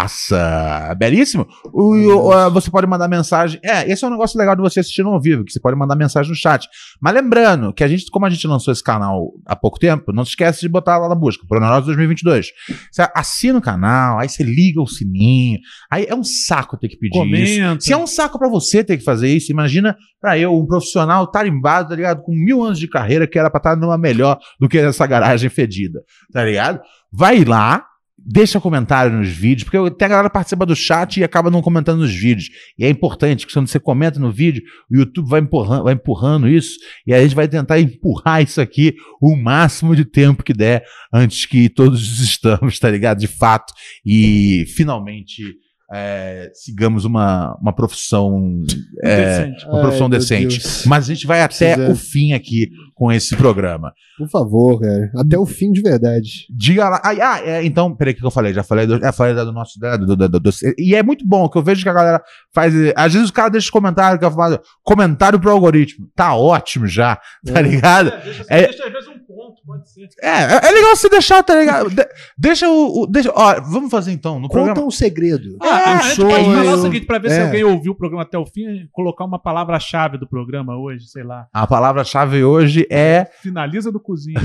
Cabaça. Belíssimo? O- o- ah, você pode mandar mensagem. É, esse é um negócio legal de você assistindo ao vivo, que você pode mandar mensagem no chat. Mas lembrando que a gente, como a gente lançou esse canal há pouco tempo, não se esquece de botar lá na busca, Proneurose 2022. Você assina o canal, aí você liga o sininho. Aí é um saco ter que pedir
Comenta.
isso. Se é um saco pra você ter que fazer isso, imagina pra eu, um profissional tarimbado, tá ligado? Com mil anos de carreira, que era pra estar numa melhor do que essa garagem fedida, tá ligado? Vai lá, deixa comentário nos vídeos, porque tem a galera que participa do chat e acaba não comentando nos vídeos. E é importante, porque quando você comenta no vídeo, o YouTube vai empurrando, vai empurrando isso, e a gente vai tentar empurrar isso aqui o máximo de tempo que der, antes que todos desistamos, tá ligado? De fato. E finalmente. é, sigamos uma, uma profissão é,
Decente.
uma profissão
Ai, meu
decente
Deus.
mas a gente vai até
Precisamos.
o fim aqui com esse programa
Por favor, cara. Até o fim de verdade.
Diga lá. Ah, ah, é, então, peraí, o que que eu falei? Já falei do, já falei da do nosso. da- do- do- do- do- e é muito bom, que eu vejo que a galera faz. eh, Às vezes o cara deixa comentário, que eu falo, comentário pro algoritmo. Tá ótimo já, tá ligado? É,
às vezes um ponto, pode ser.
é, é legal você deixar, tá ligado? De- deixa o. o- deixa, ó, vamos fazer então, no programa.
Conta um segredo.
Ah,
É,
a gente pode
show,
falar
eu-
o seguinte, pra ver se
é.
alguém ouviu o programa até o fim, colocar uma palavra-chave do programa hoje, sei lá.
A palavra-chave hoje é.
Finaliza do cozinho.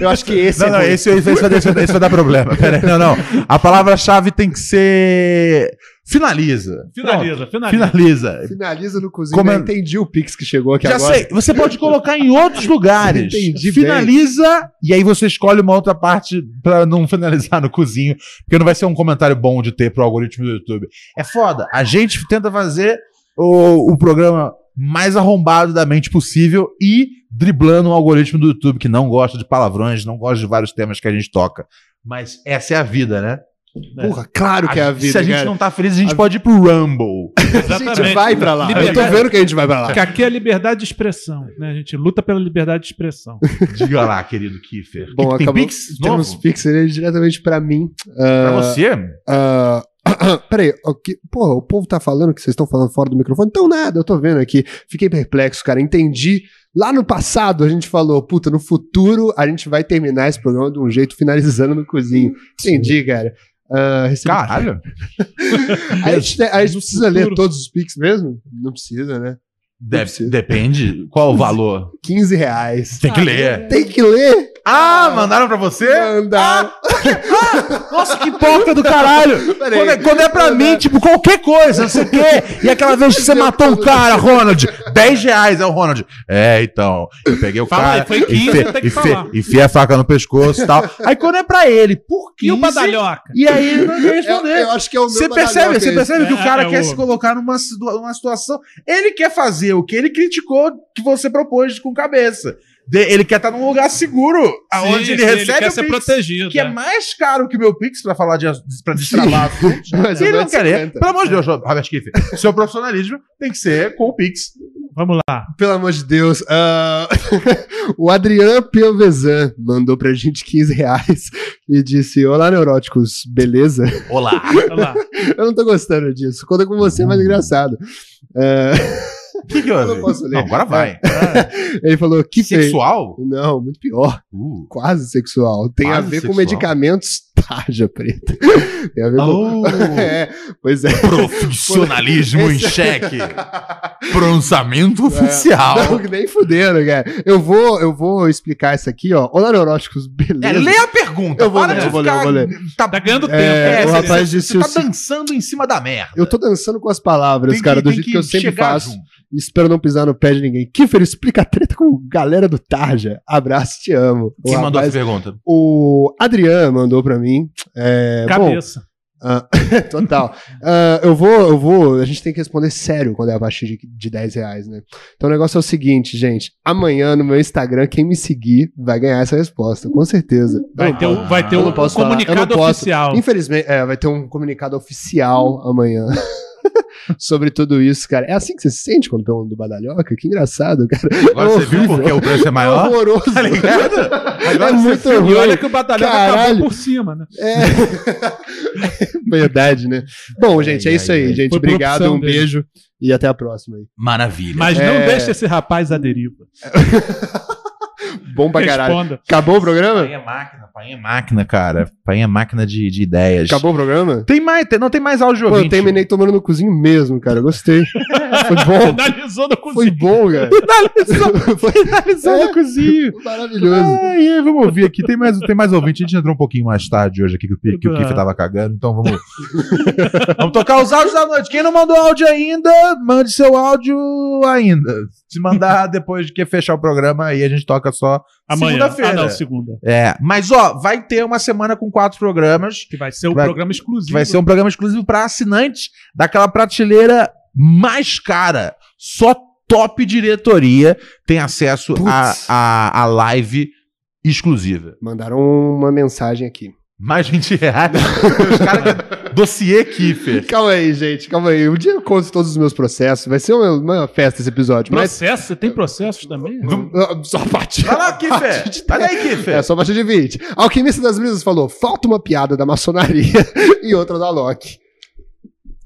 Eu acho que esse
não,
é
não,
ruim.
esse, esse, vai dar- esse vai dar- esse vai dar problema. Peraí, não, não. A palavra-chave tem que ser. Finaliza.
Finaliza,
Pronto,
finaliza.
Finaliza.
Finaliza no cozinho.
Como
Eu
é-
entendi o Pix que chegou aqui
Já
agora.
sei, você pode colocar em outros lugares.
Entendi bem.
Finaliza e aí você escolhe uma outra parte pra não finalizar no cozinho, porque não vai ser um comentário bom de ter pro algoritmo do YouTube. É foda. A gente tenta fazer o, o programa mais arrombado da mente possível e driblando o algoritmo do YouTube que não gosta de palavrões, não gosta de vários temas que a gente toca. Mas essa é a vida, né?
Porra, claro que é a vida,
Se a gente
cara.
não tá feliz, a gente
A-
pode ir pro Rumble.
A gente vai pra lá. Eu tô
Liberdade.
vendo que a gente vai pra lá.
Porque aqui é liberdade de expressão, né? A gente luta pela liberdade de expressão.
Diga lá, querido Kiefer.
Bom,
Que- tem
acabou.
Pix novo?
Temos Pix ele diretamente pra mim.
Pra
Ah,
você?
Ah, peraí, o que- porra, o povo tá falando que vocês estão falando fora do microfone? Então nada, eu tô vendo aqui. Fiquei perplexo, cara. Entendi. Lá no passado a gente falou, puta, no futuro a gente vai terminar esse programa de um jeito finalizando no cozinho. Entendi, cara. Ah, recebi-
Caralho.
a, gente, a gente precisa ler
futuro.
todos os Pix mesmo? Não precisa, né?
Deve-
precisa.
depende. Qual o valor?
15 reais.
Tem que ler.
Tem que ler?
É. Ah, mandaram pra você? Ah,
Mandaram.
Nossa, que porca do caralho!
Peraí.
Quando é, quando é pra mim, tipo, qualquer coisa, não sei o quê. E aquela vez que você matou um cara, Ronald, 10 reais é o Ronald. É, então, eu peguei o
Fala
cara.
aí, foi 15,
enfiei-
tem que
enfiei-
falar.
enfiei a faca no pescoço e tal. Aí quando é pra ele, por quê?
E o badalhoca?
E aí ele não ia
Eu,
responder.
eu acho que é o meu
Você
badalhoca
percebe, você
esse.
percebe que o
É,
cara
é
quer
o-
se colocar numa, situa- numa situação. Ele quer fazer o que ele criticou que você propôs com cabeça. De- ele quer estar num lugar seguro, aonde
Sim,
ele
sim,
recebe
quer
o
ser
Pix,
protegido.
que é
né?
mais caro que o meu Pix pra falar de ass- pra destravar. assuntos.
Mais
E
ou
ele não
menos
quer ler.
50.
Pelo amor de Deus, Robert Kiffer, seu profissionalismo tem que ser com o Pix.
Vamos lá.
Pelo amor de Deus. ah, o Adriano Piovesan mandou pra gente 15 reais e disse: Olá, neuróticos, beleza?
Olá.
Olha lá.
Eu não tô gostando disso. Conta com você, mas é engraçado. Ah,
O que, que
Eu
houve?
não posso ler. É.
Não, agora vai.
ele falou: Que feio.
Sexual?
Não, muito pior.
Uh.
Quase sexual. Tem a
Quase
ver
sexual.
com medicamentos tarja preta. Tem a ver
Oh.
com. É, pois é.
Profissionalismo em xeque. Pronunciamento oficial.
É. Não, que nem fuderam, cara. Eu vou, eu vou explicar isso aqui, ó. Olá, neuróticos, beleza?
É, lê a pergunta.
Eu vou
Para
ler,
de
eu vou ler,
ficar-
eu vou ler.
Tá,
Tá ganhando tempo.
É,
é,
o
você-
rapaz
você-
disse
você
o
tá
seguinte-
dançando em cima da merda.
Eu tô dançando com as palavras,
Tem que-
cara, do
tem
jeito que, eu sempre
chegar
faço.
junto.
Espero não pisar no pé de ninguém. Kiffer, explica a treta com galera do Tarja. Abraço, te amo. O,
Quem mandou
rapaz-
essa pergunta?
o Adriano mandou pra mim. É, bom,
Cabeça.
total. Ah, eu vou, eu vou. A gente tem que responder sério quando é a partir de, de 10 reais, né? Então o negócio é o seguinte, gente. Amanhã no meu Instagram, quem me seguir vai ganhar essa resposta, com certeza.
Vai
Eu-
ter, o- vai ter
eu
o,
não posso
o
falar, eu não
comunicado
posso.
oficial.
Infelizmente, é, vai ter um comunicado oficial amanhã. sobre tudo isso, cara. É assim que você se sente quando pergunta do Badalhoca? Que engraçado, cara.
Agora
é
você viu
horrível.
porque o preço é maior?
horroroso.
Tá ligado?
é
Agora você
muito
viu.
ruim.
E olha que o batalhão
Caralho.
acabou por cima, né?
Verdade, né? Bom, gente, é isso aí, gente.
Foi por
Obrigado,
opção
um
dele.
beijo e até a próxima aí.
Maravilha.
Mas não
É.
deixe esse rapaz à deriva.
Bom pra caralho.
Responda.
Acabou o programa?
Painha máquina, painha máquina, cara. Painha máquina de, de ideias.
Acabou o programa?
Tem mais, tem- não tem mais áudio de
Ah. Pô, eu
ouvinte.
terminei tomando no cozinho mesmo, cara. Gostei. Foi bom.
Finalizou no
Foi
cozinho.
bom, cara.
Finalizou no cozinho.
Maravilhoso.
Ai, ai, vamos ouvir aqui. Tem mais, tem mais ouvinte. A gente entrou um pouquinho mais tarde hoje aqui que, o Pi- que o Kiff tava cagando. Então vamos. vamos tocar os áudios da noite. Quem não mandou áudio ainda, mande seu áudio ainda. Se mandar depois de que fechar o programa, aí a gente toca só
Amanhã. Ah,
segunda-feira.
não, segunda.
é, mas ó, vai ter uma semana com quatro programas.
Que vai ser um
Vai-
programa
que
exclusivo.
vai ser um programa exclusivo para assinantes daquela prateleira mais cara. Só top diretoria tem acesso à
Putz.
a, a, live exclusiva.
Mandaram uma mensagem aqui.
Mais 20 reais. Os caras que. Dossiê Kiffer.
Calma aí, gente. Calma aí. Um dia eu conto todos os meus processos. Vai ser uma, uma festa esse episódio. Mas
Processo? Você tem processos também?
Ah, só a partir.
Vai lá, Kiffer. Vai aí,
É,
Kiffer.
só a partir de 20. Alquimista das Brisas falou: falta uma piada da maçonaria e outra da Loki.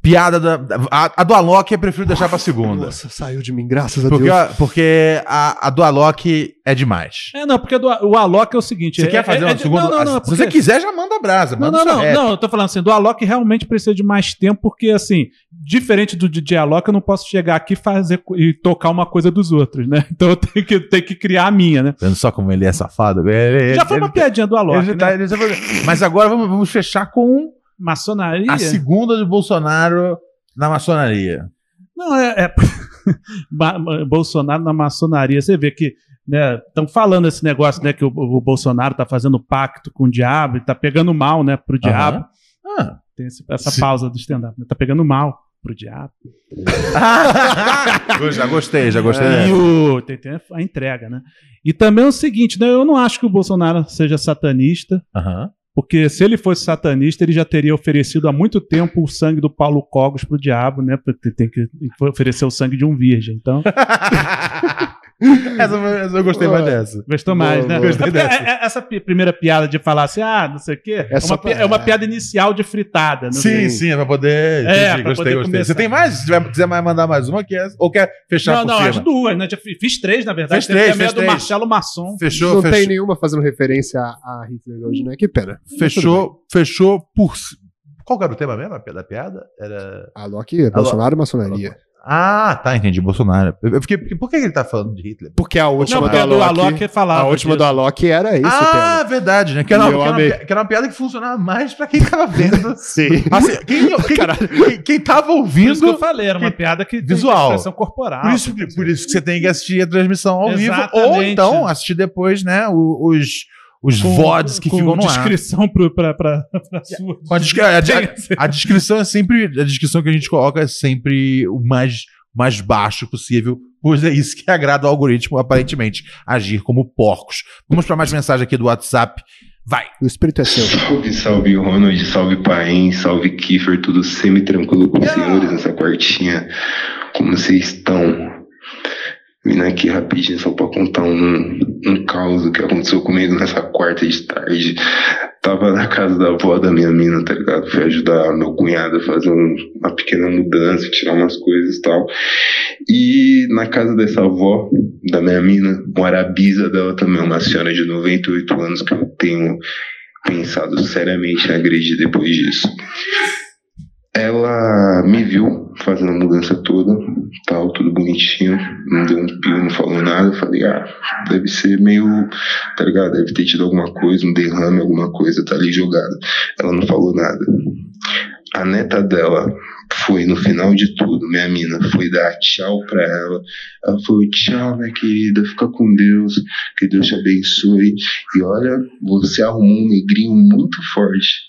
Piada da. da- A, a do Alok eu prefiro deixar pra segunda.
Nossa, saiu de mim, graças a
Porque,
Deus.
ó, porque a, a do Alok é demais.
É, não, porque do, o Alok é o seguinte.
Você
é-
quer fazer
é-
uma
é de-
segunda?
Não, não, não.
Se você
porque-
quiser, já manda brasa.
Não, não,
manda sua
não,
rap.
não, eu tô falando assim, do Alok realmente precisa de mais tempo, porque assim, diferente do DJ Alok, eu não posso chegar aqui e fazer co- e tocar uma coisa dos outros, né? Então eu tenho que, tenho que criar a minha, né?
Vendo só como ele é safado? Ele-
Já foi
ele-
uma piadinha do Alok,
Ele
né?
tá- ele já foi- Mas agora vamos, vamos fechar com um
Maçonaria?
a segunda do Bolsonaro na maçonaria.
Não, é, é- Ma- ma- Bolsonaro na maçonaria. Você vê que estão falando esse negócio, né, que o, o Bolsonaro tá fazendo pacto com o diabo, e tá pegando mal, né, pro diabo.
Aham.
Ah, Tem esse- essa
Sim.
pausa do stand-up, né? Tá pegando mal pro diabo.
Ah. Eu já gostei, já gostei.
E o, tem, tem a entrega, né? E também é o seguinte, né? Eu não acho que o Bolsonaro seja satanista,
Aham.
porque se ele fosse satanista, ele já teria oferecido há muito tempo o sangue do Paulo Cogos pro diabo, né? Porque tem que oferecer o sangue de um virgem. Então,
essa, foi- essa eu gostei mais dessa.
gostou mais,
Boa,
né?
boa.
É porque é- é- Essa pi- primeira piada de falar assim, ah, não sei o quê, é,
só
uma,
pra-
pi- é uma piada inicial de fritada. né? não
Sim,
tem-
sim, é pra poder.
É,
entendi,
pra poder
gostei, gostei.
começar.
Você tem mais? Se tiver- quiser mais mandar mais uma, que é, ou quer fechar
Não,
por
não,
cima?
as duas, né? Já fi- Fiz três, na verdade.
Fez
Teve
três,
a
fez
do
três.
Marcelo Masson.
Fechou,
não
fechou,
tem nenhuma fazendo referência a a Hitler hoje, né? Que pena.
fechou, fechou por. ci- Qual que era o tema mesmo? A pi- da piada? Era.
A Loki, Bolsonaro e maçonaria.
Ah, tá, entendi. Bolsonaro. Eu eu fiquei. Por que ele tá falando de Hitler?
Porque a
Não,
última
porque a do
do Alok.
Alok falava
A última
disso.
do Alok era isso,
ah,
ah,
verdade, né? Que era,
E
uma,
eu
que era uma
amei.
pi- que era uma piada que funcionava mais pra quem tava vendo.
Sim.
Assim, quem, quem, quem- quem tava
Por isso que eu
ouvindo.
falei, era uma
que-
piada que tem
visual.
expressão corporal.
Por isso, que- por isso que você tem que assistir a transmissão ao vivo. Ou
Exatamente.
então assistir depois, né? o- Os, os
Com-
VODs que
com
ficam no ar.
descrição pro, pra, pra, pra sua.
Com a, descri- a- a- a descrição é sempre. A descrição que a gente coloca é sempre o mais, mais baixo possível. Pois é isso que agrada ao algoritmo, aparentemente, agir como porcos. Vamos para mais mensagem aqui do WhatsApp. Vai!
O espírito é seu.
Salve, salve Ronald, salve Paim, salve Kiefer, tudo semi-tranquilo com os senhores nessa quartinha. Como vocês estão? Vindo aqui rapidinho só pra contar um, um caos que aconteceu comigo nessa quarta de tarde. Tava na casa da avó da minha mina, tá ligado? Fui ajudar meu cunhado a fazer um- uma pequena mudança, tirar umas coisas e tal. E na casa dessa avó, da minha mina, mora a bisa dela também, uma senhora de 98 anos que eu tenho pensado seriamente em agredir depois disso. Ela me viu fazendo a mudança toda, tal, tudo bonitinho, não deu um pio, não falou nada. eu Falei, ah, deve ser meio, tá ligado? Deve ter tido alguma coisa, um derrame, alguma coisa, tá ali jogada. Ela não falou nada. A neta dela foi, no final de tudo, minha mina, foi dar tchau pra ela. Ela falou, tchau, minha querida, fica com Deus, que Deus te abençoe. E olha, você arrumou um negrinho muito forte.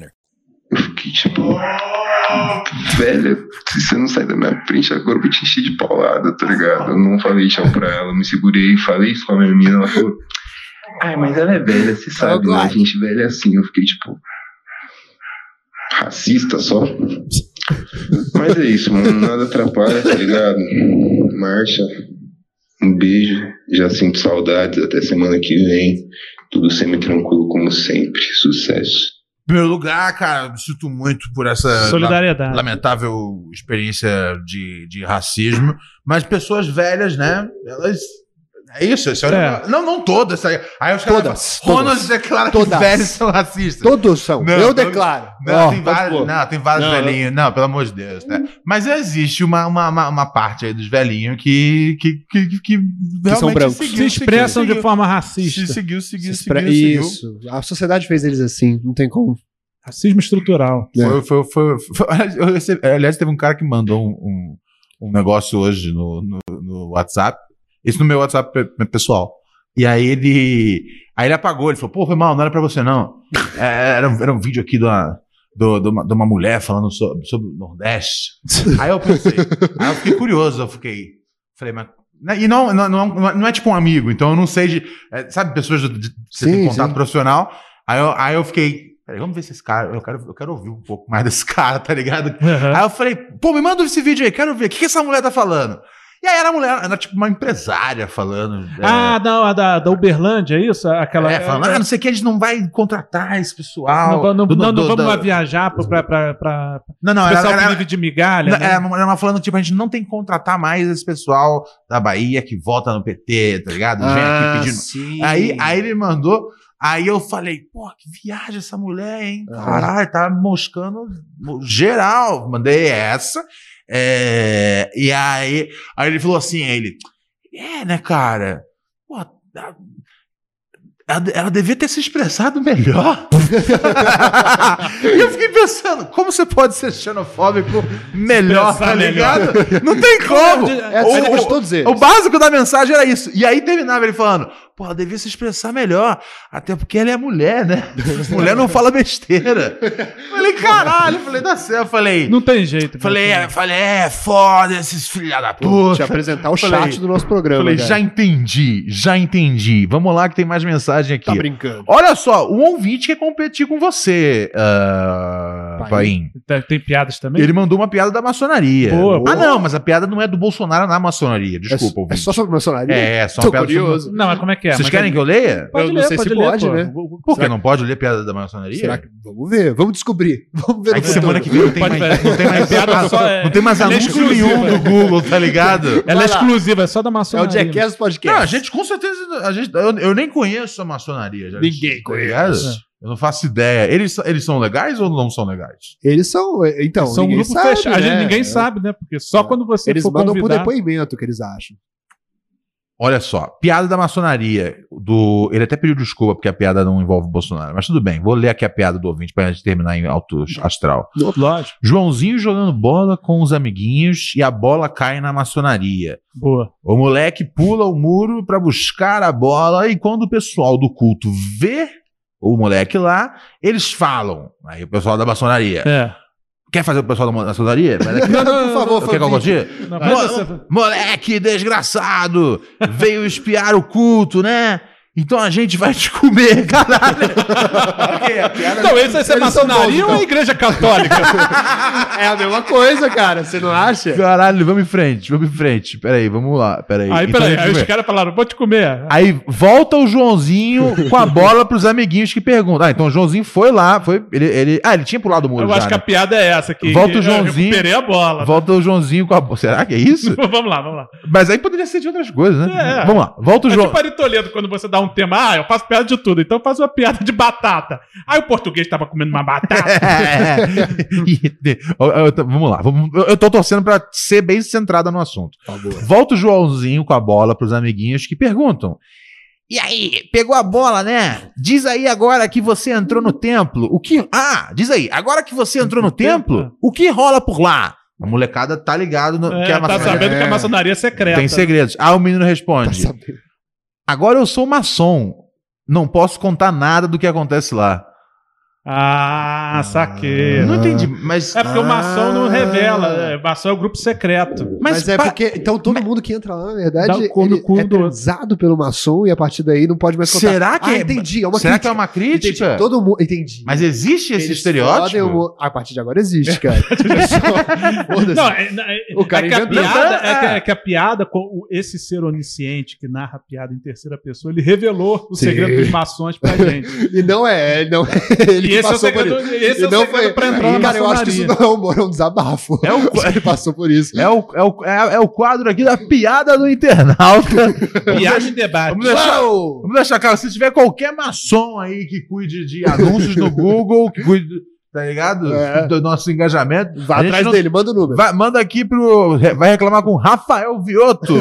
tipo, Velho, se você não sair da minha frente agora, eu vou te encher de paulada, tá ligado? Eu não falei tchau pra ela, me segurei, falei isso com a minha menina, ela falou. Ai, mas ela é velha, você sabe, né? A gente velha é assim, eu fiquei tipo. Racista só. Mas é isso, mano. Nada atrapalha, tá ligado? Marcha. Um beijo. Já sinto saudades. Até semana que vem. Tudo semi-tranquilo, como sempre. Sucesso.
Em primeiro lugar, cara, me sinto muito por essa
Solidariedade.
la- lamentável experiência de, de racismo. Mas pessoas velhas, né? Elas. É isso, esse é o
É.
negócio. Não, não todas. Aí aí os
Todas,
caras.
todas.
Ronald declara que
Todas.
velhos são racistas.
Todos são.
Não,
eu
todos-
declaro.
Não,
Ó,
tem
pode
vários,
pôr.
não, tem vários
Não,
velhinhos. Não, pelo amor de Deus, né? Mas existe uma, uma, uma, uma parte aí dos velhinhos que, que, que, que, realmente
se expressam de forma racista.
Se seguiu, seguiu,
Se expre-
seguiu, seguiu.
Isso. A sociedade fez eles assim. Não tem como.
Racismo estrutural.
É.
Foi, foi, foi, foi- eu recebi- aliás, teve um cara que mandou um, um, um negócio hoje no, no, no WhatsApp. Isso no meu WhatsApp pe- pessoal. E aí ele. Aí ele apagou, ele falou, pô, foi mal, não era pra você, não. É, Era, um- era um vídeo aqui de uma, do- de uma, de uma mulher falando so- sobre o Nordeste. Aí eu pensei, aí eu fiquei curioso, eu fiquei. Falei, mas. né, E não, não, não, não é- não é tipo um amigo, então eu não sei de. é, sabe, pessoas de, de, você tem
Sim,
contato
sim.
profissional. Aí eu, aí eu fiquei. Peraí, vamos ver se esse cara. Eu quero, eu quero ouvir um pouco mais desse cara, tá ligado? Aí eu falei, pô, me manda esse vídeo aí, quero ver. O que, que essa mulher tá falando? E aí era a mulher, era tipo uma empresária falando. é,
Ah, não, a da, da Uberlândia, é isso? Aquela.
é, falando, ah, não sei o que, a gente não vai contratar esse pessoal.
Não, não-
do-
não-
do-
não
do-
vamos viajar pra- pra. pra, pra-
Não, não,
esse
ela-
pessoal
ela-
que vive de migalha.
Não,
né?
é, uma mulher falando, tipo, a gente não tem que contratar mais esse pessoal da Bahia que vota no PT, tá ligado? Vem
Ah,
aqui pedindo.
sim.
Aí, aí ele mandou, aí eu falei, pô, que viagem essa mulher, hein?
Ah.
Caralho, tá moscando geral. Mandei essa. É, e aí, aí ele falou assim, aí ele, é, né, cara? Pô, a- ela, ela devia ter se expressado melhor. e eu fiquei pensando, como você pode ser xenofóbico melhor,
Expressar
tá ligado?
melhor.
Não tem como.
É,
O-
você
o-
pode
todos
o básico da mensagem era isso. E aí terminava ele falando: Pô, ela devia se expressar melhor. Até porque ela é mulher, né? Mulher não fala besteira. Falei, caralho, falei, dá certo. Falei.
Não tem jeito.
Falei, é,
cara.
falei, é foda esses filha da puta.
Te apresentar o
Falei-
chat do nosso programa.
Falei,
cara.
já entendi, já entendi. Vamos lá que tem mais mensagem aqui.
Tá brincando.
Olha só, o ouvinte quer competir com você, ah,
Paim.
Paim.
Tem- Tá, Tem piadas também?
Ele mandou uma piada da maçonaria.
Boa, boa.
Ah, não, mas a piada não é do Bolsonaro na maçonaria. Desculpa,
É
ouvinte.
só sobre maçonaria?
É, é só
Tô
uma piada
curioso.
Não, mas como é que é?
Vocês
Mas
querem
ele-
que eu leia?
Pode
Eu
ler,
não sei
pode
se
ler,
pode,
pô.
né?
Vou- vou-
Por que não pode ler piada da maçonaria?
Será que... Vamos ver, vamos descobrir. Vamos ver
É
no
que semana
futuro.
que vem não tem
Pode
mais,
ver.
não tem mais,
Piada só é-
não tem mais
ela é
anúncio
exclusiva.
nenhum do Google, tá ligado?
Ela é
Vai lá.
exclusiva, é só da
É o
maçonaria.
Jackass Podcast.
Não, a gente com certeza. A gente, eu, eu nem conheço a maçonaria. já-
Ninguém
tá ligado?
conhece.
Eu não faço ideia. Eles, são- eles são legais ou não são legais?
Eles são.
é,
Então,
São um
ninguém
grupo
sabe,
fechado. A gente-
né?
Ninguém sabe, né? Porque só quando você
Eles
for
mandam por
convidado...
depoimento o que eles acham.
Olha só, piada da maçonaria. Do, ele até pediu desculpa porque a piada não envolve o Bolsonaro. Mas tudo bem, vou ler aqui a piada do ouvinte pra gente terminar em alto astral.
Lógico.
Joãozinho jogando bola com os amiguinhos e a bola cai na maçonaria.
Boa.
O moleque pula o muro pra buscar a bola e quando o pessoal do culto vê o moleque lá, eles falam. Aí o pessoal da maçonaria.
É.
Quer fazer o pessoal da maçonaria? Mas aqui-
Não, não,
Por
não,
Quer
favor,
que eu
Fabinho.
continue?
não,
Mo-
mas você-
Moleque desgraçado! Veio espiar o culto, né? Então a gente vai te comer, caralho! Ok, a piada-
Então, esse vai ser
Eles são
maçonaria
bons,
ou é igreja católica?
É a mesma coisa, cara. Você não acha?
Caralho, vamos em frente, vamos em frente. Peraí, vamos lá, peraí.
Aí,
Então
peraí,
a gente
aí os
vai-
caras falaram, vou te comer.
Aí volta o Joãozinho com a bola pros amiguinhos que perguntam. Ah, então o Joãozinho foi lá, foi. Ele, ele- ah, ele tinha pulado o muro.
Eu
já,
acho que a
né?
piada é essa aqui.
Volta o
Eu
Joãozinho.
Recuperei a bola.
Volta o Joãozinho com a bola. Será que é isso?
vamos lá, vamos lá.
Mas aí poderia ser de outras coisas, né?
É.
Vamos lá. Volta o
É
João.
tipo Ari Toledo, quando você dá um tema. Ah, eu faço piada de tudo, então eu faço uma piada de batata. Aí o português tava comendo uma batata.
É. E- de- eu- eu tô- vamos lá. vamos- eu- Eu tô torcendo pra ser bem centrada no assunto.
Tá,
Volta o Joãozinho com a bola pros amiguinhos que perguntam. E aí, pegou a bola, né? Diz aí agora que você entrou no templo. O que. Ah, diz aí, agora que você entrou no templo, o que rola por lá? A molecada tá ligado no,
É,
que a
tá
maçonaria-
sabendo que a
É.
maçonaria é secreta.
Tem segredos. Aí o menino
Tá
responde: Agora eu sou maçom. Não posso contar nada do que acontece lá.
Ah, saquei.
Não entendi, mas. Ah.
É porque o maçom não revela. é, Maçom é o grupo secreto.
Mas, é porque. Então todo mundo que entra lá, na
Dá
verdade,
o cu no
ele
cu
é
do outro.
transado pelo maçom e a partir daí não pode mais contar.
Será que
Ah,
é-
entendi. É uma
Será
crítica.
que é uma crítica?
Entendi. Todo mundo. Entendi.
Mas existe esse
Eles fodem
estereótipo?
o mo- A partir de agora existe, cara. Foda-se.
Não, é, não, é-
O cara
é que a
inventou.
piada, é, que,
É.
é que a piada com o- esse ser onisciente que narra a piada em terceira pessoa, ele revelou o
Sim.
segredo dos maçons pra gente.
E não é, ele não ele
E
que
esse é o
passou
segredo-
por isso.
esse é
E
o
não
segredo
foi-
pra entrar na
Cara, eu acho que isso não
maçonaria.
é humor, é um desabafo. É
o-
ele passou por isso. né?
É o, é, o, é, é o quadro aqui da piada do internauta.
Piada e debate.
Vamos deixar,
Uau!
vamos deixar claro, se tiver qualquer maçom aí que cuide de anúncios no Google, que cuide, tá ligado?
É.
Do nosso engajamento.
Vá
a gente
atrás
não-
dele, manda o número.
Vai- manda aqui pro. re- Vai reclamar com Rafael Vioto.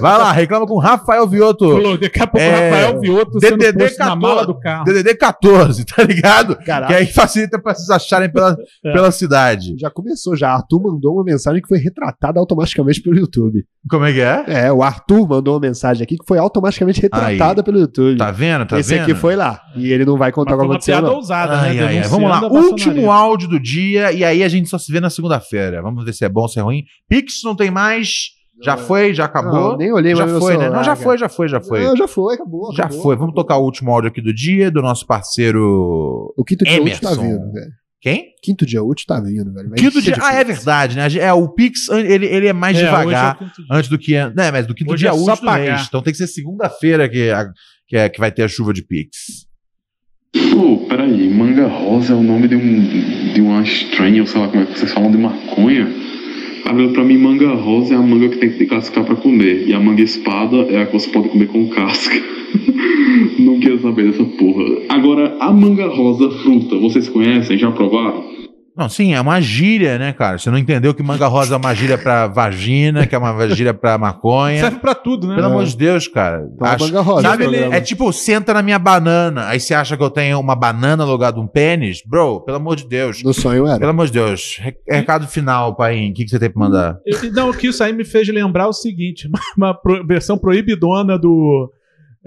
Vai lá, reclama com Rafael Vioto.
Falou, Daqui a pouco o
É,
Rafael Vioto sendo
DDD
posto na mala
14,
do carro.
DDD 14, tá ligado?
Caralho.
Que aí facilita pra vocês acharem pela,
É.
pela cidade.
Já começou, já. Arthur mandou uma mensagem que foi retratada automaticamente pelo YouTube.
Como é que é?
É, o Arthur mandou uma mensagem aqui que foi automaticamente retratada pelo YouTube.
Tá vendo? Tá
Esse
vendo?
aqui foi lá. E ele não vai
Mas
contar o
foi
que
uma
aconteceu,
piada
não.
ousada,
Ai,
né?
ai, ai.
Denunciando
Vamos
a
lá,
maçonaria.
último áudio do dia, e aí a gente só se vê na segunda-feira. Vamos ver se é bom, se é ruim. Pix não tem mais. Já foi, já acabou.
Não, nem olhei
já
mais meu
foi, né?
celular,
Não, já
cara.
foi, já foi, já foi.
Não, Ah, já foi, acabou.
já
acabou.
foi. Vamos tocar o último áudio aqui do dia, do nosso parceiro.
O quinto dia útil tá
Emerson.
vindo, velho.
Quem?
Quinto dia útil tá vindo, velho. Vai
Quinto
encher
dia.
de
Ah,
pizza.
é verdade, né? É, o Pix, ele, ele é mais
É, hoje é o
devagar
quinto dia.
antes do que. Né, mas do quinto
Hoje
dia
é só
útil do
pagar.
mês. Então tem que ser segunda-feira que, a- que, é- que vai ter a chuva de Pix.
Pô, peraí, manga rosa é o nome de um de uma estranha, ou sei lá como é que vocês falam de maconha. Gabriel, pra mim, manga rosa é a manga que tem que ter casca pra comer. E a manga espada é a que você pode comer com casca. Não quero saber dessa porra. Agora, a manga rosa fruta, vocês conhecem? Já provaram?
Não, sim, é uma gíria, né, cara? Você não entendeu que manga rosa é uma gíria pra vagina, que é uma gíria pra maconha.
Serve pra tudo, né?
Pelo amor de Deus, cara.
Então, a manga rosa.
Sabe,
esse programa.
é tipo, senta na minha banana. Aí você acha que eu tenho uma banana no lugar de um pênis? Bro, pelo amor de Deus.
No sonho era.
Pelo amor de Deus. Re- Recado final, pai. O que, que você tem pra mandar?
Eu- Não, que isso aí me fez lembrar o seguinte: uma- uma pro- versão proibidona do.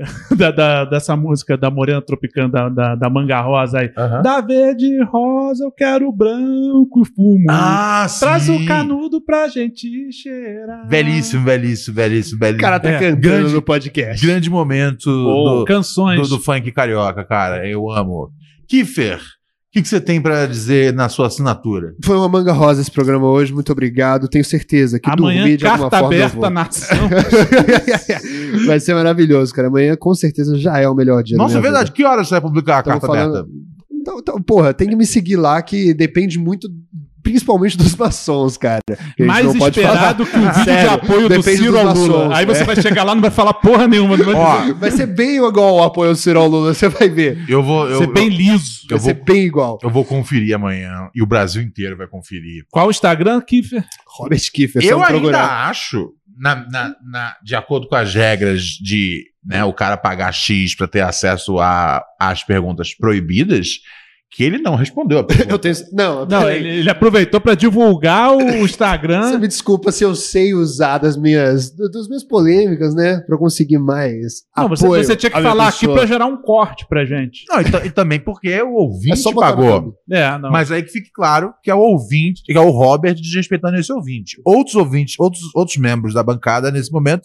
da- da- dessa música da Morena Tropicana, da, da, da Manga Rosa aí. Da verde rosa eu quero branco fumo.
Ah,
Traz
sim.
o canudo pra gente cheirar.
Belíssimo, belíssimo, belíssimo,
O
belíssimo.
cara tá
É,
cantando
grande-
no podcast.
Grande momento
Ou
do,
canções.
do, do funk carioca, cara. Eu amo. Kiefer, o que, que você tem pra dizer na sua assinatura?
Foi uma manga rosa esse programa hoje, muito obrigado. Tenho certeza que
Amanhã,
dormir de alguma
carta
forma. eu
aberta
vou.
na ação.
Vai ser maravilhoso, cara. Amanhã com certeza já é o melhor dia. da
Nossa, é
minha vida.
verdade. Que horas você vai publicar a
Tamo
carta
falando-
aberta?
Então, então, porra, tem que me seguir lá que depende muito, principalmente dos maçons, cara. A gente
mais
não pode
esperado que o vídeo
Sério,
de apoio do
depende
Ciro
dos
ao Lula.
maçons,
Aí você vai chegar lá e não vai falar porra nenhuma. Não vai
Ó,
falar. Vai ser bem igual o apoio ao Ciro ao Lula, você vai ver.
eu vou. Eu,
ser bem liso.
Vai
eu, eu vou
ser bem igual.
Eu vou conferir amanhã. E o Brasil inteiro vai conferir.
Qual o Instagram, Kiffer?
Robert Kiefer,
Eu
só me
ainda
procurar.
acho, na- na- na- de acordo com as regras de né, o cara pagar X pra ter acesso a- às perguntas proibidas, que ele não respondeu a pergunta.
Eu tenho. Não,
Não,
peraí.
ele, ele aproveitou pra divulgar o
Você
Instagram.
me desculpa se eu sei usar das minhas, do- das minhas polêmicas, né? Pra conseguir mais
Não,
apoio.
você, você tinha que
à minha
falar aqui
pessoa.
pra gerar um corte pra gente.
Não, e, ta- e também porque o ouvinte
É só botar no
pagou.
YouTube.
É, não.
Mas aí que fique claro que é o ouvinte, que é o Robert desrespeitando esse ouvinte. Outros ouvintes, outros, outros membros da bancada nesse momento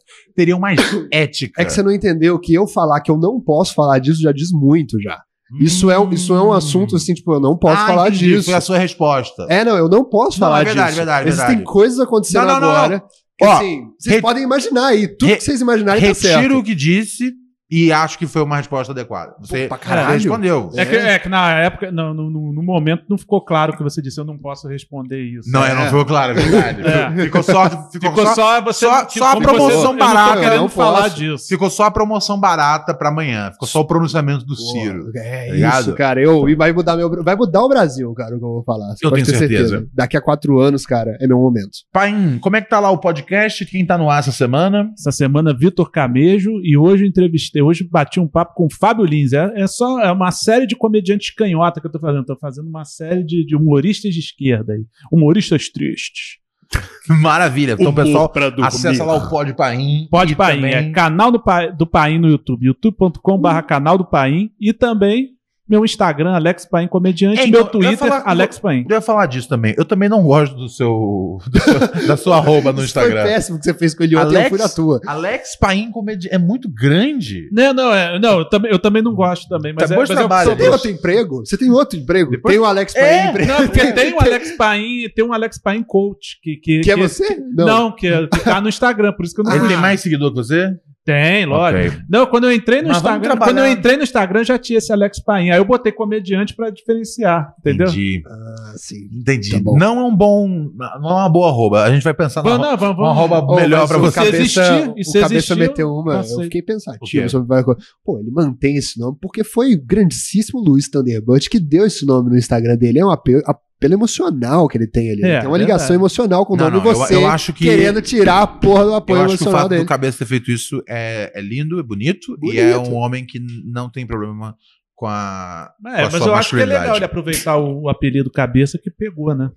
teriam mais ética.
É que você não entendeu que eu falar que eu não posso falar disso já diz muito já. Isso é, um- isso é
Hum.
um assunto assim, tipo, eu não posso
Ah,
falar
entendi,
disso.
Foi a sua resposta.
É, não, eu não posso
Tá. Não,
falar
é verdade,
disso.
verdade,
Existem
verdade.
coisas acontecendo
Não, não, não, não.
agora que,
Ó,
assim, vocês
re-
podem imaginar aí. Tudo
re-
que vocês imaginarem tá
Retiro
certo.
o que disse E acho que foi uma resposta adequada. Você
Pô, pra caralho.
respondeu.
É que, é que na época, no, no- no- no momento, não ficou claro o que você disse. Eu não posso responder isso.
Não, é, não ficou claro, é verdade. Ficou só- ficou só-
você
só-
que-
só a
como
promoção
você- eu não tô
barata,
querendo
eu não
falar
posso.
disso.
Ficou só a promoção barata pra amanhã. Ficou só o pronunciamento do Ciro. Tá
É
Obrigado.
isso, cara. Eu, e vai mudar meu, vai mudar o Brasil, cara, o que eu vou falar. Você
Eu
pode
tenho
ter
certeza.
Daqui a quatro anos, cara, é meu momento.
Paim, como é que tá lá o podcast? Quem tá no ar essa semana?
Essa semana, Vitor Camejo, e hoje eu entrevistei, hoje bati um papo com o Fábio Lins. É, é só é uma série de comediantes canhota que eu tô fazendo. Tô fazendo uma série de, de humoristas de esquerda aí. Humoristas tristes.
Maravilha. Então,
Humor
pessoal,
um pra dormir.
acessa lá o Pod Paim.
Pode
E
Paim,
também- Hum.
é canal do, Pa- do Paim no YouTube, youtube.com.br canal do Paim e também meu Instagram, Alex Paim Comediante,
É, então,
meu
eu ia
Twitter,
falar-
Alex Paim.
Eu ia falar disso também. Eu também não gosto do seu. do seu- da sua arroba no Instagram.
Foi péssimo que você fez com ele ontem, eu fui na tua.
Alex Paim comedi- é muito grande.
Não, não, é, não eu, também, eu também não gosto também, mas
Tá
é,
bom
mas
de
eu
trabalho,
sou-
Você tem outro emprego? Você tem outro emprego? Tem o Alex Paim
É,
emprego.
não, porque tem o Alex Paim, tem um Alex Paim coach que que,
Que é você? Não.
Não, que, é- que tá no Instagram, por isso que eu não
Ele tem
gosto.
mais seguidor que você?
Tem, lógico.
Ok.
Não, quando eu entrei no
Mas vamos
Instagram,
trabalhar.
quando eu entrei no Instagram já tinha esse Alex Paim. Aí eu botei comediante pra diferenciar, entendeu?
Entendi.
Ah, sim.
Entendi.
Tá bom.
Não é um bom. Não é uma boa arroba. A gente vai
Tá,
pensar na
Vamos,
arroba.
não, vamos,
Uma
vamos.
arroba
Ô,
melhor
mas
pra
o
você.
Cabeça,
existir, e
o
se
cabeça
existir,
meteu uma,
passei.
eu fiquei
O quê?
pensativo sobre várias coisas. Pô, ele mantém esse nome porque foi o grandíssimo Luiz Thunderbird que deu esse nome no Instagram dele. É um apelo, apelo emocional que ele tem ali. né?
É,
tem uma ligação
verdade.
emocional com o
Não,
nome
não, eu-
você
eu acho que-
querendo tirar a porra do
Eu
apoio
acho que o fato
emocional dele.
do Cabeça ter feito isso é, é lindo, é bonito, e é
Bonito.
um homem que não tem problema com a. com a
É, mas
sua
eu acho que é
masculinidade.
legal ele aproveitar o, o apelido cabeça que pegou, né?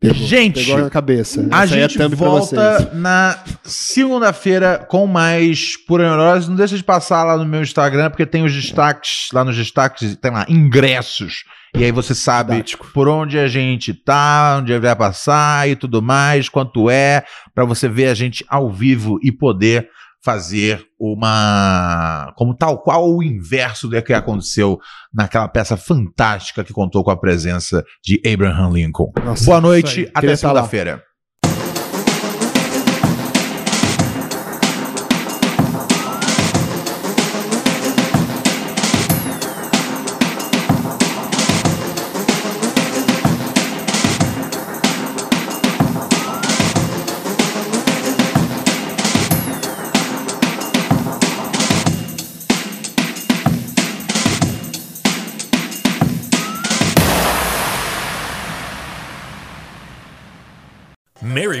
Pegou,
Gente,
pegou na cabeça.
A
Essa aí é
gente
thumb pra vocês.
volta na segunda-feira com mais Pura Neurose. Não deixa de passar lá no meu Instagram, porque tem os destaques, lá nos destaques, tem lá ingressos. E aí você sabe por onde a gente tá, onde vai passar e tudo mais, quanto é, pra você ver a gente ao vivo e poder fazer uma. como tal qual o inverso do que aconteceu naquela peça fantástica que contou com a presença de Abraham Lincoln.
Nossa,
Boa
isso aí.
noite, até
Queria tá falar.
segunda-feira.
Mary